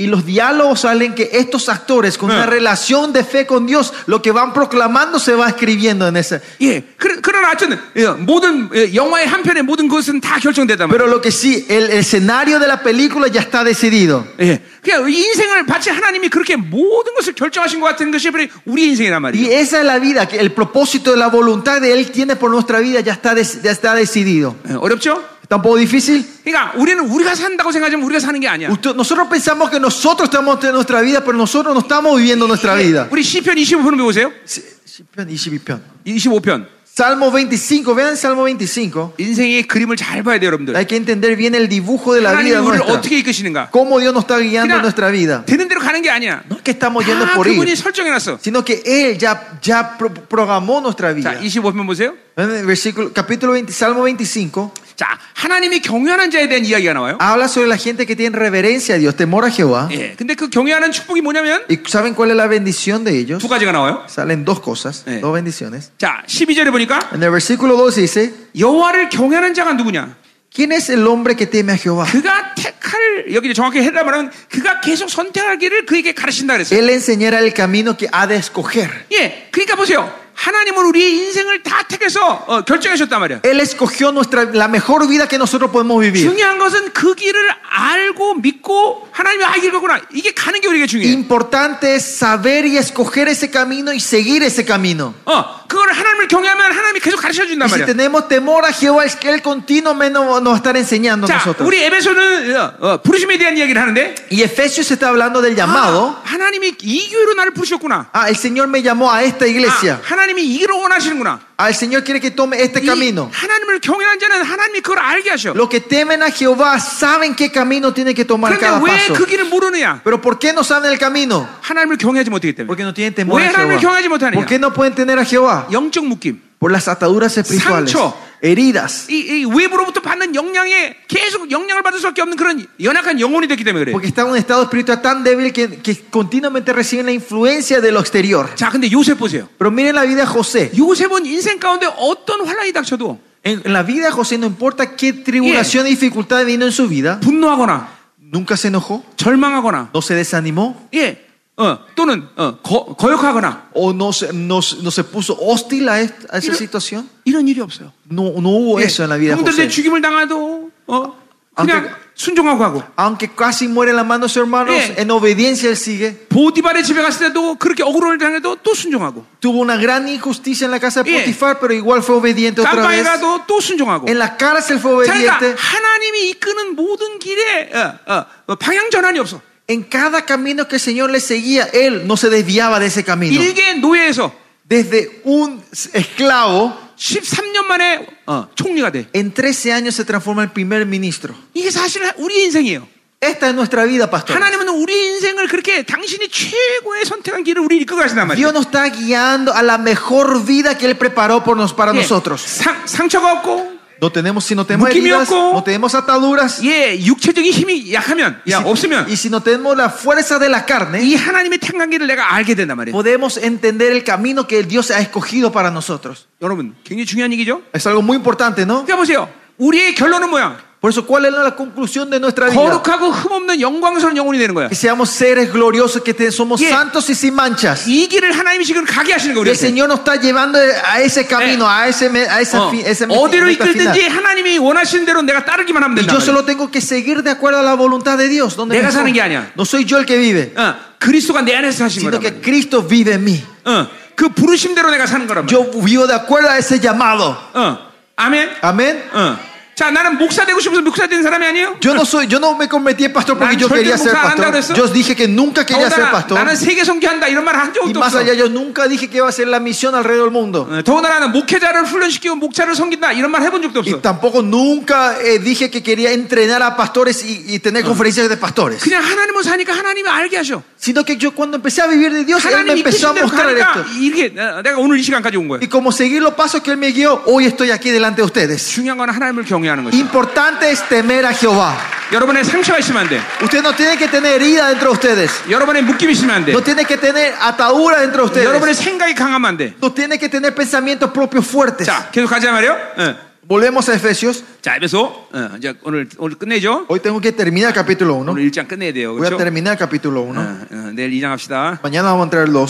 [SPEAKER 2] y los diálogos salen que estos actores con
[SPEAKER 1] Eh.
[SPEAKER 2] una relación de fe con Dios, lo que van proclamando se va escribiendo en ese.
[SPEAKER 1] 예, 그러, 그러나 하여튼 예, 모든 예, 영화의 한 편의 모든 것은 다 결정되단 말이야.
[SPEAKER 2] Pero lo que sí, el, el escenario de la película ya está decidido.
[SPEAKER 1] 예, 그냥 이 인생을 마치 하나님이 그렇게 모든 것을 결정하신 것 같은 것이 바로 우리 인생이란 말이에요.
[SPEAKER 2] Y esa es la vida, que el propósito de la voluntad de Él tiene por nuestra vida ya está, des- ya está decidido.
[SPEAKER 1] 예, 어렵죠?
[SPEAKER 2] ¿Está un poco difícil?
[SPEAKER 1] 그러니까 우리는 우리가 산다고 생각하면 우리가 사는 게 아니야.
[SPEAKER 2] Usted- nosotros pensamos que nosotros estamos en nuestra vida, pero nosotros no estamos viviendo nuestra vida.
[SPEAKER 1] 우리 시편 25편 배우세요.
[SPEAKER 2] Sí, sí, peón, y sí, peón.
[SPEAKER 1] 25편.
[SPEAKER 2] Salmo 25, vean Salmo 25.
[SPEAKER 1] 인생의 그림을 잘 봐야 돼요, 여러분들.
[SPEAKER 2] Hay que entender bien el dibujo de la
[SPEAKER 1] 하나님이
[SPEAKER 2] vida
[SPEAKER 1] 우리를
[SPEAKER 2] nuestra.
[SPEAKER 1] 어떻게 이끄시는가?
[SPEAKER 2] Cómo Dios nos está guiando
[SPEAKER 1] 그냥
[SPEAKER 2] en nuestra vida.
[SPEAKER 1] 되는 대로 가는 게 아니야.
[SPEAKER 2] No es que estamos yendo
[SPEAKER 1] 다
[SPEAKER 2] por
[SPEAKER 1] 뭐 그분이
[SPEAKER 2] ir,
[SPEAKER 1] 설정해 놨어.
[SPEAKER 2] sino que Él ya, ya pro- programó nuestra
[SPEAKER 1] 자,
[SPEAKER 2] vida.
[SPEAKER 1] 25편 보세요.
[SPEAKER 2] En el versículo, capítulo 20, Salmo 25
[SPEAKER 1] 자, 하나님이 경외하는 자에 대한 이야기가 나와요.
[SPEAKER 2] habla sobre la gente que tiene reverencia a Dios, temor a Jehová.
[SPEAKER 1] 예. 근데 그 경외하는 축복이 뭐냐면
[SPEAKER 2] ¿Y saben cuál es la bendición de ellos?
[SPEAKER 1] 두 가지가 나와요.
[SPEAKER 2] Salen dos cosas,
[SPEAKER 1] Eh.
[SPEAKER 2] dos bendiciones.
[SPEAKER 1] 자, 12절에 보니까
[SPEAKER 2] En el versículo 2 dice,
[SPEAKER 1] 여호와를 경외하는 자가 누구냐?
[SPEAKER 2] ¿quién es el hombre que teme a Jehová?
[SPEAKER 1] 그가 택할 여기 정확히 해라 말하면 그가 계속 선택할 길을 그에게 가르친다 그랬어요.
[SPEAKER 2] Él le enseñará el camino que ha de escoger.
[SPEAKER 1] 예, 그러니까 보세요. 하나님은 우리의 인생을 다 택해서 어, 결정하셨단 말이야.
[SPEAKER 2] Él escogió nuestra, la mejor vida que nosotros podemos vivir.
[SPEAKER 1] 중요한 것은 그 길을 알고 믿고 하나님의 아길 거구나. 이게 가는 게 우리에게 중요해.
[SPEAKER 2] Importante es saber y escoger ese camino y seguir ese camino.
[SPEAKER 1] 어, 그걸 하나님을 경외하면 하나님이 계속 가르쳐 준단
[SPEAKER 2] Y si
[SPEAKER 1] 말이야.
[SPEAKER 2] tenemos temor a Jehová, es que Él continuamente nos va a estar enseñando a
[SPEAKER 1] 자,
[SPEAKER 2] nosotros.
[SPEAKER 1] 우리 에베소는 어, 어, 부르심에 대한 이야기를 하는데
[SPEAKER 2] Y Efesios está hablando del
[SPEAKER 1] 아,
[SPEAKER 2] llamado.
[SPEAKER 1] 하나님이 이 교회로 나를 부르셨구나.
[SPEAKER 2] Ah, el Señor me llamó a esta
[SPEAKER 1] 아,
[SPEAKER 2] iglesia.
[SPEAKER 1] 하나님이 이 길을 원하시는구나.
[SPEAKER 2] Ah, el Señor quiere que tome este
[SPEAKER 1] 이
[SPEAKER 2] camino.
[SPEAKER 1] 하나님을 경외한 자는 하나님이 그걸 알게 하셔.
[SPEAKER 2] Los que temen a Jehová saben qué camino tienen que tomar
[SPEAKER 1] 그런데
[SPEAKER 2] cada
[SPEAKER 1] 왜
[SPEAKER 2] paso.
[SPEAKER 1] 그 길을 모르느냐?
[SPEAKER 2] Pero ¿por qué no saben el camino?
[SPEAKER 1] 하나님을 경외하지 못하기 때문에.
[SPEAKER 2] Porque no tienen temor
[SPEAKER 1] 왜
[SPEAKER 2] a
[SPEAKER 1] 하나님을 경외하지
[SPEAKER 2] Jehová.
[SPEAKER 1] 못하느냐?
[SPEAKER 2] ¿Por qué no pueden tener a Jehová?
[SPEAKER 1] 영적 묶임.
[SPEAKER 2] Por las ataduras espirituales,
[SPEAKER 1] Sancho.
[SPEAKER 2] heridas.
[SPEAKER 1] 이, 이 외부로부터 받는 영향에 계속 영향을 받을 수밖에 없는 그런 연약한 영혼이 됐기 때문에 그래.
[SPEAKER 2] Porque están en un estado espiritual tan débil que, que continuamente reciben la influencia de lo exterior.
[SPEAKER 1] 자, 근데 요셉 보세요.
[SPEAKER 2] Pero miren la vida de José.
[SPEAKER 1] 요셉은 인생 가운데 어떤 환란이 닥쳐도
[SPEAKER 2] En, en la vida de José, no importa qué tribulación y dificultad vino en su vida,
[SPEAKER 1] 분노하거나
[SPEAKER 2] nunca se enojó,
[SPEAKER 1] 절망하거나
[SPEAKER 2] no se desanimó
[SPEAKER 1] 예, 어, 또는 어, 거, 거역하거나
[SPEAKER 2] o no se, no se- no se puso hostil a, est- a esa
[SPEAKER 1] Pero-
[SPEAKER 2] situación.
[SPEAKER 1] 이런 일이 없어요.
[SPEAKER 2] No, no hubo
[SPEAKER 1] 예,
[SPEAKER 2] eso en la vida de
[SPEAKER 1] 형들한테
[SPEAKER 2] José.
[SPEAKER 1] 죽임을 당해도 어, 그냥
[SPEAKER 2] 아무튼-
[SPEAKER 1] 순종하고 하고
[SPEAKER 2] Aunque casi muere en la mano de sus hermanos,
[SPEAKER 1] Eh.
[SPEAKER 2] en obediencia él sigue.
[SPEAKER 1] 보디발의 집에 갔을 때도 그렇게 억울함을 당해도 또 순종하고
[SPEAKER 2] Tuvo una gran injusticia en la casa de
[SPEAKER 1] Eh.
[SPEAKER 2] Potifar, pero igual fue obediente otra
[SPEAKER 1] 깜빵에
[SPEAKER 2] vez.
[SPEAKER 1] 가도 또 순종하고
[SPEAKER 2] En la cárcel fue
[SPEAKER 1] 자,
[SPEAKER 2] obediente.
[SPEAKER 1] 그러니까 하나님이 이끄는 모든 길에 어, 어, 어, 방향 전환이 없어.
[SPEAKER 2] En cada camino que el Señor le seguía, él no se desviaba de ese camino.
[SPEAKER 1] 일개 노예에서
[SPEAKER 2] Desde un esclavo,
[SPEAKER 1] 13년 만에 어, 총리가 돼.
[SPEAKER 2] en 13 años se transforma en primer ministro.
[SPEAKER 1] 이게 사실 우리 인생이에요.
[SPEAKER 2] Esta es nuestra vida, pastor.
[SPEAKER 1] 하나님은 우리 인생을 그렇게 당신이 최고의 선택한 길을 우리 이끌어 가신단 말이에요.
[SPEAKER 2] Dios nos está guiando a la mejor vida que Él preparó por nos, para
[SPEAKER 1] 예,
[SPEAKER 2] nosotros.
[SPEAKER 1] 상, 상처가 없고
[SPEAKER 2] No tenemos, si no tenemos
[SPEAKER 1] Mukim
[SPEAKER 2] heridas,
[SPEAKER 1] yoko.
[SPEAKER 2] no tenemos ataduras,
[SPEAKER 1] 예, 육체적인 힘이 약하면, 야,
[SPEAKER 2] y si-
[SPEAKER 1] 없으면
[SPEAKER 2] y si no tenemos la fuerza de la carne,
[SPEAKER 1] 이 하나님의 탄관계를 내가 알게 된단 말이에요.
[SPEAKER 2] podemos entender el camino que Dios ha escogido para nosotros.
[SPEAKER 1] 여러분, 굉장히 중요한 얘기죠.
[SPEAKER 2] Es algo muy importante, ¿no?
[SPEAKER 1] 그러니까 보세요. 우리의 결론은 뭐야?
[SPEAKER 2] Por eso, ¿cuál es la conclusión de nuestra vida?
[SPEAKER 1] 거룩하고 흠없는 영광스러운 영혼이 되는 거야.
[SPEAKER 2] Que seamos seres gloriosos, que te- somos
[SPEAKER 1] Yeah.
[SPEAKER 2] santos y sin manchas.
[SPEAKER 1] 이 길을 하나님이 지금 가게 하시는 거예요.
[SPEAKER 2] El Eh.
[SPEAKER 1] 우리한테.
[SPEAKER 2] Señor nos está llevando a ese camino, a ese, me- a esa,
[SPEAKER 1] 어,
[SPEAKER 2] fi- ese me-
[SPEAKER 1] 어디로
[SPEAKER 2] meta final.
[SPEAKER 1] 이끌든지 하나님이 원하시는 대로 내가 따르기만 하면
[SPEAKER 2] Y
[SPEAKER 1] 된다.
[SPEAKER 2] yo solo tengo que seguir de acuerdo a la voluntad de Dios. donde
[SPEAKER 1] 내가
[SPEAKER 2] me
[SPEAKER 1] 사는 게
[SPEAKER 2] enfoco.
[SPEAKER 1] 아니야.
[SPEAKER 2] No soy yo el que vive,
[SPEAKER 1] 어, 그리스도가 내 안에서 사신
[SPEAKER 2] sino
[SPEAKER 1] 거란
[SPEAKER 2] que
[SPEAKER 1] 말이야.
[SPEAKER 2] Cristo vive en mí.
[SPEAKER 1] 어, 그 부르심대로 내가 사는 거란 말이야.
[SPEAKER 2] Yo vivo de acuerdo a ese llamado.
[SPEAKER 1] 어, 아멘.
[SPEAKER 2] Amén.
[SPEAKER 1] 어. 자, 나는 목사 되고 싶어서 목사 된 사람이 아니에요.
[SPEAKER 2] Yo no soy, yo no me convertí en pastor porque
[SPEAKER 1] Nan,
[SPEAKER 2] yo
[SPEAKER 1] soy
[SPEAKER 2] quería
[SPEAKER 1] que
[SPEAKER 2] ser
[SPEAKER 1] nunca andaba
[SPEAKER 2] pastor.
[SPEAKER 1] eso.
[SPEAKER 2] Yo dije que nunca quería ser
[SPEAKER 1] 더군다나
[SPEAKER 2] pastor.
[SPEAKER 1] 나는 세계 선교한다 이런 말 한
[SPEAKER 2] Y
[SPEAKER 1] 적도
[SPEAKER 2] más
[SPEAKER 1] 없어.
[SPEAKER 2] allá, yo nunca dije que iba a ser la misión alrededor del mundo.
[SPEAKER 1] 어, 더군다나 나는 목회자를 훈련시키고 목자를 섬긴다 이런 말 해본 적도
[SPEAKER 2] Y
[SPEAKER 1] 없어.
[SPEAKER 2] tampoco nunca eh, dije que quería entrenar a pastores y, y tener conferencias de pastores.
[SPEAKER 1] 그냥 하나님을 사니까 하나님이 알게 하셔.
[SPEAKER 2] Sino que yo cuando empecé a vivir de Dios, Él me
[SPEAKER 1] 하나님이
[SPEAKER 2] empezó a
[SPEAKER 1] 이끄신 대로
[SPEAKER 2] mostrar esto.
[SPEAKER 1] 가니까 이게 어, 내가 오늘 이 시간까지 온 거야.
[SPEAKER 2] Y como seguir los pasos que Él me guió, hoy estoy aquí delante de ustedes.
[SPEAKER 1] 중요한 건 하나님을 경외하는 것이.
[SPEAKER 2] Importante es temer a Jehová.
[SPEAKER 1] 여러분의 상처가 있으면 안 돼.
[SPEAKER 2] Usted no tiene que tener herida dentro de ustedes.
[SPEAKER 1] 여러분의 묶임이 있으면 안 돼.
[SPEAKER 2] No tiene que tener atadura dentro de
[SPEAKER 1] 여러분의
[SPEAKER 2] ustedes.
[SPEAKER 1] 생각이 강하면 안 돼.
[SPEAKER 2] No tiene que tener pensamientos propios fuertes.
[SPEAKER 1] 자, 계속 가자 말이요. 예.
[SPEAKER 2] Volvemos a Efesios.
[SPEAKER 1] 자, 에베소. 예, 이제 오늘 오늘 끝내죠.
[SPEAKER 2] Hoy tengo que terminar capítulo 1.
[SPEAKER 1] 오늘 1장 끝내야 돼요.
[SPEAKER 2] Voy a
[SPEAKER 1] 그렇죠?
[SPEAKER 2] terminar capítulo 1.
[SPEAKER 1] 어, 어, 내일 2장 합시다.
[SPEAKER 2] Mañana vamos a entrar el 2.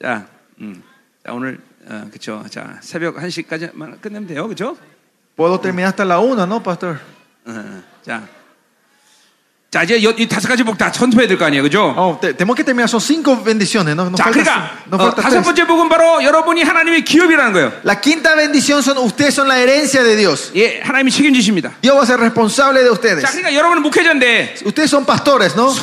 [SPEAKER 1] 자, 음. 자, 오늘 어, 그렇죠. 자, 새벽 1시까지만 끝내면 돼요. 그렇죠?
[SPEAKER 2] Puedo terminar hasta la 1, ¿no, pastor?
[SPEAKER 1] 어, 자. 자, 이제 여- 이 다섯 가지 복 다 선포해야 될 거 아니에요. 그렇죠?
[SPEAKER 2] Oh, te- tenemos que terminar. Son 5 bendiciones. No, Nos
[SPEAKER 1] 자,
[SPEAKER 2] falta-
[SPEAKER 1] 그러니까
[SPEAKER 2] nos
[SPEAKER 1] 어,
[SPEAKER 2] falta
[SPEAKER 1] 다섯
[SPEAKER 2] tres.
[SPEAKER 1] 번째 복은 바로 여러분이 하나님의 기업이라는 거예요.
[SPEAKER 2] La quinta bendición son ustedes son la herencia de Dios.
[SPEAKER 1] 예, 하나님이 책임지십니다.
[SPEAKER 2] Dios va a ser responsable de ustedes.
[SPEAKER 1] 자, 그러니까 여러분은 목회자인데
[SPEAKER 2] Ustedes son pastores, ¿no?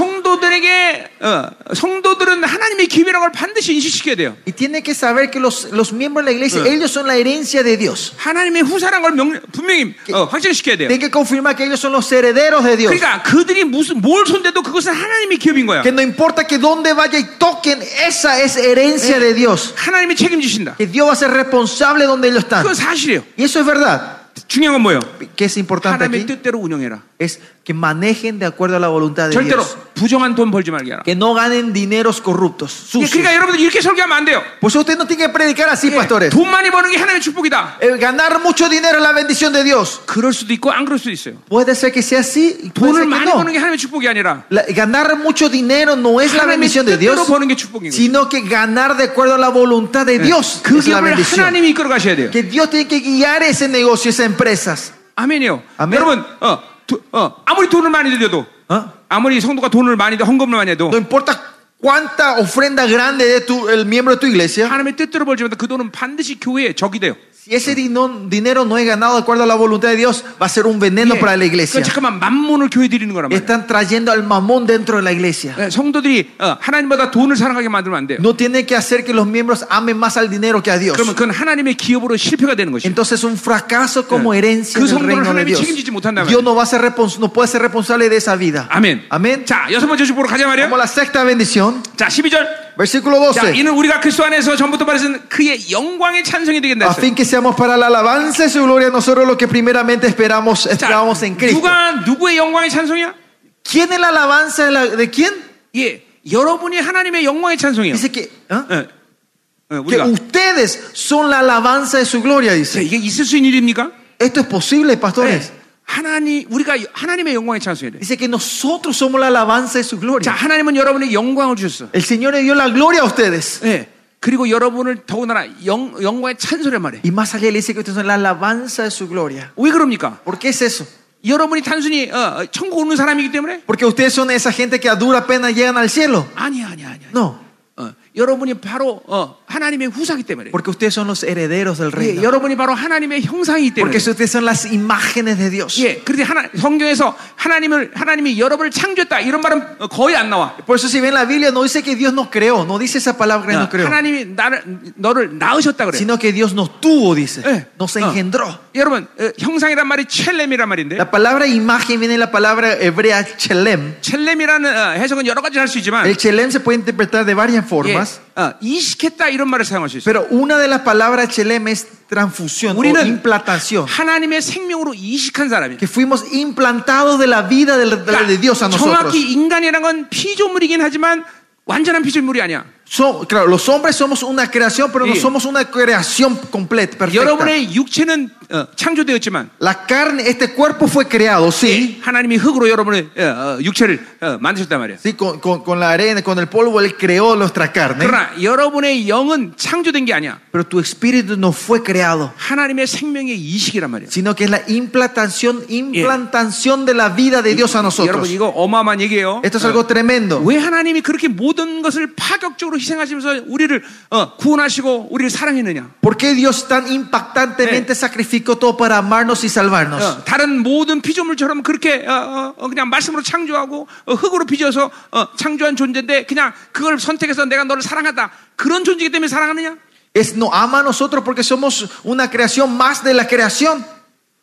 [SPEAKER 1] 성도들에게 어, 성도들은 하나님의 기업이라는 걸 반드시 인식시켜야 돼요.
[SPEAKER 2] Y tiene que saber que los, los miembros de la iglesia,
[SPEAKER 1] Sí.
[SPEAKER 2] ellos son la herencia de Dios.
[SPEAKER 1] 하나님의 후사라는 걸 명, 분명히 어, 확정시켜야 돼요.
[SPEAKER 2] Tienen que confirmar que ellos son los herederos de Dios.
[SPEAKER 1] 그러니까 그들이 무슨 뭘 손대도 그것은 하나님의 기업인 거야.
[SPEAKER 2] Que no importa que donde vaya y toquen, esa es herencia de Dios.
[SPEAKER 1] 하나님이 책임지신다.
[SPEAKER 2] Que Dios va a ser responsable donde ellos están.
[SPEAKER 1] 그건 사실이에요.
[SPEAKER 2] Y eso es verdad.
[SPEAKER 1] 중요한 건 뭐예요?
[SPEAKER 2] Que es importante
[SPEAKER 1] 하나님의
[SPEAKER 2] aquí
[SPEAKER 1] 뜻대로 운영해라.
[SPEAKER 2] es que manejen de acuerdo a la voluntad de
[SPEAKER 1] 절대로
[SPEAKER 2] Dios.
[SPEAKER 1] 부정한 돈 벌지 말게 하라.
[SPEAKER 2] Que no ganen dineros corruptos.
[SPEAKER 1] 예,
[SPEAKER 2] sucios.
[SPEAKER 1] 그러니까 여러분들 이렇게 설교하면 안 돼요.
[SPEAKER 2] Por eso usted no tiene que predicar así,
[SPEAKER 1] 예,
[SPEAKER 2] pastores.
[SPEAKER 1] 돈 많이 버는 게 하나님의 축복이다.
[SPEAKER 2] El ganar mucho dinero es la bendición de Dios.
[SPEAKER 1] 그럴 수도 있고 안 그럴 수도 있어요.
[SPEAKER 2] Puede ser que sea así y puede
[SPEAKER 1] 돈을
[SPEAKER 2] ser que
[SPEAKER 1] 많이 버는
[SPEAKER 2] no.
[SPEAKER 1] 게 하나님의 축복이 아니라
[SPEAKER 2] La- ganar mucho dinero no es la
[SPEAKER 1] 하나님의
[SPEAKER 2] bendición de Dios,
[SPEAKER 1] 뜻대로 버는 게 축복인 거예요.
[SPEAKER 2] sino que ganar de acuerdo a la voluntad de Dios
[SPEAKER 1] 그
[SPEAKER 2] es la
[SPEAKER 1] 기업을
[SPEAKER 2] bendición.
[SPEAKER 1] 하나님이 이끌어 가셔야 돼요.
[SPEAKER 2] Que Dios tiene que guiar ese negocio, esas empresas.
[SPEAKER 1] 아멘이요.
[SPEAKER 2] 아멘.
[SPEAKER 1] 여러분, 어, 두- 어, 아무리 돈을 많이 드려도,
[SPEAKER 2] 어?
[SPEAKER 1] 아무리 성도가 돈을 많이 더 헌금을 많이 해도
[SPEAKER 2] No importa cuánta ofrenda grande de tu, el miembro de tu iglesia,
[SPEAKER 1] 하나님의 뜻대로 벌지만 그 돈은 반드시 교회의 적이 돼요.
[SPEAKER 2] si ese dino- dinero no es ganado de acuerdo a la voluntad de Dios, va a ser un veneno para la iglesia.
[SPEAKER 1] 예. 그건 잠깐만 만문을 교회 드리는 거란 말이에요.
[SPEAKER 2] Están trayendo al mamón dentro de la iglesia.
[SPEAKER 1] 예, 성도들이 어, 하나님보다 돈을 사랑하게 만들면 안 돼요.
[SPEAKER 2] No tiene que hacer que los miembros amen más al dinero que a Dios.
[SPEAKER 1] 그러면 그건 하나님의 기업으로 실패가 되는 것이에요.
[SPEAKER 2] Entonces un fracaso como
[SPEAKER 1] 예.
[SPEAKER 2] herencia
[SPEAKER 1] 그
[SPEAKER 2] en el
[SPEAKER 1] 성도를
[SPEAKER 2] reino de
[SPEAKER 1] 하나님이
[SPEAKER 2] Dios.
[SPEAKER 1] 책임지지 못한다면.
[SPEAKER 2] Dios no va a ser respons- no puede ser responsable de esa vida.
[SPEAKER 1] 아멘.
[SPEAKER 2] Amén.
[SPEAKER 1] 자, 여섯 번째 주보로 가자 말이에요.
[SPEAKER 2] Como la sexta bendición,
[SPEAKER 1] 자, 12절.
[SPEAKER 2] versículo
[SPEAKER 1] 자,
[SPEAKER 2] 12.
[SPEAKER 1] 이는 우리가 그리스도 안에서 전부터 말했던 그의 영광의 찬송이 되겠다
[SPEAKER 2] A
[SPEAKER 1] 했어요.
[SPEAKER 2] fin que seamos para la alabanza de su gloria nosotros lo que primeramente esperamos,
[SPEAKER 1] 자,
[SPEAKER 2] esperamos en Cristo.
[SPEAKER 1] 누가 누구의 영광의 찬송이야?
[SPEAKER 2] ¿Quién es la alabanza de, la- de quién?
[SPEAKER 1] 예, 여러분이 하나님의 영광의 찬송이에요.
[SPEAKER 2] Dice que, ¿ah?
[SPEAKER 1] 예, 예,
[SPEAKER 2] que
[SPEAKER 1] 우리가
[SPEAKER 2] ustedes son la alabanza de su gloria,
[SPEAKER 1] 자,
[SPEAKER 2] dice.
[SPEAKER 1] 이게 있을 수 있는 일입니까?
[SPEAKER 2] Esto es posible, pastores.
[SPEAKER 1] 예, 하나님 우리가 하나님의 영광의 찬송이래.
[SPEAKER 2] Dice que nosotros somos la alabanza de su
[SPEAKER 1] 자,
[SPEAKER 2] gloria.
[SPEAKER 1] 하나님은 여러분의 영광을 주셨어.
[SPEAKER 2] El Señor le dio la gloria a ustedes.
[SPEAKER 1] 예. 그리고 여러분을 더군다나 영, 영광의 찬송을 말해.
[SPEAKER 2] Y más allá le dice que ustedes son la alabanza de su gloria.
[SPEAKER 1] 왜 그럽니까?
[SPEAKER 2] ¿Por qué es eso?
[SPEAKER 1] 여러분이 단순히 어, 어, 천국 오는 사람이기 때문에?
[SPEAKER 2] Porque ustedes son esa gente que a dura pena llegan al cielo.
[SPEAKER 1] 아니야, 아니야, 아니야.
[SPEAKER 2] No,
[SPEAKER 1] 어, 여러분이 바로 어, 하나님의 후사기 때문에.
[SPEAKER 2] porque ustedes son los herederos del
[SPEAKER 1] 예,
[SPEAKER 2] reino.
[SPEAKER 1] 여러분이 바로 하나님의 형상이기 때문에.
[SPEAKER 2] Porque ustedes son las imágenes de Dios.
[SPEAKER 1] 예, 그런데 하나, 성경에서 하나님을 하나님이 여러분을 창조했다 이런 말은 어, 거의 안 나와.
[SPEAKER 2] Por eso si ven la Biblia no dice que Dios nos creó, no dice esa palabra que
[SPEAKER 1] 어,
[SPEAKER 2] nos creó,
[SPEAKER 1] 하나님이 나를 너를 낳으셨다 그래.
[SPEAKER 2] sino que Dios nos tuvo, dice,
[SPEAKER 1] Eh.
[SPEAKER 2] nos
[SPEAKER 1] Ah.
[SPEAKER 2] engendró.
[SPEAKER 1] 여러분 어, 형상이란 말이 첼렘이란 말인데
[SPEAKER 2] La palabra imagen viene de la palabra hebrea chelem.
[SPEAKER 1] 첼렘이라는 어, 해석은 여러 가지 할 수 있지만 Ah.
[SPEAKER 2] El chelem se puede interpretar de varias
[SPEAKER 1] 예,
[SPEAKER 2] formas.
[SPEAKER 1] 어, 이식했다 이런 이런 말을 사용할 수 있어요.
[SPEAKER 2] Pero una de las palabras chelem es transfusión o
[SPEAKER 1] 우리는
[SPEAKER 2] implantación.
[SPEAKER 1] 하나님의 생명으로 이식한 사람이에요. 그러니까
[SPEAKER 2] Que fuimos implantados de la vida del- de, de Dios a nosotros.
[SPEAKER 1] 정확히 인간이란 건 피조물이긴 하지만 완전한 피조물이 아니야.
[SPEAKER 2] So- claro, los hombres somos una creación, pero no
[SPEAKER 1] Sí.
[SPEAKER 2] somos una creación completa, perfecta.
[SPEAKER 1] 여러분의 육체는 어, 창조되었지만
[SPEAKER 2] La carne, este cuerpo fue creado, sí.
[SPEAKER 1] 하나님이 흙으로 여러분의 어, 어, 육체를 어, 만드셨단 말이에요.
[SPEAKER 2] Sí, con, con- con la arena, con el polvo, Él creó nuestra carne.
[SPEAKER 1] 그러나 여러분의 영은 창조된 게 아니야.
[SPEAKER 2] Pero tu espíritu no fue creado,
[SPEAKER 1] 하나님의 생명의 이식이란 말이에요.
[SPEAKER 2] sino que es la implantación, implantación de la vida de Dios a
[SPEAKER 1] 여러분
[SPEAKER 2] nosotros.
[SPEAKER 1] 이거 어마어마한 얘기예요.
[SPEAKER 2] Esto es
[SPEAKER 1] 어.
[SPEAKER 2] algo tremendo.
[SPEAKER 1] 왜 하나님이 그렇게 모든 것을 파격적으로 희생하시면서 우리를 어, 구원하시고 우리를 사랑했느냐?
[SPEAKER 2] ¿Por qué Dios tan impactantemente sacrificó todo para amarnos y salvarnos?
[SPEAKER 1] 어, 다른 모든 피조물처럼 그렇게 어, 어, 어, 그냥 말씀으로 창조하고 어, 흙으로 빚어서 어, 창조한 존재인데 그냥 그걸 선택해서 내가 너를 사랑한다 그런 존재이기 때문에 사랑하느냐?
[SPEAKER 2] Es, no ama a nosotros porque somos una creación más de la creación.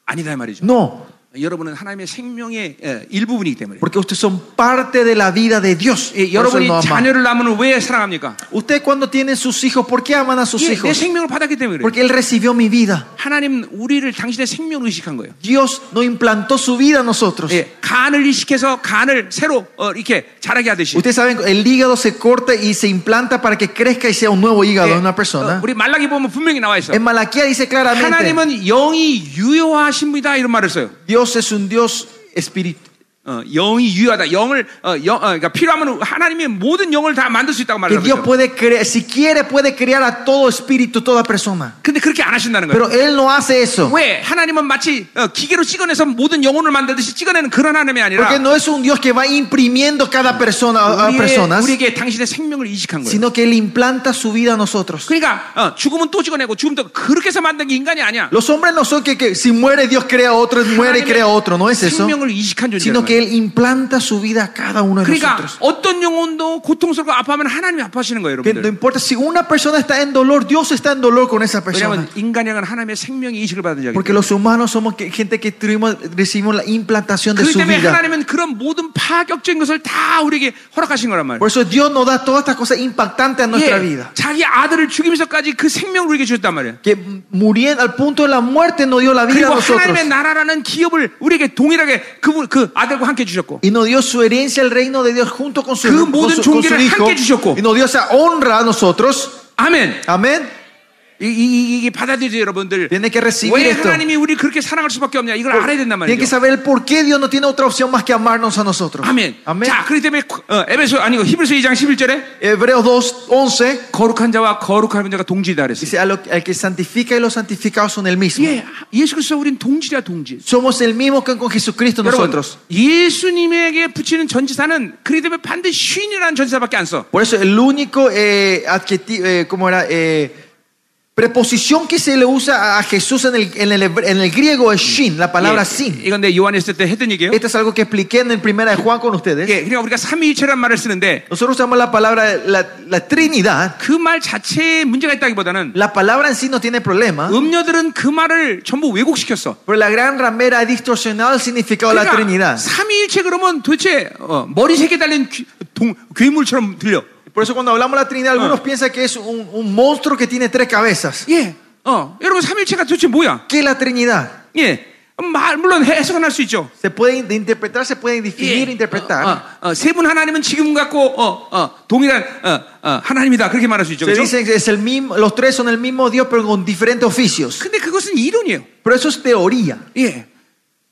[SPEAKER 1] 아니다 이 말이죠.
[SPEAKER 2] No,
[SPEAKER 1] 여러분은 하나님의 생명의 예, 일부분이기 때문에.
[SPEAKER 2] porque ustedes son parte de la vida de Dios.
[SPEAKER 1] 예,
[SPEAKER 2] Por eso
[SPEAKER 1] 여러분이
[SPEAKER 2] él no ama.
[SPEAKER 1] 자녀를 낳으면 왜 사랑합니까?
[SPEAKER 2] Usted cuando tienen sus hijos, ¿por qué aman a sus
[SPEAKER 1] 예, 내
[SPEAKER 2] hijos?
[SPEAKER 1] 생명을 받았기 때문에 그래요.
[SPEAKER 2] Porque Él recibió mi vida.
[SPEAKER 1] 하나님 우리를 당신의 생명으로 의식한 거예요.
[SPEAKER 2] Dios nos implantó su vida a nosotros.
[SPEAKER 1] 예, 간을 의식해서 간을 새로 어, 이렇게 자라게 하듯이.
[SPEAKER 2] Ustedes saben, el hígado se corta y se implanta para que crezca y sea un nuevo hígado
[SPEAKER 1] 예,
[SPEAKER 2] en una persona.
[SPEAKER 1] 어, 우리 말라기 보면 분명히 나와 있어.
[SPEAKER 2] En Malaquía dice claramente,
[SPEAKER 1] 하나님은 영이 유효하신 분이다 이런 말을 써요.
[SPEAKER 2] Dios es un Dios espiritual.
[SPEAKER 1] 어, 영이 유효하다. 영을 어, 영, 어, 그러니까 필요하면 하나님의 모든 영을 다 만들 수 있다고
[SPEAKER 2] Que
[SPEAKER 1] 말하고
[SPEAKER 2] Dios
[SPEAKER 1] 있어요.
[SPEAKER 2] puede crear, si quiere puede crear a todo espíritu, toda persona.
[SPEAKER 1] 근데 그렇게 안 하신다는 거예요.
[SPEAKER 2] Pero Él no hace eso.
[SPEAKER 1] 왜 하나님은 마치 어, 기계로 찍어내서 모든 영혼을 만들듯이 찍어내는 그런 하나님이 아니라
[SPEAKER 2] Porque no es un Dios que va imprimiendo cada persona a- a
[SPEAKER 1] 우리의,
[SPEAKER 2] 아, personas,
[SPEAKER 1] 우리에게 당신의 생명을 이식한 거예요.
[SPEAKER 2] sino que Él implanta su vida a nosotros.
[SPEAKER 1] 그러니까 어, 죽음은 또 찍어내고 죽음 또 그렇게 해서 만든 게 인간이 아니야.
[SPEAKER 2] Los hombres no son que, que si muere Dios crea otro, muere y crea otro, no es eso,
[SPEAKER 1] 생명을 이식한
[SPEAKER 2] sino
[SPEAKER 1] 존재라는
[SPEAKER 2] que
[SPEAKER 1] 거예요.
[SPEAKER 2] Él implanta su vida a cada uno de
[SPEAKER 1] 그러니까
[SPEAKER 2] nosotros.
[SPEAKER 1] 어떤 영혼도 고통스럽고 아파하면 하나님이 아파하시는 거예요,
[SPEAKER 2] Que no
[SPEAKER 1] 여러분들.
[SPEAKER 2] importa si una persona está en dolor, Dios está en dolor con esa persona.
[SPEAKER 1] 왜냐하면 인간이란 하나님의 생명의 이식을 받은 자기
[SPEAKER 2] Porque los humanos somos que- gente que tuvimos- recibimos la implantación de
[SPEAKER 1] 그
[SPEAKER 2] su
[SPEAKER 1] 때문에
[SPEAKER 2] vida.
[SPEAKER 1] 하나님은 그런 모든 파격적인 것을 다 우리에게 허락하신 거란 말이에요.
[SPEAKER 2] Por eso Dios nos da todas estas cosas impactantes a
[SPEAKER 1] 예,
[SPEAKER 2] nuestra vida.
[SPEAKER 1] 자기 아들을 죽이면서까지 그 생명을 우리에게 주셨단 말이에요.
[SPEAKER 2] Que muriendo al punto de la muerte nos dio la vida a
[SPEAKER 1] 그리고
[SPEAKER 2] nosotros.
[SPEAKER 1] 하나님의 나라라는 기업을 우리에게 동일하게 그분 그 아들과 함께 주셨고
[SPEAKER 2] Y nos dio su herencia el reino de Dios junto con su,
[SPEAKER 1] 그
[SPEAKER 2] con
[SPEAKER 1] 모든
[SPEAKER 2] su- con su
[SPEAKER 1] 존귀를 함께
[SPEAKER 2] hijo.
[SPEAKER 1] 주셨고.
[SPEAKER 2] Y nos dio esa honra a nosotros.
[SPEAKER 1] 아멘.
[SPEAKER 2] Amén.
[SPEAKER 1] 이, 이, 이- 이게 받아들이세요, 여러분들.
[SPEAKER 2] Tiene que recibir
[SPEAKER 1] 왜
[SPEAKER 2] esto.
[SPEAKER 1] 하나님이 어, 우리 그렇게 사랑할 수밖에 없냐? 이걸 알아야 된단
[SPEAKER 2] Tiene que
[SPEAKER 1] 말이죠.
[SPEAKER 2] saber el por qué Dios no tiene otra opción más que amarnos a nosotros.
[SPEAKER 1] 아멘.
[SPEAKER 2] Amén.
[SPEAKER 1] 자, 그렇기 때문에 어, 에베소 아니고 히브리서 2장 11절에
[SPEAKER 2] Hebreos 2, 11.
[SPEAKER 1] 거룩한 자와 거룩한 자가 동지다 그랬어요.
[SPEAKER 2] Dice, a lo- al que santifica y los santificados son el mismo.
[SPEAKER 1] 예, 예수 그리스도 우리는 동지야, 동지.
[SPEAKER 2] Somos el mismo que con Jesucristo
[SPEAKER 1] 여러분,
[SPEAKER 2] nosotros.
[SPEAKER 1] 예수님에게 붙이는 전지사는 그렇기 때문에 반드시 쉰이라는 전지사밖에 안 써.
[SPEAKER 2] Por eso el único eh, adjetivo, eh, ¿cómo era? Eh, preposición que se le usa a Jesús en el, en el, hebre- en el griego es shin, la palabra sin.
[SPEAKER 1] 예, 이건 내 요한했을 때 했던 얘기예요.
[SPEAKER 2] Esto es algo que expliqué en el primera de Juan con ustedes.
[SPEAKER 1] 예, 그러니까 우리가 삼위일체란 말을 쓰는데
[SPEAKER 2] Nosotros usamos la palabra la, la Trinidad.
[SPEAKER 1] 그 말 자체에 문제가 있다기보다는
[SPEAKER 2] La palabra en sí no tiene problema,
[SPEAKER 1] 음녀들은 그 말을 전부 왜곡시켰어.
[SPEAKER 2] pero la gran ramera ha distorsionado el significado de la
[SPEAKER 1] 그러니까
[SPEAKER 2] Trinidad.
[SPEAKER 1] 삼위일체 그러면 도대체 어, 머리 세 개 달린 귀- 동- 괴물처럼 들려.
[SPEAKER 2] Por eso cuando hablamos de la Trinidad, algunos piensan que es un, un monstruo que tiene tres cabezas.
[SPEAKER 1] 예, 어, 여러분 삼위일체가 도대체 뭐야?
[SPEAKER 2] ¿Qué es la Trinidad?
[SPEAKER 1] 예, 말 물론 해석은 할 수 있죠.
[SPEAKER 2] Se puede in- interpretar, se puede
[SPEAKER 1] 예.
[SPEAKER 2] definir, interpretar.
[SPEAKER 1] 어, 어, 세분 하나님은 지금 같고 어, 어, 동일한 어, 어, 하나님이다 그렇게 말할 수 있죠.
[SPEAKER 2] Se
[SPEAKER 1] 그렇죠?
[SPEAKER 2] dice que es el mismo, los tres son el mismo Dios, pero con diferentes oficios.
[SPEAKER 1] 근데 그것은 이론이에요.
[SPEAKER 2] Pero eso es teoría.
[SPEAKER 1] 예.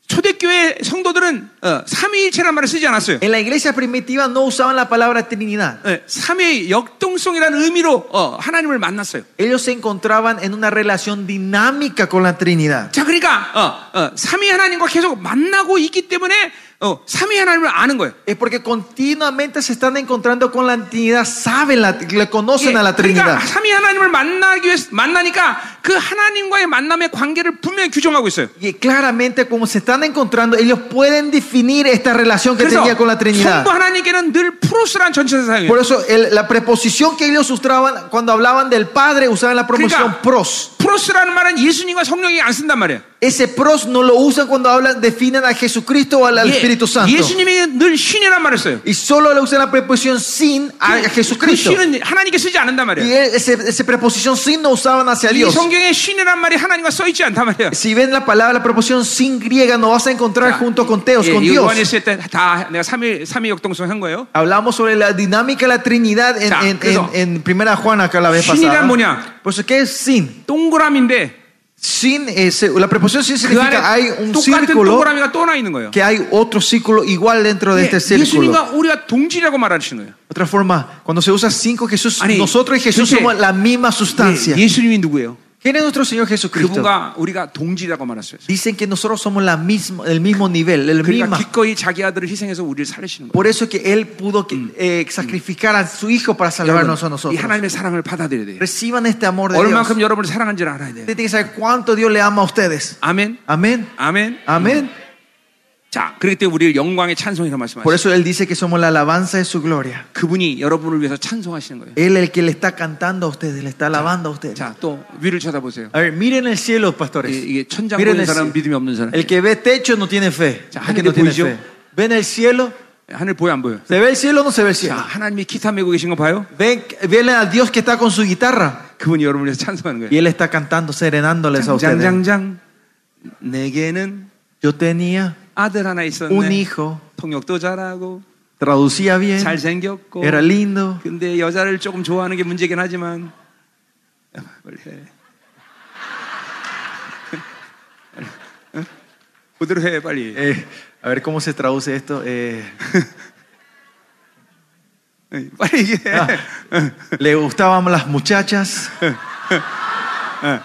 [SPEAKER 1] 초대교회 성도들은 어, 삼위일체란 말을 쓰지 않았어요.
[SPEAKER 2] En la iglesia primitiva no usaban la palabra Trinidad.
[SPEAKER 1] 예, 삼위 역동성이라는 의미로 어, 하나님을 만났어요.
[SPEAKER 2] Ellos se encontraban en una relación dinámica con la Trinidad.
[SPEAKER 1] 자, 그러니까 어, 어, 삼위 하나님과 계속 만나고 있기 때문에 어, 삼위 하나님을 아는 거예요.
[SPEAKER 2] Es porque continuamente se están encontrando con la Trinidad, saben, la, le
[SPEAKER 1] 예,
[SPEAKER 2] conocen a la Trinidad.
[SPEAKER 1] 그러니까 삼위 하나님을 만나기 위해 만나니까 그 하나님과의 만남의 관계를 분명히 규정하고 있어요.
[SPEAKER 2] Y claramente como se están encontrando, ellos pueden definir esta relación que
[SPEAKER 1] 그래서
[SPEAKER 2] tenía con la Trinidad.
[SPEAKER 1] 성부 하나님께는 늘 프로스란 전체사 사용해요.
[SPEAKER 2] Por eso el- la preposición que ellos usaban cuando hablaban del Padre, usaban la preposición
[SPEAKER 1] Kika.
[SPEAKER 2] pros.
[SPEAKER 1] 프로스라는 말은 예수님과 성령이 안 쓴단 말이에요.
[SPEAKER 2] Ese pros no lo usan cuando hablan, definen a Jesucristo o al, al Espíritu Santo.
[SPEAKER 1] 예. 예수님이 늘 신이란 말을 써요.
[SPEAKER 2] Y solo le usan la preposición sin a, a
[SPEAKER 1] 그
[SPEAKER 2] Jesucristo.
[SPEAKER 1] 신은 하나님께 쓰지 않는단
[SPEAKER 2] Y
[SPEAKER 1] 말이에요.
[SPEAKER 2] e- ese esa preposición sin no usaban hacia
[SPEAKER 1] 이
[SPEAKER 2] Dios.
[SPEAKER 1] 성경에 신이란 말이 하나님과 써 있지 않단 말이야.
[SPEAKER 2] Si ven la palabra, la preposición sin griega, no vas a encontrar junto con teos,
[SPEAKER 1] 예,
[SPEAKER 2] con
[SPEAKER 1] 이
[SPEAKER 2] Dios.
[SPEAKER 1] 요한일서 때다 내가 삼위 삼위 역동성 한 거예요.
[SPEAKER 2] Hablamos sobre la dinámica de la Trinidad en,
[SPEAKER 1] Ya,
[SPEAKER 2] en,
[SPEAKER 1] eso.
[SPEAKER 2] en- en Primera Juan acá la vez
[SPEAKER 1] Sin이란
[SPEAKER 2] pasada.
[SPEAKER 1] 뭐냐?
[SPEAKER 2] Pues ¿qué es sin?
[SPEAKER 1] 동그라미인데
[SPEAKER 2] Sin es- la preposición sin
[SPEAKER 1] 그 안에
[SPEAKER 2] significa hay un
[SPEAKER 1] 똑같은
[SPEAKER 2] círculo
[SPEAKER 1] 동그라미가 또 하나 있는 거예요.
[SPEAKER 2] que hay otro círculo igual dentro de este
[SPEAKER 1] 예,
[SPEAKER 2] círculo.
[SPEAKER 1] 예수님과 우리가 동질이라고 말하시는 거예요.
[SPEAKER 2] Otra forma, cuando se usa cinco Jesús,
[SPEAKER 1] Ani,
[SPEAKER 2] nosotros y Jesús
[SPEAKER 1] 그렇게-
[SPEAKER 2] somos la misma sustancia.
[SPEAKER 1] 예, 예수님이 누구예요?
[SPEAKER 2] ¿Quién es nuestro Señor Jesucristo?
[SPEAKER 1] 그분과 우리가 동질이라고 말했어요.
[SPEAKER 2] Dicen que nosotros somos la misma, el mismo nivel, el
[SPEAKER 1] 그러니까
[SPEAKER 2] misma.
[SPEAKER 1] 기꺼이 자기 아들을 희생해서 우리를 살리시는 거예요.
[SPEAKER 2] Por eso que Él pudo
[SPEAKER 1] Mm.
[SPEAKER 2] que- eh, sacrificar a su Hijo para salvarnos a
[SPEAKER 1] 이
[SPEAKER 2] nosotros.
[SPEAKER 1] 하나님의 사랑을 받아들여야 돼요.
[SPEAKER 2] Reciban este amor de Dios.
[SPEAKER 1] 얼만큼 여러분을 사랑하는지를 알아야 돼요.
[SPEAKER 2] Usted tiene que saber cuánto Dios le ama a ustedes.
[SPEAKER 1] 아멘.
[SPEAKER 2] Amén.
[SPEAKER 1] 아멘.
[SPEAKER 2] Amén.
[SPEAKER 1] 자, 그렇기 때문에 우리를 영광의 찬송이라고 말씀하셨어요.
[SPEAKER 2] Por eso Él dice que somos la alabanza de su gloria.
[SPEAKER 1] 그분이 여러분을 위해서 찬송하시는 거예요.
[SPEAKER 2] Él es el que le está cantando a ustedes, le está alabando a ustedes.
[SPEAKER 1] 자, 또 위를 쳐다보세요.
[SPEAKER 2] A ver, miren el cielo,
[SPEAKER 1] 이-
[SPEAKER 2] pastores.
[SPEAKER 1] 이게 천장
[SPEAKER 2] Miren
[SPEAKER 1] 보는
[SPEAKER 2] el
[SPEAKER 1] 사람
[SPEAKER 2] cielo.
[SPEAKER 1] 믿음이 없는 사람.
[SPEAKER 2] El que ve techo no tiene fe.
[SPEAKER 1] 자,
[SPEAKER 2] El que no
[SPEAKER 1] 하늘이
[SPEAKER 2] tiene
[SPEAKER 1] 보이죠?
[SPEAKER 2] fe. ¿Ven el cielo?
[SPEAKER 1] 하늘 보여 안 보여?
[SPEAKER 2] ¿Se ve el cielo o no se ve el
[SPEAKER 1] 자,
[SPEAKER 2] cielo?
[SPEAKER 1] 하나님이 기타 메고 계신 거 봐요?
[SPEAKER 2] Ven, ven a Dios que está con su guitarra.
[SPEAKER 1] 그분이 여러분을 위해서 찬송하는 거예요.
[SPEAKER 2] Y Él está cantando, serenándoles a ustedes.
[SPEAKER 1] 장장장장 내게는
[SPEAKER 2] Yo tenía
[SPEAKER 1] 아들 하나
[SPEAKER 2] un
[SPEAKER 1] 있었네.
[SPEAKER 2] hijo,
[SPEAKER 1] 통역도 잘하고
[SPEAKER 2] traducía
[SPEAKER 1] 예.
[SPEAKER 2] bien,
[SPEAKER 1] 잘생겼고
[SPEAKER 2] era lindo.
[SPEAKER 1] 근데 여자를 조금 좋아하는 게 문제긴 하지만 빨리 해. 응? 그대로 해 어? 빨리.
[SPEAKER 2] Eh, a ver cómo se traduce esto. Eh,
[SPEAKER 1] 응, 빨리 얘기해. 어.
[SPEAKER 2] 아.
[SPEAKER 1] 응,
[SPEAKER 2] le gustaban las muchachas,
[SPEAKER 1] 응. 어.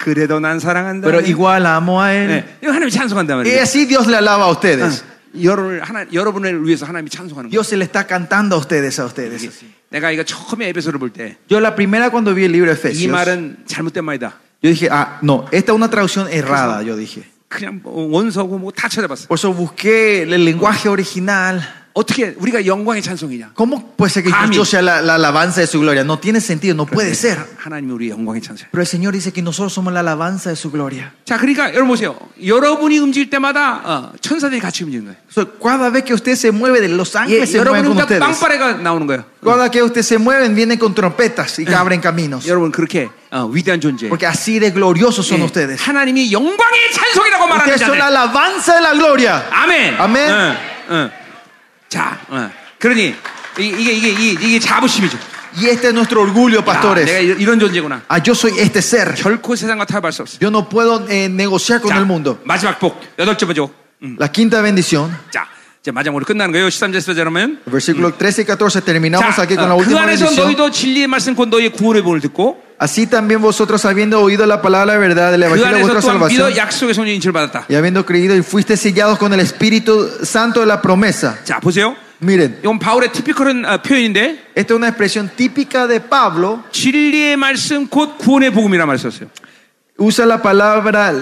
[SPEAKER 1] 그래도 난 사랑한다.
[SPEAKER 2] pero igual la amo a él.
[SPEAKER 1] 네. 이거 하나님이 찬송한단
[SPEAKER 2] Y
[SPEAKER 1] 말이에요.
[SPEAKER 2] así Dios le alaba a ustedes.
[SPEAKER 1] 응. 여러분을 하나 여러분을 위해서 하나님이 찬송하는 거예요.
[SPEAKER 2] Dios se le está cantando a ustedes, a
[SPEAKER 1] 이게
[SPEAKER 2] ustedes.
[SPEAKER 1] 내가 이거 처음에 에베소를 볼 때 이
[SPEAKER 2] Yo la primera cuando vi el libro de Efesios,
[SPEAKER 1] 말은 잘못된 말이다.
[SPEAKER 2] yo dije, ah, no, esta es una traducción errada, yo dije.
[SPEAKER 1] 그냥 뭐 원서고 뭐 다 찾아봤어.
[SPEAKER 2] Por eso busqué el lenguaje original.
[SPEAKER 1] 어떻게 우리가 영광의 찬송이냐?
[SPEAKER 2] ¿Cómo puede ser que
[SPEAKER 1] Amén.
[SPEAKER 2] yo sea la, la alabanza de su gloria? No tiene sentido, no puede ser.
[SPEAKER 1] 하나님이 우리의 영광의 찬송.
[SPEAKER 2] Pero el Señor dice que nosotros somos la alabanza de su gloria.
[SPEAKER 1] 자, 그러니까 여러분 보세요. 여러분이 움직일 때마다 어, 천사들이 같이 움직이는 거예요.
[SPEAKER 2] So, cada vez que usted se mueve, de los
[SPEAKER 1] 예,
[SPEAKER 2] ángeles se mueven con
[SPEAKER 1] 여러분이 딱
[SPEAKER 2] ustedes.
[SPEAKER 1] 빵빠레가 나오는 거예요.
[SPEAKER 2] Cada que usted se mueven, vienen con trompetas y abren caminos.
[SPEAKER 1] 여러분 그렇게 어, 위대한 존재예요.
[SPEAKER 2] Porque así de gloriosos son
[SPEAKER 1] 예,
[SPEAKER 2] ustedes.
[SPEAKER 1] 하나님이 영광의 찬송이라고 말하는
[SPEAKER 2] Ustedes son la
[SPEAKER 1] 자들.
[SPEAKER 2] alabanza de la gloria.
[SPEAKER 1] 아멘.
[SPEAKER 2] 아멘.
[SPEAKER 1] 응, 응. 자, 응. 그러니 이, 이게 이게 이- 이게 자부심이죠. 야,
[SPEAKER 2] Y este es nuestro orgullo,
[SPEAKER 1] 내가
[SPEAKER 2] pastores.
[SPEAKER 1] 이- 이런 존재구나.
[SPEAKER 2] Ah, yo soy este ser.
[SPEAKER 1] 결코 세상과 타협할 수 없어.
[SPEAKER 2] Yo no puedo eh, negociar con
[SPEAKER 1] 자,
[SPEAKER 2] el mundo.
[SPEAKER 1] 마지막 복 여덟째 복. 음.
[SPEAKER 2] La quinta bendición,
[SPEAKER 1] 자, 이제 마지막으로 끝나는 거예요. 13절에서 그러면
[SPEAKER 2] versículos 13 y 14, terminamos
[SPEAKER 1] 자,
[SPEAKER 2] aquí con la
[SPEAKER 1] 어, 그
[SPEAKER 2] última
[SPEAKER 1] 안에서
[SPEAKER 2] bendición.
[SPEAKER 1] 너희도 진리의 말씀 곧 너희의 구원의 복을 듣고
[SPEAKER 2] Así también vosotros, habiendo oído la palabra de verdad del
[SPEAKER 1] 그
[SPEAKER 2] Evangelio de
[SPEAKER 1] 안에서
[SPEAKER 2] vuestra
[SPEAKER 1] 또한
[SPEAKER 2] salvación,
[SPEAKER 1] 믿어 약속의 성령 인치를 받았다.
[SPEAKER 2] y habiendo creído y fuiste sellados con el Espíritu Santo de la promesa.
[SPEAKER 1] 자 보세요.
[SPEAKER 2] Miren,
[SPEAKER 1] 이건 바울의 티피컬한 어, 표현인데
[SPEAKER 2] esta es una expresión típica de Pablo.
[SPEAKER 1] 진리의 말씀 곧 구원의 복음이라 말했었어요.
[SPEAKER 2] Usa la palabra,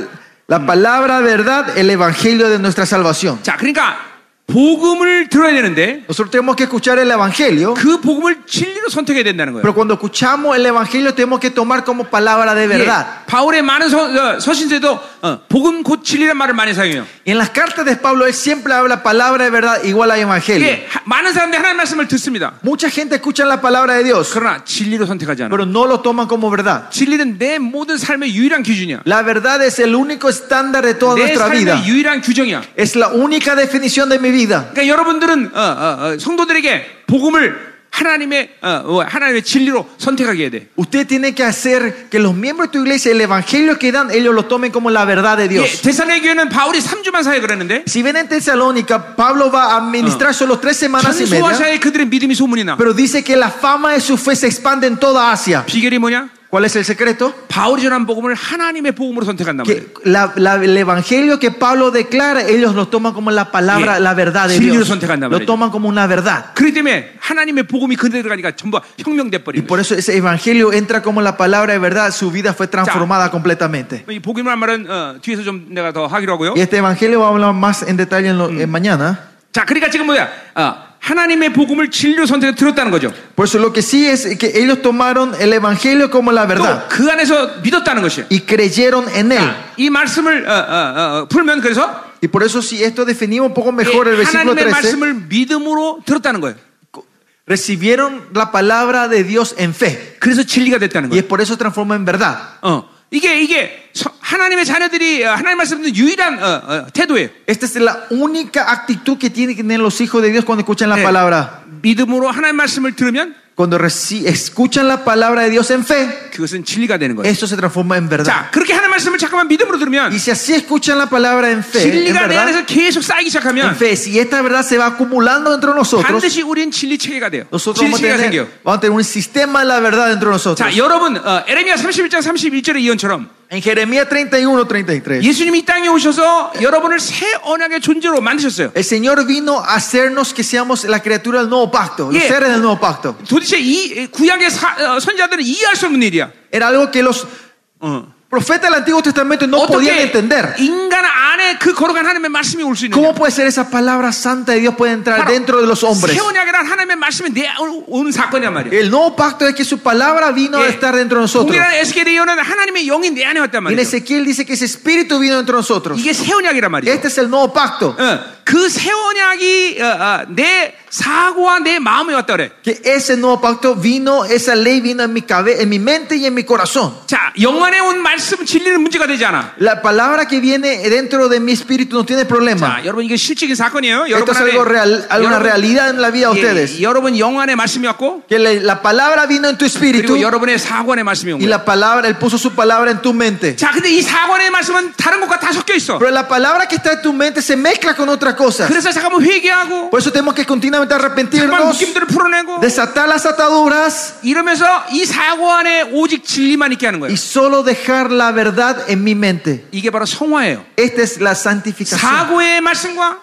[SPEAKER 2] la palabra verdad, el Evangelio de nuestra salvación.
[SPEAKER 1] 자 그러니까 복음을 들어야 되는데
[SPEAKER 2] Nosotros tenemos que escuchar el Evangelio,
[SPEAKER 1] 그 복음을 진리로 선택해야 된다는 거예요.
[SPEAKER 2] pero cuando escuchamos el Evangelio tenemos que tomar como palabra de
[SPEAKER 1] 예,
[SPEAKER 2] verdad.
[SPEAKER 1] 바울의 많은 서, 신서에도 어, 복음 곧 진리란 말을 많이 사용해요.
[SPEAKER 2] Y en las cartas de Pablo él siempre habla palabra de verdad igual a Evangelio.
[SPEAKER 1] 이게 하- 많은 사람들이 하나님 말씀을 듣습니다.
[SPEAKER 2] Mucha gente escucha la palabra de Dios,
[SPEAKER 1] 그러나 진리로 선택하지 않아요.
[SPEAKER 2] pero no lo toman como verdad.
[SPEAKER 1] 진리는 내 모든 삶의 유일한 기준이야.
[SPEAKER 2] La verdad es el único estándar de toda
[SPEAKER 1] 내
[SPEAKER 2] nuestra vida.
[SPEAKER 1] 삶의 유일한 규정이야.
[SPEAKER 2] Es la única definición de mi vida.
[SPEAKER 1] 그러니까 여러분들은 어, 어, 어, 성도들에게 복음을 하나님의 어, 어, 하나님의 진리로 선택하게 해야 돼.
[SPEAKER 2] Usted tiene que hacer que los miembros de tu iglesia, el evangelio que dan, ellos lo tomen como la verdad de
[SPEAKER 1] 예,
[SPEAKER 2] Dios.
[SPEAKER 1] 대산의 교회는 바울이 3주만 사역 그랬는데
[SPEAKER 2] Si ven en Tesalónica, Pablo va
[SPEAKER 1] Ah.
[SPEAKER 2] a administrar solo tres semanas y media,
[SPEAKER 1] 전소아시아의 그들의 믿음이 소문이 나.
[SPEAKER 2] pero dice que la fama de su fe se expande en toda Asia.
[SPEAKER 1] 비결이 뭐냐?
[SPEAKER 2] ¿Cuál es el secreto?
[SPEAKER 1] 바울이 전한 복음을 하나님의 복음으로 선택한단 말이야.
[SPEAKER 2] Que la- la- el evangelio que Pablo declara, ellos lo toman como la palabra,
[SPEAKER 1] Sí.
[SPEAKER 2] la verdad de
[SPEAKER 1] Sí,
[SPEAKER 2] Dios.
[SPEAKER 1] lo 선택한단
[SPEAKER 2] Lo
[SPEAKER 1] 말이죠.
[SPEAKER 2] toman como una verdad.
[SPEAKER 1] 그렇기 때문에 하나님의 복음이 그들에 들어가니까 전부 혁명돼
[SPEAKER 2] Y
[SPEAKER 1] 버리는
[SPEAKER 2] por
[SPEAKER 1] 거예요.
[SPEAKER 2] eso ese evangelio entra como la palabra de verdad, su vida fue transformada completamente.
[SPEAKER 1] 이 복음이란 말은 어, 뒤에서 좀 내가 더 하기로 하고요.
[SPEAKER 2] Y este evangelio va a hablar más en detalle en lo-
[SPEAKER 1] Mm.
[SPEAKER 2] en mañana.
[SPEAKER 1] 자, 그러니까 지금 뭐야? 어, 하나님의 복음을 진리로 선택해 들었다는 거죠.
[SPEAKER 2] Por eso lo que sí es que ellos tomaron el evangelio como la
[SPEAKER 1] 또
[SPEAKER 2] verdad
[SPEAKER 1] 그 안에서 믿었다는 것이에요.
[SPEAKER 2] y creyeron en él.
[SPEAKER 1] 자, 이 말씀을 어, 어, 어, 풀면 그래서
[SPEAKER 2] Y por eso si esto definimos un poco
[SPEAKER 1] 예,
[SPEAKER 2] mejor el versículo
[SPEAKER 1] 하나님의
[SPEAKER 2] 13,
[SPEAKER 1] 말씀을 믿음으로 들었다는 거예요.
[SPEAKER 2] recibieron la palabra de Dios en fe.
[SPEAKER 1] 그래서 진리가 됐다는
[SPEAKER 2] Y es
[SPEAKER 1] 거예요.
[SPEAKER 2] por eso se transforma en verdad.
[SPEAKER 1] 어, 이게 이게 서- 하나님의 자녀들이 어, 하나님 말씀 듣는 유일한 어, 어, 태도예요.
[SPEAKER 2] Esta es la única actitud que tienen que tener los hijos de Dios cuando escuchan la
[SPEAKER 1] 네.
[SPEAKER 2] palabra.
[SPEAKER 1] 믿음으로 하나님 말씀을 들으면
[SPEAKER 2] Cuando reci- escuchan la palabra de Dios en fe,
[SPEAKER 1] 그것은 진리가 되는 거예요.
[SPEAKER 2] eso se transforma en verdad.
[SPEAKER 1] 자, 그렇게 하나님 말씀을 잠깐만 믿음으로 들으면
[SPEAKER 2] Y si así escuchan la palabra en fe, en
[SPEAKER 1] 진리가 내
[SPEAKER 2] verdad,
[SPEAKER 1] 안에서 계속 쌓이기
[SPEAKER 2] en
[SPEAKER 1] 시작하면
[SPEAKER 2] fe, si esta verdad se va acumulando dentro de nosotros,
[SPEAKER 1] 반드시 우린 진리 체계가 돼요.
[SPEAKER 2] nosotros
[SPEAKER 1] 진리
[SPEAKER 2] vamos a,
[SPEAKER 1] 체계가
[SPEAKER 2] tener,
[SPEAKER 1] 생겨요.
[SPEAKER 2] vamos a tener un sistema de la verdad dentro de nosotros.
[SPEAKER 1] 자, 여러분, 어, 에레미야 31장 31절의 예언처럼
[SPEAKER 2] En Jeremías 31, 33.
[SPEAKER 1] 예수님이 이 땅에 오셔서 여러분을 새 언약의 존재로 만드셨어요.
[SPEAKER 2] El Señor vino a hacernos que seamos la criatura del nuevo pacto, los
[SPEAKER 1] Yeah.
[SPEAKER 2] seres del nuevo pacto.
[SPEAKER 1] 도대체 이 구약의 사- 어, 선자들은 이해할 수 없는 일이야.
[SPEAKER 2] Era algo que los
[SPEAKER 1] 어.
[SPEAKER 2] profetas del Antiguo Testamento no podían
[SPEAKER 1] 어떻게
[SPEAKER 2] entender.
[SPEAKER 1] 인간 안에 그 거룩한 하나님의 말씀이 올 수 있는
[SPEAKER 2] ¿Cómo puede ser esa palabra santa de Dios puede entrar
[SPEAKER 1] Claro.
[SPEAKER 2] dentro de los hombres?
[SPEAKER 1] 새 언약이란 하나님의 말씀이 내온 사건이란 말이야. 예.
[SPEAKER 2] El nuevo pacto es que su palabra vino a estar dentro de nosotros.
[SPEAKER 1] 동일한 에스겔의 예언은 하나님의 영이 내 안에 왔단
[SPEAKER 2] Y en
[SPEAKER 1] 말이야.
[SPEAKER 2] Ezequiel dice que ese espíritu vino dentro de nosotros.
[SPEAKER 1] 이게 새 언약이란 말이야. 어.
[SPEAKER 2] Este es el nuevo
[SPEAKER 1] 예?
[SPEAKER 2] pacto.
[SPEAKER 1] Ah. 그새 언약이 어, 어, 내 사고와 내 마음에 왔다 그래.
[SPEAKER 2] Que ese nuevo pacto vino, esa ley vino en mi cabeza, en mi mente y en mi corazón.
[SPEAKER 1] 자, 영안에 온 말씀 진리는 문제가 되지 않아.
[SPEAKER 2] La palabra que viene dentro de mi espíritu no tiene problema.
[SPEAKER 1] 자, 여러분 이게 실질적인 사건이에요.
[SPEAKER 2] Esto
[SPEAKER 1] 여러분
[SPEAKER 2] es algo real, alguna realidad en la vida de ustedes.
[SPEAKER 1] 예, 여러분 영안의 말씀이 왔고
[SPEAKER 2] Que le- la palabra vino en tu espíritu
[SPEAKER 1] 그리고 여러분의 사관의 말씀이 온
[SPEAKER 2] y
[SPEAKER 1] 거예요.
[SPEAKER 2] la palabra, Él puso su palabra en tu mente.
[SPEAKER 1] 자, 근데 이 사관의 말씀은 다른 것과 다 섞여 있어.
[SPEAKER 2] Pero la palabra que está en tu mente se mezcla con otra cosa.
[SPEAKER 1] 그래서 잠깐만 회개하고
[SPEAKER 2] Por eso tenemos que continuamente
[SPEAKER 1] 잠깐만
[SPEAKER 2] arrepentirnos,
[SPEAKER 1] 느낌들을 풀어내고
[SPEAKER 2] desatar las ataduras
[SPEAKER 1] 이러면서 이 사고 안에 오직 진리만 있게 하는 거예요.
[SPEAKER 2] y solo dejar la verdad en mi mente.
[SPEAKER 1] 이게 바로 성화예요.
[SPEAKER 2] Esta es la santificación.
[SPEAKER 1] 사고의 말씀과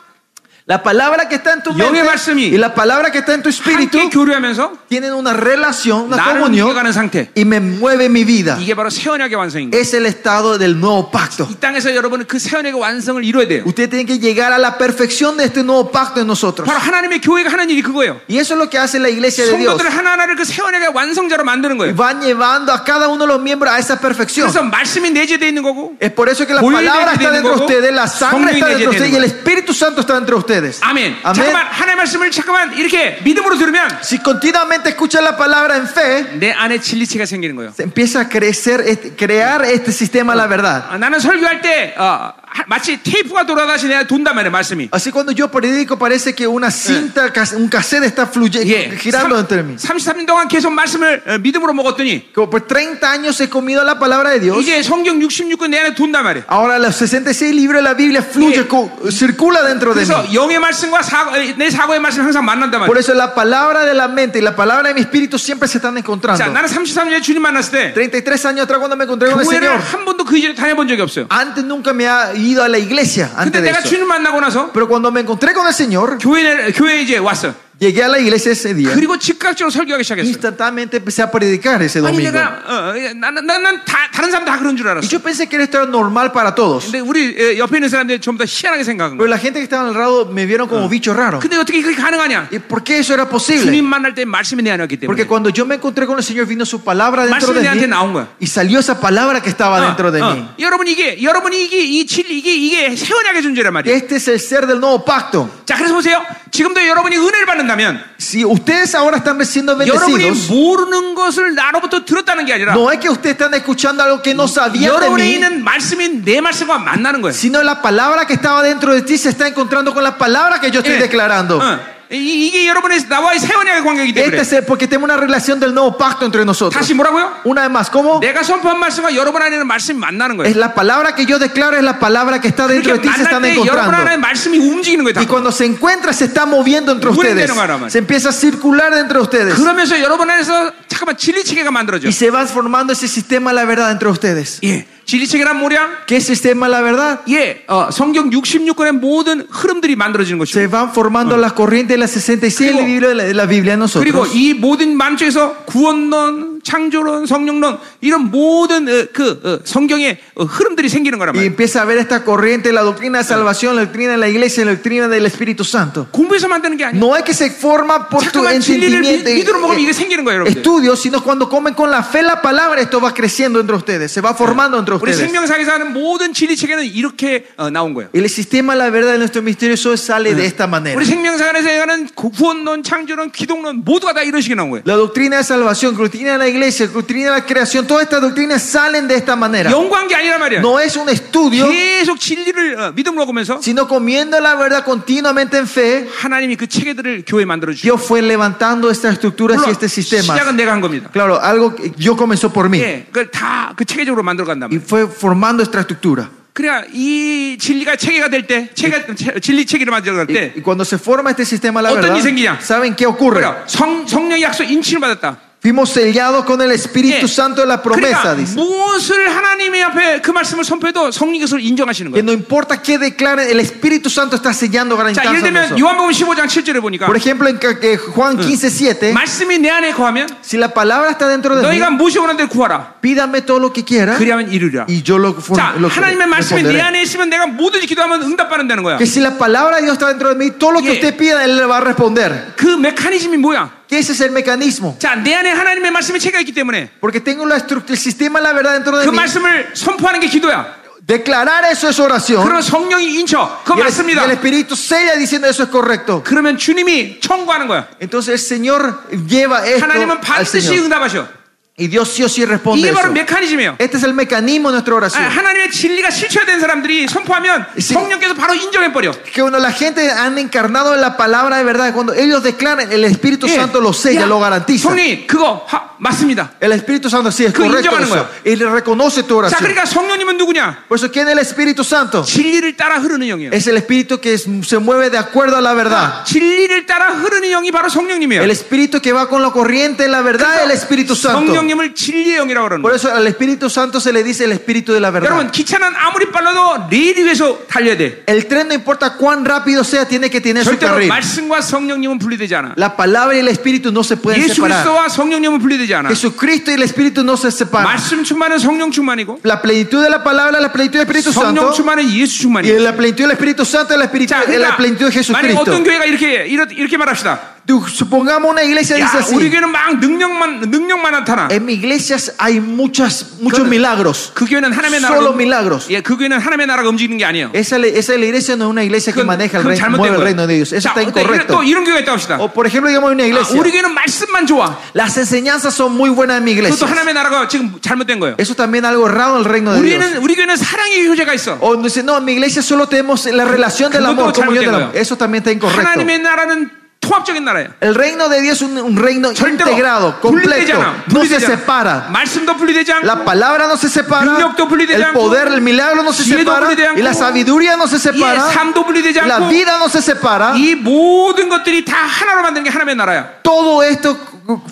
[SPEAKER 2] La palabra que está en tu mente
[SPEAKER 1] Yogu의 말씀이
[SPEAKER 2] y la palabra que está en tu espíritu
[SPEAKER 1] 함께 그러니까 교류하면서
[SPEAKER 2] tienen una relación, una
[SPEAKER 1] 나를
[SPEAKER 2] comunión
[SPEAKER 1] 움직여가는 상태.
[SPEAKER 2] y me mueve mi vida.
[SPEAKER 1] 이게 바로 새 언약의 완성인 거예요.
[SPEAKER 2] Es el estado del nuevo pacto.
[SPEAKER 1] 이 땅에서 여러분은 그 새 언약의 완성을 이뤄야 돼요.
[SPEAKER 2] Usted tiene que llegar a la perfección de este nuevo pacto en nosotros.
[SPEAKER 1] 바로 하나님의 교회가 하는 일이 그거예요.
[SPEAKER 2] Y eso es lo que hace la iglesia de Dios.
[SPEAKER 1] 성도들 하나하나를 그 새 언약의 완성자로 만드는
[SPEAKER 2] Y
[SPEAKER 1] 예, 거예요.
[SPEAKER 2] Van llevando a cada uno de los miembros a esa perfección.
[SPEAKER 1] 그래서 말씀이 내재되어 있는 거고
[SPEAKER 2] Es por eso que la
[SPEAKER 1] Voy
[SPEAKER 2] palabra
[SPEAKER 1] a ir
[SPEAKER 2] está dentro de
[SPEAKER 1] entendiendo,
[SPEAKER 2] ustedes, la sangre
[SPEAKER 1] 성령이
[SPEAKER 2] está dentro de ustedes y el
[SPEAKER 1] 내재되는
[SPEAKER 2] Espíritu Santo está dentro de ustedes.
[SPEAKER 1] 아멘. 잠깐만 하나님의 말씀을 잠깐만 이렇게 믿음으로 들으면
[SPEAKER 2] Si continuamente escuchan la palabra en fe,
[SPEAKER 1] 내 안에 진리체가 생기는 거예요.
[SPEAKER 2] se empieza a crecer, este- crear este sistema de la verdad.
[SPEAKER 1] 아, 나는 설교할 때 어, 하- 마치 테이프가 돌아가시 내가 돈단 말이에요 말씀이.
[SPEAKER 2] Así cuando yo predico parece que una cinta, cas- un cassette está fluyendo,
[SPEAKER 1] 예.
[SPEAKER 2] girando entre mí.
[SPEAKER 1] 33년 동안 계속 말씀을 어, 믿음으로 먹었더니
[SPEAKER 2] Como por 30 años he comido la palabra de Dios.
[SPEAKER 1] 이제 성경 66권 내 안에 돈단 말이에요.
[SPEAKER 2] Ahora los 66 libros de la Biblia fluye,
[SPEAKER 1] Yeah.
[SPEAKER 2] co- circula dentro de mí.
[SPEAKER 1] 그래서 영의 말씀과 사고, 내 사고의 말씀 항상 만난단
[SPEAKER 2] Por
[SPEAKER 1] 말이에요.
[SPEAKER 2] eso la palabra de la mente y la palabra de mi espíritu siempre se están
[SPEAKER 1] 자,
[SPEAKER 2] encontrando.
[SPEAKER 1] 나는 33년에 주님 만났을 때
[SPEAKER 2] 33 años atrás cuando me encontré con el
[SPEAKER 1] 교회를
[SPEAKER 2] Señor,
[SPEAKER 1] 한 번도 그 이전에 다녀본 적이 없어요.
[SPEAKER 2] antes nunca me ha ido a la iglesia,
[SPEAKER 1] 근데
[SPEAKER 2] antes de
[SPEAKER 1] 내가
[SPEAKER 2] eso.
[SPEAKER 1] 주님 만나고 나서
[SPEAKER 2] Pero cuando me encontré con el Señor,
[SPEAKER 1] 교회 교회에 이제 왔어요.
[SPEAKER 2] llegué a la iglesia ese día.
[SPEAKER 1] 그리고 즉각적으로 설교하기 시작했어요.
[SPEAKER 2] Instantáneamente empecé a predicar ese
[SPEAKER 1] 아니
[SPEAKER 2] domingo.
[SPEAKER 1] 내가 어, 예, 나는 나는 다, 다른 사람 다 그런 줄
[SPEAKER 2] Y
[SPEAKER 1] 알았어.
[SPEAKER 2] yo pensé que esto era normal para todos.
[SPEAKER 1] 근데 우리 예, 옆에 있는 사람들이 전부 다 희한하게 생각한
[SPEAKER 2] Pero
[SPEAKER 1] 거야.
[SPEAKER 2] la gente que estaba al lado me vieron como bicho raro.
[SPEAKER 1] 근데 어떻게 그게 가능하냐?
[SPEAKER 2] ¿Y por qué eso era
[SPEAKER 1] 주님
[SPEAKER 2] posible?
[SPEAKER 1] 만날 때 말씀이 내 안에 왔기 때문에.
[SPEAKER 2] Porque cuando yo me encontré con el Señor, vino su palabra dentro
[SPEAKER 1] 말씀이
[SPEAKER 2] de
[SPEAKER 1] 내한테
[SPEAKER 2] mí.
[SPEAKER 1] 나온 거야.
[SPEAKER 2] Y salió esa palabra que estaba dentro de
[SPEAKER 1] 어, 어.
[SPEAKER 2] mí.
[SPEAKER 1] 여러분 이게 여러분이 이게 이 진리 이게 이게 세원약의 존재란 말이에요.
[SPEAKER 2] Este es el ser del nuevo pacto.
[SPEAKER 1] 자 그래서 보세요. 지금도 여러분이 은혜를 받는다면
[SPEAKER 2] Si ustedes ahora están siendo
[SPEAKER 1] 여러분이
[SPEAKER 2] bendecidos,
[SPEAKER 1] 모르는 것을 나로부터 들었다는 게 아니라
[SPEAKER 2] no es que ustedes están escuchando algo que no sabían de
[SPEAKER 1] 여러분에
[SPEAKER 2] mí,
[SPEAKER 1] 있는 말씀이 내 말씀과 만나는 거예요.
[SPEAKER 2] sino la palabra que estaba dentro de ti se está encontrando con la palabra que yo estoy
[SPEAKER 1] 예.
[SPEAKER 2] declarando.
[SPEAKER 1] 어. 이, 이게 여러분의 나와의 세원약의 관계이기 때문에
[SPEAKER 2] Este es el- porque tenemos una relación del nuevo pacto entre nosotros.
[SPEAKER 1] 다시 뭐라고요?
[SPEAKER 2] Una vez más, ¿cómo?
[SPEAKER 1] 내가 선포한 말씀과 여러분 안에 있는 말씀이 만나는 거예요.
[SPEAKER 2] Es la palabra que yo declaro, es la palabra que está dentro de
[SPEAKER 1] 그렇게
[SPEAKER 2] ti, se
[SPEAKER 1] 만날
[SPEAKER 2] están
[SPEAKER 1] 때 여러분 안에
[SPEAKER 2] encontrando.
[SPEAKER 1] 말씀이 움직이는 거예요.
[SPEAKER 2] Y
[SPEAKER 1] 다.
[SPEAKER 2] cuando se encuentra, se está moviendo entre ustedes. Se empieza a circular dentro de ustedes.
[SPEAKER 1] 그러면서 여러분 안에서 잠깐만 진리체계가 만들어져.
[SPEAKER 2] Y se va formando ese sistema de la verdad entre ustedes.
[SPEAKER 1] 예, 진리체계란 뭐냐?
[SPEAKER 2] ¿Qué sistema de la verdad?
[SPEAKER 1] 예, 어, 성경 66권의 모든 흐름들이 만들어지는
[SPEAKER 2] Se
[SPEAKER 1] 것이고,
[SPEAKER 2] van formando las corrientes de las 66
[SPEAKER 1] 그리고-
[SPEAKER 2] libros de la, de la Biblia en
[SPEAKER 1] 그리고
[SPEAKER 2] nosotros.
[SPEAKER 1] 이 모든 만주에서 구원론, 창조론, 성령론 이런 모든 어, 그 어, 성경의 어, 흐름들이 생기는 거란
[SPEAKER 2] Y
[SPEAKER 1] 말이에요.
[SPEAKER 2] empieza a ver esta corriente, la doctrina de salvación, la doctrina de la iglesia, la doctrina del Espíritu Santo.
[SPEAKER 1] 공부해서 만드는 게 아니에요.
[SPEAKER 2] No es que se forma por tu
[SPEAKER 1] 자꾸만 진리를 믿-
[SPEAKER 2] entendimiento, y-
[SPEAKER 1] 믿음으로 먹으면 이게 생기는 거예요, 여러분들.
[SPEAKER 2] estudios, sino cuando comen con la fe la palabra, esto va creciendo entre ustedes, se va formando entre
[SPEAKER 1] 우리
[SPEAKER 2] ustedes.
[SPEAKER 1] 생명상에서 하는 모든 진리 체계는 이렇게 어, 나온 거예요.
[SPEAKER 2] El sistema, la verdad de nuestro misterio eso sale de esta manera.
[SPEAKER 1] 우리 생명상에서 하는 구- 구원론, 창조론, 기독론 모두가 다 이런 식이 나온 거예요.
[SPEAKER 2] La doctrina de salvación, doctrina de la iglesia, doctrina de la creación, todas estas doctrinas salen de esta manera.
[SPEAKER 1] 연구한 게 아니란 말이야.
[SPEAKER 2] No es un estudio,
[SPEAKER 1] 계속 진리를 어, 믿음으로 먹으면서
[SPEAKER 2] sino comiendo la verdad continuamente en fe.
[SPEAKER 1] 하나님이 그 체계들을 교회에 만들어 주시고
[SPEAKER 2] Dios fue levantando estas estructuras y este sistema.
[SPEAKER 1] 시작은 내가 한 겁니다.
[SPEAKER 2] Claro, algo que Dios comenzó por mí
[SPEAKER 1] 예, 그걸 다그 체계적으로 만들어 간다.
[SPEAKER 2] y fue formando esta estructura.
[SPEAKER 1] 그래야 이 진리가 체계가 될 때, 체계, 체- 진리 체계를 만들어 갈
[SPEAKER 2] Y,
[SPEAKER 1] 때,
[SPEAKER 2] y cuando se forma este sistema, la
[SPEAKER 1] 어떤
[SPEAKER 2] verdad,
[SPEAKER 1] 일이 생기냐?
[SPEAKER 2] ¿saben qué ocurre?
[SPEAKER 1] 그래요. 성 성령 의 약속 인치를 받았다. 예.
[SPEAKER 2] Fuimos sellados con el Espíritu Santo de la promesa,
[SPEAKER 1] 그러니까
[SPEAKER 2] dice.
[SPEAKER 1] 무엇을 하나님의 앞에 그 말씀을 선포해도 성령께서 인정하시는
[SPEAKER 2] Que
[SPEAKER 1] 거예요.
[SPEAKER 2] no importa qué declare, el Espíritu Santo está sellando,
[SPEAKER 1] 자, 예를
[SPEAKER 2] garantizando.
[SPEAKER 1] 들면
[SPEAKER 2] nosotros.
[SPEAKER 1] 요한복음 15장 7절에 보니까
[SPEAKER 2] Por ejemplo, en ca- que Juan 15, 7,
[SPEAKER 1] 말씀이 내 안에 거하면
[SPEAKER 2] si la palabra está dentro de mí,
[SPEAKER 1] 너희가 무엇이 원하는데 구하라.
[SPEAKER 2] pídame todo lo que quiera
[SPEAKER 1] 그리하면 네? 이루리라.
[SPEAKER 2] y yo lo, for-
[SPEAKER 1] 자,
[SPEAKER 2] lo
[SPEAKER 1] 하나님의 말씀이 내
[SPEAKER 2] responderé.
[SPEAKER 1] 안에 있으면 내가 뭐든지 기도하면 응답받는다는 거야.
[SPEAKER 2] Que si la palabra de Dios está dentro de mí, todo lo que
[SPEAKER 1] Yeah.
[SPEAKER 2] usted pida, Él le va a responder.
[SPEAKER 1] 그 메커니즘이 뭐야?
[SPEAKER 2] Que ese es el mecanismo.
[SPEAKER 1] 자, 내 안에 ha나님의 말씀이 체가 있기 때문에
[SPEAKER 2] Porque tengo la estructura, el sistema, la verdad dentro de
[SPEAKER 1] 그
[SPEAKER 2] mí.
[SPEAKER 1] 말씀을 선포하는 게 기도야.
[SPEAKER 2] Declarar eso es oración.
[SPEAKER 1] 그러면 성령이 인쳐. 그거
[SPEAKER 2] Y el, y
[SPEAKER 1] 맞습니다.
[SPEAKER 2] el Espíritu sella diciendo eso es correcto.
[SPEAKER 1] 그러면 주님이 청구하는 거야.
[SPEAKER 2] Entonces el Señor lleva esto
[SPEAKER 1] 하나님은
[SPEAKER 2] al
[SPEAKER 1] 반드시
[SPEAKER 2] Señor.
[SPEAKER 1] 응답하셔.
[SPEAKER 2] Y Dios sí o sí responde
[SPEAKER 1] 이게 바로
[SPEAKER 2] eso.
[SPEAKER 1] 메커니즘이에요.
[SPEAKER 2] Este es el mecanismo de nuestra
[SPEAKER 1] 아,
[SPEAKER 2] oración.
[SPEAKER 1] 하나님의 진리가 실체화된 사람들이 선포하면
[SPEAKER 2] 시-
[SPEAKER 1] 성령께서 바로 인정해버려.
[SPEAKER 2] Que cuando la gente han encarnado en la palabra de verdad, cuando ellos declaran, el Espíritu
[SPEAKER 1] 예.
[SPEAKER 2] Santo lo sella,
[SPEAKER 1] 야,
[SPEAKER 2] lo garantiza.
[SPEAKER 1] 성령이 그거 하- 맞습니다.
[SPEAKER 2] El Espíritu Santo sí es
[SPEAKER 1] 그거
[SPEAKER 2] correcto
[SPEAKER 1] 인정하는
[SPEAKER 2] eso.
[SPEAKER 1] 거야.
[SPEAKER 2] Y le reconoce tu
[SPEAKER 1] 자,
[SPEAKER 2] oración.
[SPEAKER 1] 그러니까 성령님은 누구냐?
[SPEAKER 2] Por eso, ¿quién es el Espíritu Santo?
[SPEAKER 1] 진리를 따라 흐르는 영이에요.
[SPEAKER 2] Es el Espíritu que es- se mueve de acuerdo a la
[SPEAKER 1] Ah.
[SPEAKER 2] verdad.
[SPEAKER 1] 진리를 따라 흐르는 영이 바로 성령님이에요.
[SPEAKER 2] El Espíritu que va con la corriente en la verdad, el Espíritu Santo.
[SPEAKER 1] 성령님을 진리의 영이라고 그러는
[SPEAKER 2] Por
[SPEAKER 1] 거예요.
[SPEAKER 2] eso al Espíritu Santo se le dice el Espíritu de la
[SPEAKER 1] 여러분
[SPEAKER 2] verdad.
[SPEAKER 1] 기차는 아무리 빨라도 레일 위에서 달려야 돼.
[SPEAKER 2] El tren no importa cuán rápido sea, tiene que tener su
[SPEAKER 1] 절대로
[SPEAKER 2] carril.
[SPEAKER 1] 말씀과 성령님은 분리되지 않아.
[SPEAKER 2] La palabra y el Espíritu no se pueden
[SPEAKER 1] 예수
[SPEAKER 2] separar.
[SPEAKER 1] 그리스도와 성령님은 분리되지 않아.
[SPEAKER 2] Jesucristo y el Espíritu no se separan.
[SPEAKER 1] 말씀 충만은 성령 충만이고
[SPEAKER 2] La plenitud de la palabra, la plenitud del Espíritu
[SPEAKER 1] 성령
[SPEAKER 2] Santo.
[SPEAKER 1] 충만은 예수
[SPEAKER 2] Y
[SPEAKER 1] 충만이고.
[SPEAKER 2] la plenitud del Espíritu Santo es la, espíritu-
[SPEAKER 1] 자,
[SPEAKER 2] es la
[SPEAKER 1] 그러니까
[SPEAKER 2] plenitud de
[SPEAKER 1] 만약
[SPEAKER 2] Jesucristo.
[SPEAKER 1] 어떤 교회가 이렇게 이렇- 이렇게 말합시다.
[SPEAKER 2] Tú- Supongamos una iglesia
[SPEAKER 1] 야,
[SPEAKER 2] dice
[SPEAKER 1] 우리
[SPEAKER 2] así.
[SPEAKER 1] 교회는 막 능력만 능력만 나타나.
[SPEAKER 2] En mi iglesia hay muchas, muchos
[SPEAKER 1] Claro.
[SPEAKER 2] milagros.
[SPEAKER 1] 그 교회는 하나님의
[SPEAKER 2] Solo
[SPEAKER 1] 나라가
[SPEAKER 2] milagros.
[SPEAKER 1] 예, 그 교회는 하나님의 나라가 움직이는 게 아니에요.
[SPEAKER 2] Esa, le- esa es la iglesia no es una iglesia que
[SPEAKER 1] 그건,
[SPEAKER 2] maneja el
[SPEAKER 1] 그건
[SPEAKER 2] reino, mueve
[SPEAKER 1] 잘못된
[SPEAKER 2] el reino de
[SPEAKER 1] 거예요.
[SPEAKER 2] Dios. Eso
[SPEAKER 1] 자,
[SPEAKER 2] está
[SPEAKER 1] 어때? 이런-
[SPEAKER 2] incorrecto.
[SPEAKER 1] 또 이런 교회가 있다 합시다.
[SPEAKER 2] O por ejemplo, digamos hay una
[SPEAKER 1] 아,
[SPEAKER 2] iglesia.
[SPEAKER 1] 우리 교회는 말씀만 좋아.
[SPEAKER 2] Las enseñanzas son muy buenas en mi
[SPEAKER 1] 그것도
[SPEAKER 2] iglesia.
[SPEAKER 1] 하나님의 나라가 지금 잘못된 거예요.
[SPEAKER 2] Eso también es algo errado en el reino de Dios.
[SPEAKER 1] 우리는 우리 교회는 사랑의 교제가 있어.
[SPEAKER 2] O dice, no, en mi iglesia solo tenemos la relación del
[SPEAKER 1] 그것도
[SPEAKER 2] amor, comunión del
[SPEAKER 1] 잘못된
[SPEAKER 2] amor.
[SPEAKER 1] 거예요.
[SPEAKER 2] Eso también está incorrecto.
[SPEAKER 1] 하나님의 나라는 통합적인 나라예요.
[SPEAKER 2] El reino de Dios es un, un reino
[SPEAKER 1] 절대로
[SPEAKER 2] integrado, completo.
[SPEAKER 1] 분리되잖아.
[SPEAKER 2] No se
[SPEAKER 1] 분리되잖아.
[SPEAKER 2] separa.
[SPEAKER 1] 말씀도 분리되지
[SPEAKER 2] La
[SPEAKER 1] 않고
[SPEAKER 2] palabra no se separa.
[SPEAKER 1] 능력도 분리되지
[SPEAKER 2] El
[SPEAKER 1] 않고,
[SPEAKER 2] poder, el milagro no se
[SPEAKER 1] 지혜도
[SPEAKER 2] separa.
[SPEAKER 1] 분리되지 않고,
[SPEAKER 2] Y la sabiduría no se
[SPEAKER 1] 예,
[SPEAKER 2] separa.
[SPEAKER 1] 삶도 분리되지
[SPEAKER 2] La
[SPEAKER 1] 않고
[SPEAKER 2] vida no se separa.
[SPEAKER 1] 이 모든 것들이 다 하나로 만드는 게 하나님의 나라야.
[SPEAKER 2] Todo esto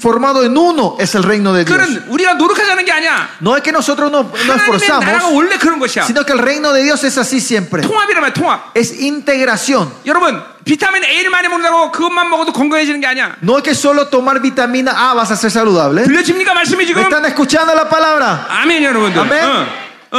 [SPEAKER 2] formado en uno es el reino de Dios.
[SPEAKER 1] 그건 우리가 노력하지 않은 게 아니야.
[SPEAKER 2] No es que nosotros no, no
[SPEAKER 1] 하나님의 나라가
[SPEAKER 2] esforzamos,
[SPEAKER 1] 원래 그런 것이야.
[SPEAKER 2] sino que el reino de Dios es así siempre.
[SPEAKER 1] 통합이란 말이야. 통합.
[SPEAKER 2] Es integración.
[SPEAKER 1] 여러분 비타민 A를 많이 먹는다고 그것만 먹어도 건강해지는 게 아니야.
[SPEAKER 2] No es que solo tomar vitamina A vas a ser saludable.
[SPEAKER 1] 들려집니까 말씀이
[SPEAKER 2] ¿Me
[SPEAKER 1] 지금?
[SPEAKER 2] están escuchando la palabra?
[SPEAKER 1] 아멘 여러분들.
[SPEAKER 2] 아멘.
[SPEAKER 1] 어,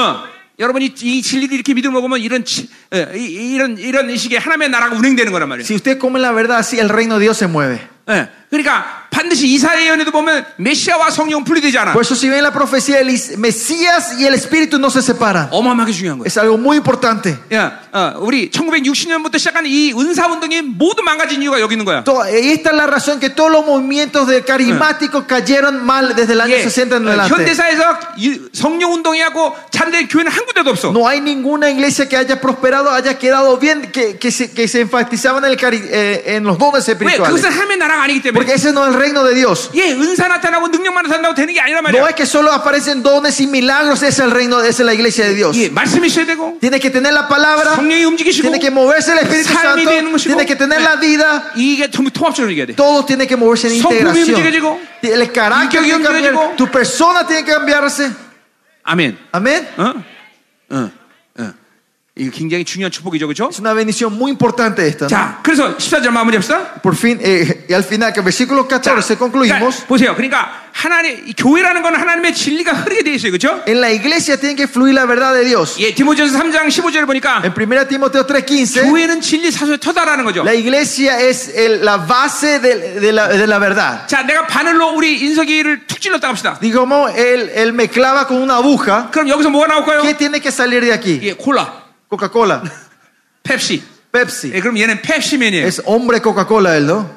[SPEAKER 1] 어. 여러분이 이 진리를 이렇게 믿음을 먹으면 이런 치- 어, 이, 런 이런 식의 하나님의 나라가 운행되는 거란 말이에요.
[SPEAKER 2] Si usted come la verdad así, el reino de Dios se mueve.
[SPEAKER 1] 예. 그러니까 반드시 이사의 예언에도 보면 메시아와 성령 분리되지 않아.
[SPEAKER 2] Por eso si ven la profecía, el is- Mesías y el Espíritu no se separan.
[SPEAKER 1] 어마어마하게 중요한 거예요.
[SPEAKER 2] Es algo muy importante.
[SPEAKER 1] 예, 어, 우리 1960년부터 시작한 이 은사 운동이 모두 망가진 이유가 여기 있는 거야.
[SPEAKER 2] To- eh, y esta es la razón que todos los movimientos de carismáticos cayeron mal desde el año
[SPEAKER 1] 예,
[SPEAKER 2] 60 en
[SPEAKER 1] 어,
[SPEAKER 2] adelante.
[SPEAKER 1] 현대사에서 이 성령 운동이하고 잔된 교회는 한 군데도 없어.
[SPEAKER 2] No hay ninguna iglesia que haya prosperado, haya quedado bien, que, que se, que se enfatizaban en, el cari- eh, en los dones
[SPEAKER 1] 왜? 그것은
[SPEAKER 2] espirituales.
[SPEAKER 1] 하나님의 나라가 아니기 때문에.
[SPEAKER 2] Porque ese no es el reino de Dios.
[SPEAKER 1] 예, 은사 나타나고 능력만 나타나고 되는 게 아니란
[SPEAKER 2] No
[SPEAKER 1] 말이야.
[SPEAKER 2] es que solo aparecen dones y milagros, es el reino, es la iglesia de Dios.
[SPEAKER 1] 예, 말씀이 있어야 되고
[SPEAKER 2] Tiene que tener la palabra,
[SPEAKER 1] 성령이 움직이시고
[SPEAKER 2] tiene que moverse el Espíritu
[SPEAKER 1] 삶이
[SPEAKER 2] Santo,
[SPEAKER 1] 되는 것이고,
[SPEAKER 2] tiene que tener
[SPEAKER 1] 네.
[SPEAKER 2] la vida.
[SPEAKER 1] 이게 전부 통합적으로 얘기해야 돼.
[SPEAKER 2] Todo tiene que moverse en
[SPEAKER 1] 성품이
[SPEAKER 2] integración.
[SPEAKER 1] 움직여지고,
[SPEAKER 2] El carácter
[SPEAKER 1] 인격이
[SPEAKER 2] tiene que cambiar,
[SPEAKER 1] 움직여지고,
[SPEAKER 2] tu persona tiene que cambiarse.
[SPEAKER 1] 아멘.
[SPEAKER 2] Amén.
[SPEAKER 1] 어? 어, 어. 이 굉장히 중요한 축복이죠, 그렇죠?
[SPEAKER 2] Es una bendición muy importante esta.
[SPEAKER 1] 자, 그래서 14절 마무리합시다.
[SPEAKER 2] Por fin, eh, y al final, que el versículo 14 concluimos.
[SPEAKER 1] 그러니까 보세요. 그러니까 하나님 이 교회라는 건 하나님의 진리가 흐르게 돼 있어요, 그렇죠?
[SPEAKER 2] En la iglesia tiene que fluir la verdad de Dios.
[SPEAKER 1] 예, 디모데전서 3장 15절을 보니까
[SPEAKER 2] En 1 Timoteo 3:15,
[SPEAKER 1] 교회는 진리 사소의 터다라는 거죠.
[SPEAKER 2] la iglesia es el- la base de, de la, de la verdad.
[SPEAKER 1] 자, 내가 바늘로 우리 인석이를 툭 찔렀다 합시다.
[SPEAKER 2] Digamos, él, él me clava con una aguja.
[SPEAKER 1] 그럼 여기서 뭐가
[SPEAKER 2] ¿Qué
[SPEAKER 1] 나올까요?
[SPEAKER 2] tiene que salir de aquí?
[SPEAKER 1] 예, 콜라,
[SPEAKER 2] Coca-Cola,
[SPEAKER 1] 펩시.
[SPEAKER 2] Pepsi.
[SPEAKER 1] 예, 그럼 얘는 펩시맨이에요.
[SPEAKER 2] Es hombre Coca-Cola él, ¿no?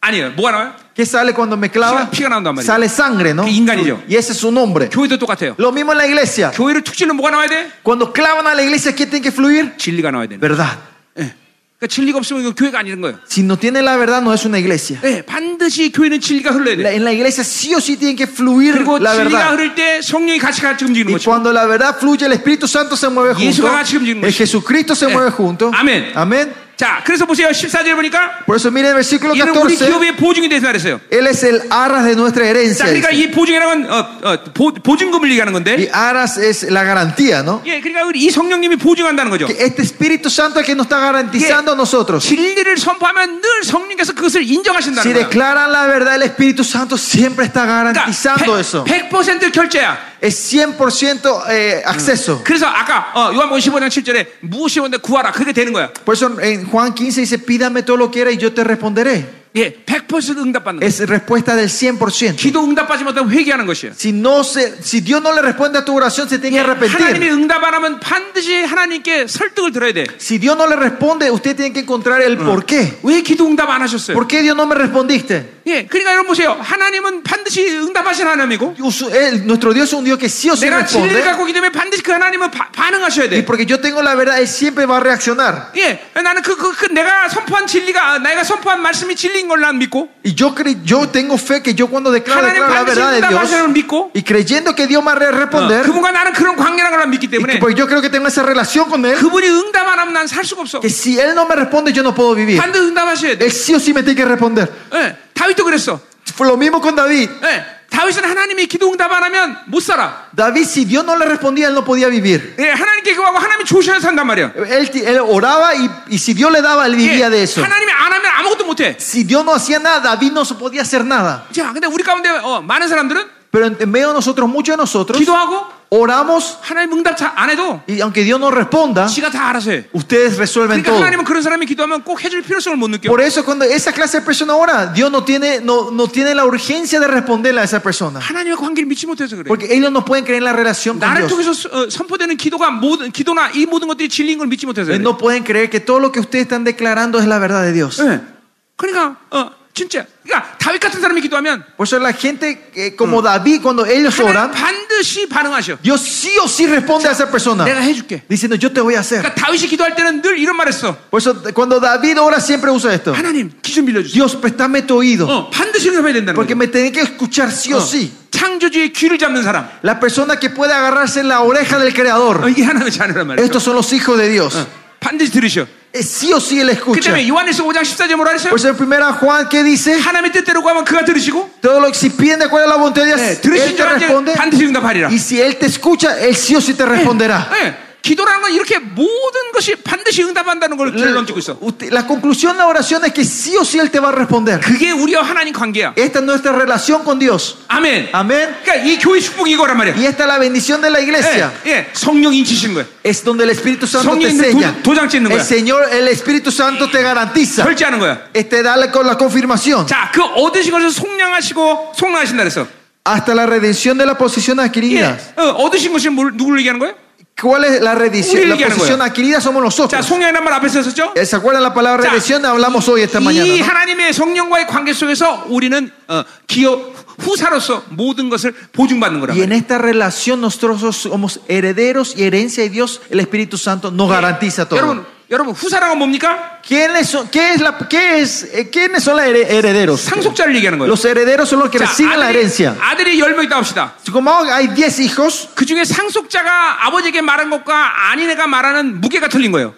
[SPEAKER 1] 아니에요. 뭐가 나와요?
[SPEAKER 2] ¿Qué sale cuando me clava?
[SPEAKER 1] 피가- 피가 나온단 말이에요.
[SPEAKER 2] Sale sangre, ¿no?
[SPEAKER 1] Que 인간이죠.
[SPEAKER 2] Y ese es su nombre.
[SPEAKER 1] 교회도 똑같아요.
[SPEAKER 2] Lo mismo en la iglesia.
[SPEAKER 1] 교회를 툭 찔러 뭐가 나와야 돼?
[SPEAKER 2] Cuando clavan a la iglesia, ¿qué tiene que fluir?
[SPEAKER 1] 진리가 나와야 되는.
[SPEAKER 2] Verdad.
[SPEAKER 1] 예. 그러니까 진리가 없으면 이건 교회가 아니는 거예요.
[SPEAKER 2] Si no tiene la verdad, no es una iglesia.
[SPEAKER 1] 예, 반드시 교회는 진리가 흘러야
[SPEAKER 2] La-
[SPEAKER 1] 돼.
[SPEAKER 2] en la iglesia sí o sí tiene que fluir
[SPEAKER 1] 그리고
[SPEAKER 2] la
[SPEAKER 1] 진리가
[SPEAKER 2] verdad.
[SPEAKER 1] 흐를 때 성령이 같이 같이 움직이는
[SPEAKER 2] Y
[SPEAKER 1] 거죠.
[SPEAKER 2] cuando la verdad fluye, el Espíritu Santo se mueve junto.
[SPEAKER 1] 예수가 같이 움직이는
[SPEAKER 2] El
[SPEAKER 1] 것이죠.
[SPEAKER 2] Jesucristo se
[SPEAKER 1] 예.
[SPEAKER 2] mueve junto.
[SPEAKER 1] 아멘.
[SPEAKER 2] Amén.
[SPEAKER 1] 자, 그래서 보세요. 14절 보니까
[SPEAKER 2] Por eso miren el versículo
[SPEAKER 1] 이는 우리
[SPEAKER 2] 14.
[SPEAKER 1] 기업의 보증이 되서 그랬어요.
[SPEAKER 2] Él es el aras de nuestra
[SPEAKER 1] 자,
[SPEAKER 2] herencia.
[SPEAKER 1] 그러니까
[SPEAKER 2] dice.
[SPEAKER 1] 이 보증이라는 건 어, 어, 보, 보증금을 얘기하는 건데.
[SPEAKER 2] Y aras es la garantía, ¿no?
[SPEAKER 1] 예, 그러니까 우리 이 성령님이 보증한다는 거죠.
[SPEAKER 2] Que este Espíritu Santo es el que nos está garantizando a nosotros.
[SPEAKER 1] 진리를 선포하면 늘 성령께서 그것을
[SPEAKER 2] Si
[SPEAKER 1] 인정하신다는 거예요.
[SPEAKER 2] declaran la verdad, el Espíritu Santo siempre está garantizando eso.
[SPEAKER 1] 100% 결제야.
[SPEAKER 2] Es 100% eh, acceso.
[SPEAKER 1] 그래서 아까 어, 요한복음 15장 7절에 무엇이 오는데 구하라. 그게 되는 거야.
[SPEAKER 2] Por eso en Juan 15 dice, pídame todo lo que era y yo te responderé.
[SPEAKER 1] 예, 100% 응답받는 거야.
[SPEAKER 2] Es respuesta del 100%.
[SPEAKER 1] 기도 응답받지 못하면 회개하는 것이에요.
[SPEAKER 2] Si, no se, si Dios no le responde a tu oración, se tiene que
[SPEAKER 1] 하나님이
[SPEAKER 2] arrepentir.
[SPEAKER 1] 응답 안 하면 반드시 하나님께 설득을 들어야 돼.
[SPEAKER 2] Si Dios no le responde, usted tiene que encontrar el por qué.
[SPEAKER 1] 왜 기도 응답 안 하셨어요?
[SPEAKER 2] ¿Por qué Dios no me respondiste?
[SPEAKER 1] 예, 그러니까 여러분 보세요. 하나님은 반드시 응답하시는 하나님이고
[SPEAKER 2] Dios- él- nuestro Dios es un Dios que sí o sí
[SPEAKER 1] 내가 진리를
[SPEAKER 2] responde.
[SPEAKER 1] 갖고 있기 때문에 반드시 그 하나님은 바- 반응하셔야
[SPEAKER 2] Y
[SPEAKER 1] 돼.
[SPEAKER 2] porque yo tengo la verdad, Él siempre va a reaccionar.
[SPEAKER 1] 예, 나는 그, 그, 그 내가 선포한 진리가 아, 내가 선포한 말씀이 진리인 걸 난 믿고
[SPEAKER 2] Y yo, cre- yo tengo fe que yo cuando declaro,
[SPEAKER 1] 하나님
[SPEAKER 2] declaro la
[SPEAKER 1] 반드시
[SPEAKER 2] verdad de
[SPEAKER 1] 응답하시는 걸
[SPEAKER 2] Dios
[SPEAKER 1] 믿고 어,
[SPEAKER 2] y creyendo que Dios me va a responder,
[SPEAKER 1] 그분과 나는 그런 관계라는 걸 난 믿기
[SPEAKER 2] y que-
[SPEAKER 1] 때문에
[SPEAKER 2] porque yo creo que tengo esa relación con Él,
[SPEAKER 1] 그분이 응답 안 하면 난 살 수가 없어.
[SPEAKER 2] que si Él no me responde, yo no puedo vivir.
[SPEAKER 1] 반드시 응답하셔야 돼.
[SPEAKER 2] Él sí o sí me tiene que responder.
[SPEAKER 1] 예, 다윗도 그랬어.
[SPEAKER 2] Fue lo mismo con David.
[SPEAKER 1] 예, 다윗은 하나님이 기도 응답 안 하면 못 살아.
[SPEAKER 2] David, si Dios no le respondía, él no podía vivir.
[SPEAKER 1] 예, 하나님께 그하고 하나님이 조셔야 산단 말이야.
[SPEAKER 2] Él, él oraba y, y si Dios le daba, él
[SPEAKER 1] 예,
[SPEAKER 2] vivía de eso.
[SPEAKER 1] 하나님이 안 하면 아무것도 못 해.
[SPEAKER 2] Si Dios no hacía nada, David no se podía hacer nada.
[SPEAKER 1] 자, 근데 우리 가운데 어, 많은 사람들은
[SPEAKER 2] Pero en medio de nosotros, muchos de nosotros,
[SPEAKER 1] 기도하고
[SPEAKER 2] oramos
[SPEAKER 1] 하나님 응답 잘 안 해도
[SPEAKER 2] y aunque Dios no responda,
[SPEAKER 1] 지가 다 알아서 해.
[SPEAKER 2] ustedes resuelven
[SPEAKER 1] 그러니까
[SPEAKER 2] todo.
[SPEAKER 1] 하나님은 그런 사람이 기도하면 꼭 해줄 필요성을 못 느껴.
[SPEAKER 2] Por eso cuando esa clase de persona ora, Dios no tiene, no, no tiene la urgencia de responderle a esa persona.
[SPEAKER 1] 하나님의 관계를 믿지 못해서 그래.
[SPEAKER 2] Porque ellos no pueden creer en la relación con
[SPEAKER 1] 나를
[SPEAKER 2] Dios.
[SPEAKER 1] 통해서 수- 어, 선포되는 기도가 모든 기도나 이 모든 것들이 진리인 걸 믿지 못해서 그래.
[SPEAKER 2] Ellos no pueden creer que todo lo que ustedes están declarando es la verdad de Dios.
[SPEAKER 1] 예. 그러니까 어, 진짜. 그러니까 다윗 같은 사람이 기도하면
[SPEAKER 2] Por eso la gente eh, como David, cuando ellos
[SPEAKER 1] 하나님
[SPEAKER 2] oran,
[SPEAKER 1] 반드시 반응하셔.
[SPEAKER 2] Dios sí o sí responde a esa persona
[SPEAKER 1] 내가 해줄게.
[SPEAKER 2] diciendo yo te voy a hacer.
[SPEAKER 1] 그러니까 다윗이 기도할 때는 늘 이런 말했어.
[SPEAKER 2] Por eso cuando David ora siempre usa
[SPEAKER 1] 어.
[SPEAKER 2] esto.
[SPEAKER 1] 하나님 기 좀 빌려주세요.
[SPEAKER 2] Dios, préstame tu oído
[SPEAKER 1] 어, 반드시 응답해야 된다는
[SPEAKER 2] porque
[SPEAKER 1] 거죠.
[SPEAKER 2] me tenés que escuchar sí o
[SPEAKER 1] 어,
[SPEAKER 2] sí.
[SPEAKER 1] 창조주의 귀를 잡는 사람.
[SPEAKER 2] La persona que puede agarrarse en la oreja del
[SPEAKER 1] 어,
[SPEAKER 2] Creador.
[SPEAKER 1] 이게 하나님의 자녀란 말이에요.
[SPEAKER 2] Estos son los hijos de Dios.
[SPEAKER 1] 반드시 들으셔.
[SPEAKER 2] Eh, Sí o sí él
[SPEAKER 1] 그
[SPEAKER 2] escucha.
[SPEAKER 1] 때문에 요한일서 5장 14절 뭐라 했어요?
[SPEAKER 2] Por eso en primera Juan ¿qué dice?
[SPEAKER 1] 하나님의 뜻대로 가면 그가 들으시고
[SPEAKER 2] Todo lo que si piden de acuerdo a la voluntad de
[SPEAKER 1] 예,
[SPEAKER 2] Dios,
[SPEAKER 1] 들으신 줄
[SPEAKER 2] él te
[SPEAKER 1] 알지
[SPEAKER 2] responde.
[SPEAKER 1] 반드시 응답하리라.
[SPEAKER 2] Y si él te escucha, él sí o sí te responderá.
[SPEAKER 1] 예, 기도라는 건 이렇게 모든 것이 반드시 응답한다는 걸 결론 짓고 있어.
[SPEAKER 2] Usted- La conclusión de la oración es que sí o sí él te va a responder.
[SPEAKER 1] 그게 우리와 하나님 관계야.
[SPEAKER 2] Esta es nuestra relación con Dios.
[SPEAKER 1] 아멘.
[SPEAKER 2] Amén.
[SPEAKER 1] 그러니까 이 교회 축복이 이거란 말이야.
[SPEAKER 2] Y esta es la bendición de la iglesia.
[SPEAKER 1] 예, 예, 성령이 지신 거야.
[SPEAKER 2] Es donde el Espíritu Santo
[SPEAKER 1] Eh. Son
[SPEAKER 2] te
[SPEAKER 1] 있는
[SPEAKER 2] enseña.
[SPEAKER 1] do- 도장 찍는 거야.
[SPEAKER 2] El Señor, el Espíritu Santo te garantiza.
[SPEAKER 1] 결제하는 거야.
[SPEAKER 2] Este dale con la confirmación.
[SPEAKER 1] 자, 그 얻으신 것을 속량하시고 속량하신다 그랬어.
[SPEAKER 2] Hasta la redención de la posición
[SPEAKER 1] 예,
[SPEAKER 2] adquirida.
[SPEAKER 1] 어, 얻으신 것이 뭘, 누구를 얘기하는 거예요?
[SPEAKER 2] ¿Cuál es la
[SPEAKER 1] Uy,
[SPEAKER 2] redención? La
[SPEAKER 1] 얘기하는
[SPEAKER 2] posición
[SPEAKER 1] 거야.
[SPEAKER 2] adquirida somos
[SPEAKER 1] 자,
[SPEAKER 2] nosotros.
[SPEAKER 1] 속량이란 말 앞에 썼었죠?
[SPEAKER 2] ¿Se acuerdan la palabra
[SPEAKER 1] 자,
[SPEAKER 2] redención? Hablamos hoy esta mañana.
[SPEAKER 1] 이
[SPEAKER 2] ¿no?
[SPEAKER 1] 예, 하나님의 성령과의 관계 속에서 우리는 어, 기업 후사로서 모든 것을 보증받는 거라.
[SPEAKER 2] Y en esta relación nosotros somos herederos y herencia de Dios. El Espíritu Santo nos garantiza
[SPEAKER 1] 여러분,
[SPEAKER 2] todo.
[SPEAKER 1] 여러분 후사라고 뭡니까?
[SPEAKER 2] ¿Quiénes son, qué es la, qué es, eh, ¿Quiénes son los herederos?
[SPEAKER 1] 상속자를 얘기하는 거예요. 예,
[SPEAKER 2] Los herederos son los que reciben la
[SPEAKER 1] 아들이,
[SPEAKER 2] herencia.
[SPEAKER 1] 아들이 열명 있다 합시다.
[SPEAKER 2] Como hay 10 hijos,
[SPEAKER 1] 그 중에 상속자가 아버지에게 말한 것과 아닌 애가 말하는 무게가 틀린 거예요.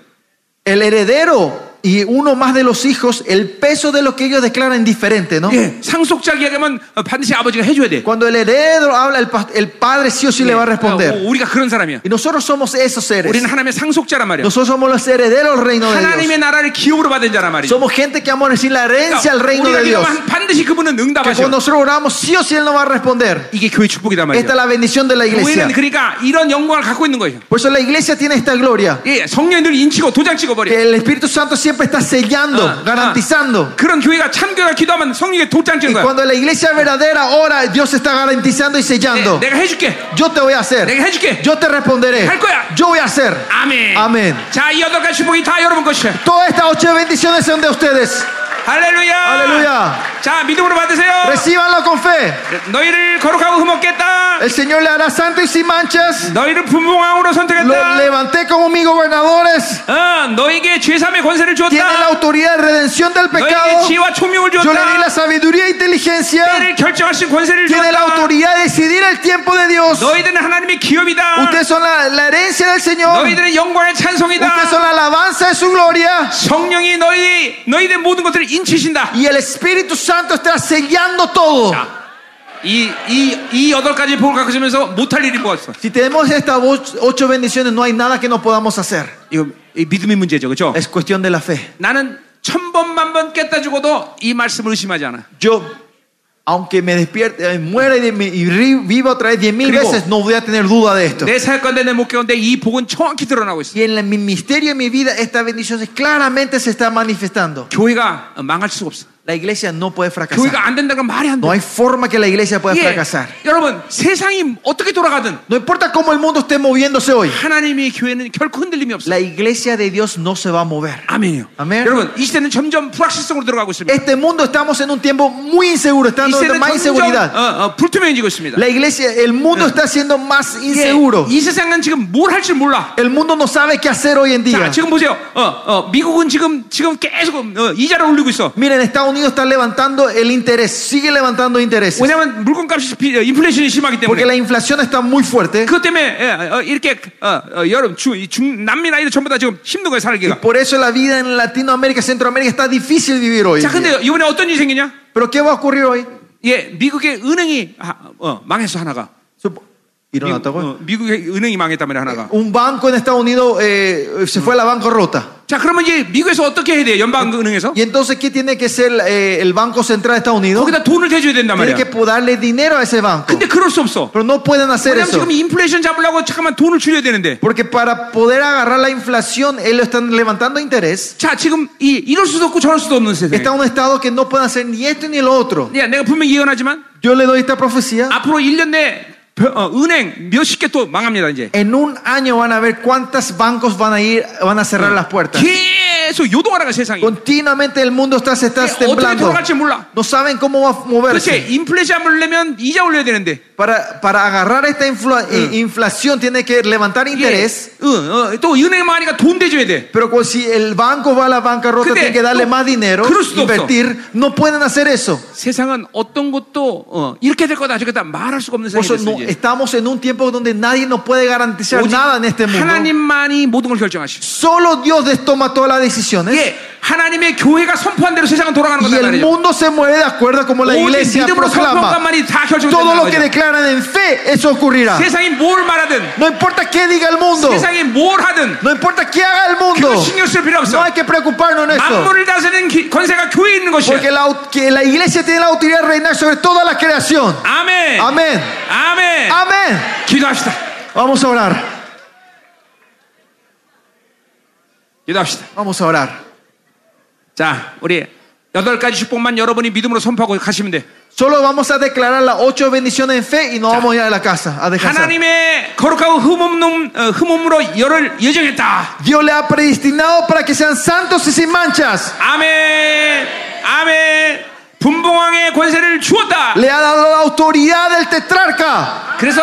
[SPEAKER 2] el heredero y uno más de los hijos, el peso de lo que ellos declaran diferente, ¿no?
[SPEAKER 1] 예, 상속자 이야기하면 어, 반드시 아버지가 해줘야 돼. 예.
[SPEAKER 2] Cuando el heredero habla, el, pa- el padre sí o sí le va a
[SPEAKER 1] 어,
[SPEAKER 2] responder.
[SPEAKER 1] 우리가 그런 사람이야.
[SPEAKER 2] Y nosotros somos esos seres.
[SPEAKER 1] 우리는 하나님의 상속자란 말이야.
[SPEAKER 2] Nosotros somos los herederos del reino de Dios.
[SPEAKER 1] 하나님의 나라를 기업으로 받은 자란 말이야.
[SPEAKER 2] Somos gente que vamos a recibir la herencia al reino
[SPEAKER 1] 우리가
[SPEAKER 2] de Dios.
[SPEAKER 1] 기도하면 반드시 그분은
[SPEAKER 2] Cuando
[SPEAKER 1] 응답하셔.
[SPEAKER 2] nosotros oramos, sí o sí Él nos va a responder.
[SPEAKER 1] 이게 교회 축복이란 말이야.
[SPEAKER 2] Esta es la bendición de la iglesia.
[SPEAKER 1] 교회는 그러니까 이런 영광을 갖고 있는 거예요.
[SPEAKER 2] Por eso la iglesia tiene esta gloria.
[SPEAKER 1] 예, 성령들 인치고 도장 찍어버려.
[SPEAKER 2] Que el Espíritu Santo siempre está sellando,
[SPEAKER 1] Ah,
[SPEAKER 2] garantizando.
[SPEAKER 1] 그런 교회가 참교회가 기도하면 성령에 도장
[SPEAKER 2] Y
[SPEAKER 1] 찍는 거야.
[SPEAKER 2] cuando la iglesia verdadera ora, Dios está garantizando y sellando.
[SPEAKER 1] 예, 내, 내가 해줄게.
[SPEAKER 2] Yo te voy a hacer.
[SPEAKER 1] 내가 해줄게.
[SPEAKER 2] Yo te responderé.
[SPEAKER 1] 할 거야.
[SPEAKER 2] Yo voy a hacer.
[SPEAKER 1] 아멘.
[SPEAKER 2] 아멘.
[SPEAKER 1] 자, 이 여덟 가지 축복이 다 여러분 것이야.
[SPEAKER 2] Todas estas ocho bendiciones son de ustedes.
[SPEAKER 1] 할렐루야.
[SPEAKER 2] Aleluya.
[SPEAKER 1] 자, 믿음으로 받으세요.
[SPEAKER 2] Recíbanlo con fe.
[SPEAKER 1] 너희를 거룩하고 흠없겠다.
[SPEAKER 2] El Señor le hará santo y sin manchas.
[SPEAKER 1] 너희를 분봉왕으로
[SPEAKER 2] Lo
[SPEAKER 1] 선택했다.
[SPEAKER 2] levanté como mis gobernadores.
[SPEAKER 1] 어, 너에게 죄삼의 권세를
[SPEAKER 2] Tiene la
[SPEAKER 1] 주었다.
[SPEAKER 2] autoridad de redención del
[SPEAKER 1] 너에게
[SPEAKER 2] pecado.
[SPEAKER 1] 지혜와 총명을
[SPEAKER 2] Yo le di
[SPEAKER 1] 주었다.
[SPEAKER 2] la sabiduría e inteligencia.
[SPEAKER 1] 때를 결정하신 권세를
[SPEAKER 2] Tiene la
[SPEAKER 1] 주었다.
[SPEAKER 2] autoridad de decidir el tiempo de Dios.
[SPEAKER 1] 너희들은 하나님의 기업이다.
[SPEAKER 2] Ustedes son la, la herencia del Señor.
[SPEAKER 1] 너희들은 영광의 찬송이다.
[SPEAKER 2] Ustedes son la alabanza de su gloria.
[SPEAKER 1] 성령이 너희 너희의 모든 것들을 인치신다.
[SPEAKER 2] Y el Espíritu Santo está sellando todo.
[SPEAKER 1] 이이이 여덟 가지 복을 갖고 있으면서 못할 일이 뭐가 있어?
[SPEAKER 2] Si tenemos estas ocho ocho bendiciones, no hay nada que no podamos hacer.
[SPEAKER 1] 이거 이 믿음의 문제죠, 그렇죠?
[SPEAKER 2] Es cuestión de la fe.
[SPEAKER 1] 나는 천 번만 번 깼다 죽어도 이 말씀을 의심하지 않아.
[SPEAKER 2] Yo, aunque me despierte, eh, muera y, me- y ri- viva otra vez diez mil
[SPEAKER 1] Cribo.
[SPEAKER 2] veces, no voy a tener duda de esto.
[SPEAKER 1] 내 사역 가운데 내 목회 가운데 이 복은 정확히 드러나고 있어.
[SPEAKER 2] Y en la- mi misterio, en mi vida, estas bendiciones claramente se están manifestando.
[SPEAKER 1] 교회가 망할 수가 없어.
[SPEAKER 2] La iglesia no puede fracasar.
[SPEAKER 1] 교회가 안 된다는 건 말이 안 돼.
[SPEAKER 2] No hay forma que la iglesia pueda
[SPEAKER 1] 예,
[SPEAKER 2] fracasar.
[SPEAKER 1] 여러분 세상이 어떻게 돌아가든
[SPEAKER 2] No importa cómo el mundo esté moviéndose hoy,
[SPEAKER 1] 하나님의 교회는 결코 흔들림이 없어. 요
[SPEAKER 2] la iglesia de Dios no se va a mover.
[SPEAKER 1] 네. 아멘이요.
[SPEAKER 2] 아멘.
[SPEAKER 1] 여러분 이 시대는 점점 불확실성으로 들어가고 있습니다.
[SPEAKER 2] Este mundo estamos en un tiempo muy inseguro, está
[SPEAKER 1] 이
[SPEAKER 2] dando
[SPEAKER 1] 시대는
[SPEAKER 2] más
[SPEAKER 1] 점점
[SPEAKER 2] inseguridad.
[SPEAKER 1] 어, 어, 불투명해지고 있습니다.
[SPEAKER 2] La iglesia, el mundo está siendo más inseguro.
[SPEAKER 1] 이 세상은 지금 뭘 할 줄 몰라.
[SPEAKER 2] El mundo no sabe qué hacer hoy en
[SPEAKER 1] 자,
[SPEAKER 2] día.
[SPEAKER 1] 지금 보세요. 어, 어, 미국은 지금 지금 계속 어, 이자를 올리고 있어.
[SPEAKER 2] Miren, Estados Unidos está levantando el interés, sigue levantando interés.
[SPEAKER 1] 왜냐하면 물건값이 비- 어, 인플레이션이 심하기 때문에.
[SPEAKER 2] Porque la inflación está muy fuerte.
[SPEAKER 1] 그것 때문에 예, 어, 이렇게 어, 어, 여러분 중, 이중 남미 나이들 전부 다 지금 힘든 거예요 살기가.
[SPEAKER 2] Por eso la vida en Latinoamérica, Centroamérica está difícil vivir hoy. en
[SPEAKER 1] 자,
[SPEAKER 2] día.
[SPEAKER 1] 근데 이번에 어떤 일이 생기냐?
[SPEAKER 2] Pero ¿qué va a ocurrir hoy?
[SPEAKER 1] 예, 미국의 은행이 아, 어, 망했어 하나가.
[SPEAKER 2] Supo-
[SPEAKER 1] 미국,
[SPEAKER 2] 일어났다고요?
[SPEAKER 1] 어, 미국의 은행이 망했다며 하나가.
[SPEAKER 2] Un banco en Estados Unidos eh, se fue a la bancarrota.
[SPEAKER 1] 자, 그러면 이제 미국에서 어떻게 해야 돼?
[SPEAKER 2] 예.
[SPEAKER 1] 연방은행에서?
[SPEAKER 2] Y entonces, ¿qué tiene que ser eh, el Banco Central de Estados Unidos?
[SPEAKER 1] 거기다 돈을 대줘야 된단
[SPEAKER 2] Tiene
[SPEAKER 1] 말이야.
[SPEAKER 2] que darle dinero a ese banco.
[SPEAKER 1] 근데 그럴 수 없어.
[SPEAKER 2] Pero no pueden hacer
[SPEAKER 1] 왜냐면
[SPEAKER 2] eso.
[SPEAKER 1] 지금 인플레이션 잡으려고 잠깐만 돈을 줄여야 되는데.
[SPEAKER 2] Porque para poder agarrar la inflación, ellos están levantando interés.
[SPEAKER 1] 자 지금 이 이럴 수도 없고 저럴 수도 없는 세상.
[SPEAKER 2] Está un estado que no puede hacer ni esto ni lo otro.
[SPEAKER 1] 야, 내가 분명히 예언하지만
[SPEAKER 2] Yo le doy esta profecía.
[SPEAKER 1] 앞으로 1년 내에 벼- 어, 은행 몇십 개 또 망합니다 이제.
[SPEAKER 2] En un año van a ver cuántos bancos van a ir, van a cerrar las puertas.
[SPEAKER 1] 계속 요동하라가 세상이.
[SPEAKER 2] Continuamente el mundo está, se está
[SPEAKER 1] 예, 어떻게
[SPEAKER 2] temblando.
[SPEAKER 1] 돌아갈지 몰라.
[SPEAKER 2] No saben cómo va a moverse.
[SPEAKER 1] 그렇지 인플레이션 물려면 이자 올려야 되는데.
[SPEAKER 2] Para, para agarrar esta infla- i- inflación tiene que levantar
[SPEAKER 1] 이게,
[SPEAKER 2] interés.
[SPEAKER 1] 응, 어, 또 은행 망하니까 돈 대줘야 돼.
[SPEAKER 2] Pero con- si el banco va a la bancarrota,
[SPEAKER 1] Pero-
[SPEAKER 2] tiene que darle más dinero,
[SPEAKER 1] Pero- Pero-
[SPEAKER 2] invertir. No pueden hacer eso.
[SPEAKER 1] 세상은 어떤 것도 어, 이렇게 될 거다 저렇게 다 말할 수가 없는
[SPEAKER 2] Por eso
[SPEAKER 1] 세상이
[SPEAKER 2] no-
[SPEAKER 1] 됐어 이제.
[SPEAKER 2] estamos en un tiempo donde nadie nos puede garantizar
[SPEAKER 1] 오직
[SPEAKER 2] nada en este mundo.
[SPEAKER 1] 하나님만이 모든 걸 결정하시오.
[SPEAKER 2] Solo Dios des- toma todas las decisiones.
[SPEAKER 1] 예, 하나님의 교회가 선포한 대로 세상은 돌아가는
[SPEAKER 2] Y
[SPEAKER 1] 거다
[SPEAKER 2] el
[SPEAKER 1] 말이죠.
[SPEAKER 2] mundo se mueve de acuerdo a como la
[SPEAKER 1] 오직
[SPEAKER 2] iglesia
[SPEAKER 1] 믿음으로 선포한
[SPEAKER 2] proclama.
[SPEAKER 1] 것만이 다
[SPEAKER 2] Todo
[SPEAKER 1] 결정된다는
[SPEAKER 2] lo que
[SPEAKER 1] 거죠.
[SPEAKER 2] declaran en fe, eso ocurrirá.
[SPEAKER 1] 세상이 뭘 말하든
[SPEAKER 2] No importa qué diga el mundo.
[SPEAKER 1] 세상이 뭘 하든
[SPEAKER 2] No importa qué haga el mundo.
[SPEAKER 1] 그거 신경 쓸 필요
[SPEAKER 2] No
[SPEAKER 1] 없어
[SPEAKER 2] hay que preocuparnos en eso.
[SPEAKER 1] 만물을 다스리는 기- 권세가 교회에 있는
[SPEAKER 2] Porque
[SPEAKER 1] 것이야
[SPEAKER 2] la, au- que la iglesia tiene la autoridad de reinar sobre toda la creación.
[SPEAKER 1] 아멘
[SPEAKER 2] Amén.
[SPEAKER 1] 아멘
[SPEAKER 2] Amén.
[SPEAKER 1] 기도합시다
[SPEAKER 2] Vamos a orar.
[SPEAKER 1] 기도합시다
[SPEAKER 2] Vamos a orar.
[SPEAKER 1] 자 우리 여덟 가지 축복만 여러분이 믿음으로 선포하고 가시면 돼
[SPEAKER 2] Solo vamos a declarar las ocho bendiciones en fe y nos vamos a ir a la casa a descansar.
[SPEAKER 1] 하나님의 거룩하고 흠없는 어, 흠없으로 열을 예정했다
[SPEAKER 2] Dios le ha predestinado para que sean santos y sin manchas.
[SPEAKER 1] 아멘 아멘 분봉왕의 권세를 주었다
[SPEAKER 2] Le ha dado la autoridad del tetrarca.
[SPEAKER 1] 그래서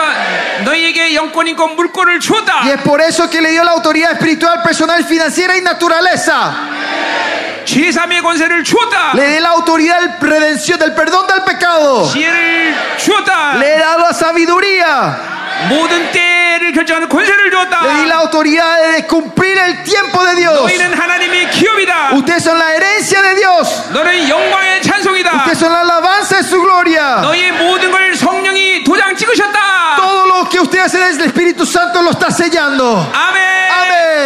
[SPEAKER 1] 너희에게 영권 인권 물권을 주었다
[SPEAKER 2] Y es por eso que le dio la autoridad espiritual, personal, financiera y naturaleza.
[SPEAKER 1] 제3의 권세를 주었다
[SPEAKER 2] Le dio la autoridad del redención, del perdón del pecado.
[SPEAKER 1] 지혜를 주었다
[SPEAKER 2] 네. Le he dado la sabiduría.
[SPEAKER 1] 모든 때를 결정하는 권세를
[SPEAKER 2] Le di
[SPEAKER 1] 주었다.
[SPEAKER 2] la autoridad de cumplir el tiempo de Dios.
[SPEAKER 1] 너희는 하나님의 기업이다.
[SPEAKER 2] Ustedes son la herencia de Dios.
[SPEAKER 1] 너는 영광의 찬송이다.
[SPEAKER 2] Ustedes son la alabanza de su gloria.
[SPEAKER 1] 너희의 모든 걸 성령이 도장 찍으셨다.
[SPEAKER 2] Todo lo que ustedes hacen es el Espíritu Santo lo está sellando.
[SPEAKER 1] 아멘.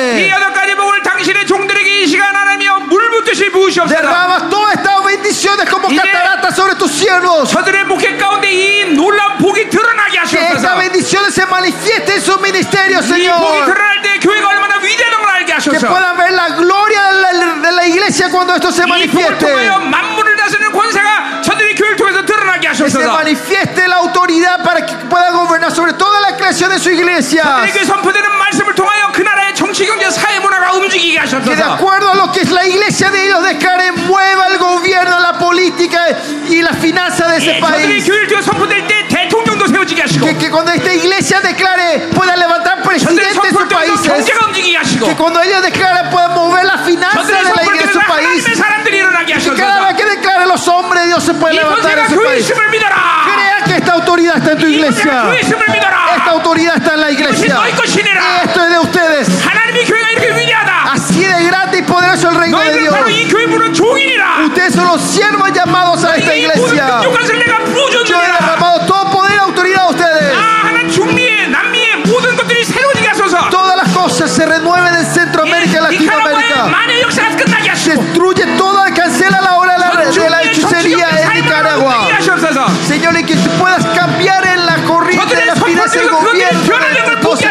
[SPEAKER 2] 아멘.
[SPEAKER 1] 이 여덟 가지 복을 당신의 종들에게 이 시간 하나님이여 물붓듯이 부으시옵소서.
[SPEAKER 2] Derramas todas estas bendiciones como
[SPEAKER 1] Y de-
[SPEAKER 2] cataratas sobre tus siervos.
[SPEAKER 1] 저들의 목회 가운데 이 놀라운 복이 드러나게
[SPEAKER 2] Que estas
[SPEAKER 1] 하시옵소서.
[SPEAKER 2] bendiciones se manifiesten en su ministerio,
[SPEAKER 1] 이 복이
[SPEAKER 2] Señor.
[SPEAKER 1] 드러날 때 교회가 얼마나 위대한 걸 알게
[SPEAKER 2] Que
[SPEAKER 1] 하소서.
[SPEAKER 2] puedan ver la gloria de la, de la iglesia cuando esto se
[SPEAKER 1] 이 복을 통하여
[SPEAKER 2] manifieste.
[SPEAKER 1] 만물을 다스리는 권세가 저들의 교회를 통해서 드러나게
[SPEAKER 2] Que se
[SPEAKER 1] 하소서.
[SPEAKER 2] manifieste la autoridad para que pueda gobernar sobre toda la creación de su iglesia.
[SPEAKER 1] 저들에게 그 선포되는 말씀을 통하여 그 나라의 정치, 경제, 사회 문화가 움직이게
[SPEAKER 2] Que de
[SPEAKER 1] 하소서.
[SPEAKER 2] acuerdo a lo que es la iglesia de ellos declare, mueva el gobierno, la política y la finanza de ese
[SPEAKER 1] 예, 저들의
[SPEAKER 2] país.
[SPEAKER 1] 교회를 통해 선포될 때 대통령도 세워지게 하시고
[SPEAKER 2] Que, que cuando esta iglesia declare, pueda levantar
[SPEAKER 1] 저들의
[SPEAKER 2] presidentes de sus
[SPEAKER 1] 선포를 통해
[SPEAKER 2] países.
[SPEAKER 1] 경제가 움직이게 하시고
[SPEAKER 2] Que cuando ellos declaren, puedan mover la finanza
[SPEAKER 1] 저들의
[SPEAKER 2] de la
[SPEAKER 1] 선포를
[SPEAKER 2] iglesia
[SPEAKER 1] 통해
[SPEAKER 2] de su país.
[SPEAKER 1] 하나님의 사람들이 일어나게
[SPEAKER 2] Que cada
[SPEAKER 1] 하소서.
[SPEAKER 2] vez que declaren los hombres, Dios se puede
[SPEAKER 1] 이
[SPEAKER 2] levantar en
[SPEAKER 1] 권세가
[SPEAKER 2] ese
[SPEAKER 1] 교회
[SPEAKER 2] país.
[SPEAKER 1] 있음을 믿어라.
[SPEAKER 2] Crea que esta autoridad está en tu
[SPEAKER 1] 이 권세가
[SPEAKER 2] iglesia.
[SPEAKER 1] 교회 있음을
[SPEAKER 2] Esta
[SPEAKER 1] 믿어라.
[SPEAKER 2] autoridad está en la
[SPEAKER 1] 이것이
[SPEAKER 2] iglesia.
[SPEAKER 1] 너희
[SPEAKER 2] Y
[SPEAKER 1] 것이니라.
[SPEAKER 2] esto es de ustedes.
[SPEAKER 1] 하나님의 교회가 이렇게 위대하다.
[SPEAKER 2] Así de grande y poderoso el reino de
[SPEAKER 1] 너희들은
[SPEAKER 2] Dios.
[SPEAKER 1] 바로 이 교회 부른 종이니라.
[SPEAKER 2] Ustedes son los siervos llamados a esta
[SPEAKER 1] 이게 이 모든
[SPEAKER 2] iglesia.
[SPEAKER 1] 능력을 내가
[SPEAKER 2] Yo he
[SPEAKER 1] 부어줬느니라.
[SPEAKER 2] derramado todo poder y autoridad a ustedes.
[SPEAKER 1] 아, 하나 중미의 남미의 모든 것들이 새로지게 하소서.
[SPEAKER 2] Todas las cosas se renueven en Centroamérica
[SPEAKER 1] 니카라과의
[SPEAKER 2] y Latinoamérica.
[SPEAKER 1] 만의 역사가 끝나게 하시고
[SPEAKER 2] Destruye toda, cancela la obra de
[SPEAKER 1] 네,
[SPEAKER 2] la, de la
[SPEAKER 1] 전중의
[SPEAKER 2] hechicería
[SPEAKER 1] 정치적인
[SPEAKER 2] en
[SPEAKER 1] 삶을
[SPEAKER 2] Nicaragua.
[SPEAKER 1] 움직이게 하시옵소서.
[SPEAKER 2] Señor, y que tú puedas cambiar en la corriente de las finanzas del gobierno. de este propósito.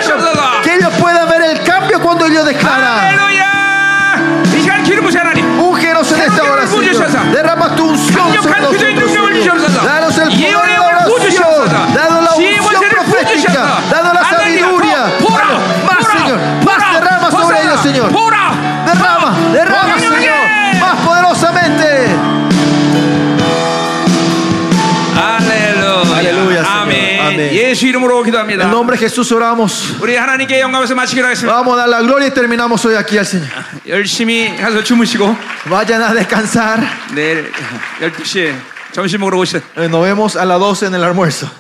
[SPEAKER 2] Que ellos puedan ver el cambio cuando ellos declaran.
[SPEAKER 1] 할렐루야. 이 시간 기름 부세 하나님.
[SPEAKER 2] Úngenos en esta hora, Señor. Derrama tu unción sobre
[SPEAKER 1] 강력한
[SPEAKER 2] nosotros,
[SPEAKER 1] 기도의 능력을
[SPEAKER 2] Señor.
[SPEAKER 1] 주시옵소서.
[SPEAKER 2] Danos el poder de
[SPEAKER 1] 예언의
[SPEAKER 2] la
[SPEAKER 1] 영을
[SPEAKER 2] oración.
[SPEAKER 1] 네. 부어주시옵소서.
[SPEAKER 2] Danos la
[SPEAKER 1] 지혜의
[SPEAKER 2] unción
[SPEAKER 1] 권세를
[SPEAKER 2] profética.
[SPEAKER 1] 부어주시옵소서.
[SPEAKER 2] Danos la
[SPEAKER 1] 하나님,
[SPEAKER 2] sabiduría.
[SPEAKER 1] 더 보라,
[SPEAKER 2] Más,
[SPEAKER 1] 보라,
[SPEAKER 2] Señor.
[SPEAKER 1] 보라,
[SPEAKER 2] Más derrama sobre
[SPEAKER 1] 보라,
[SPEAKER 2] ellos, Señor.
[SPEAKER 1] 보라,
[SPEAKER 2] Derrama,
[SPEAKER 1] 보라,
[SPEAKER 2] derrama,
[SPEAKER 1] 강력하게.
[SPEAKER 2] Señor. Más poderosamente.
[SPEAKER 1] 할렐루야.
[SPEAKER 2] 할렐루야, 세요.
[SPEAKER 1] 아멘. 네,
[SPEAKER 2] 아멘.
[SPEAKER 1] 예수 이름으로
[SPEAKER 2] En
[SPEAKER 1] 기도합니다.
[SPEAKER 2] el nombre de Jesús oramos.
[SPEAKER 1] 우리 하나님께 영감에서 마치기로 하겠습니다.
[SPEAKER 2] Vamos a dar la gloria y terminamos hoy aquí al Señor.
[SPEAKER 1] 열심히 가서 주무시고
[SPEAKER 2] Vayan a descansar.
[SPEAKER 1] 내일 12시에 점심 먹으러 오시다.
[SPEAKER 2] Eh, Nos vemos a las 12 en el almuerzo.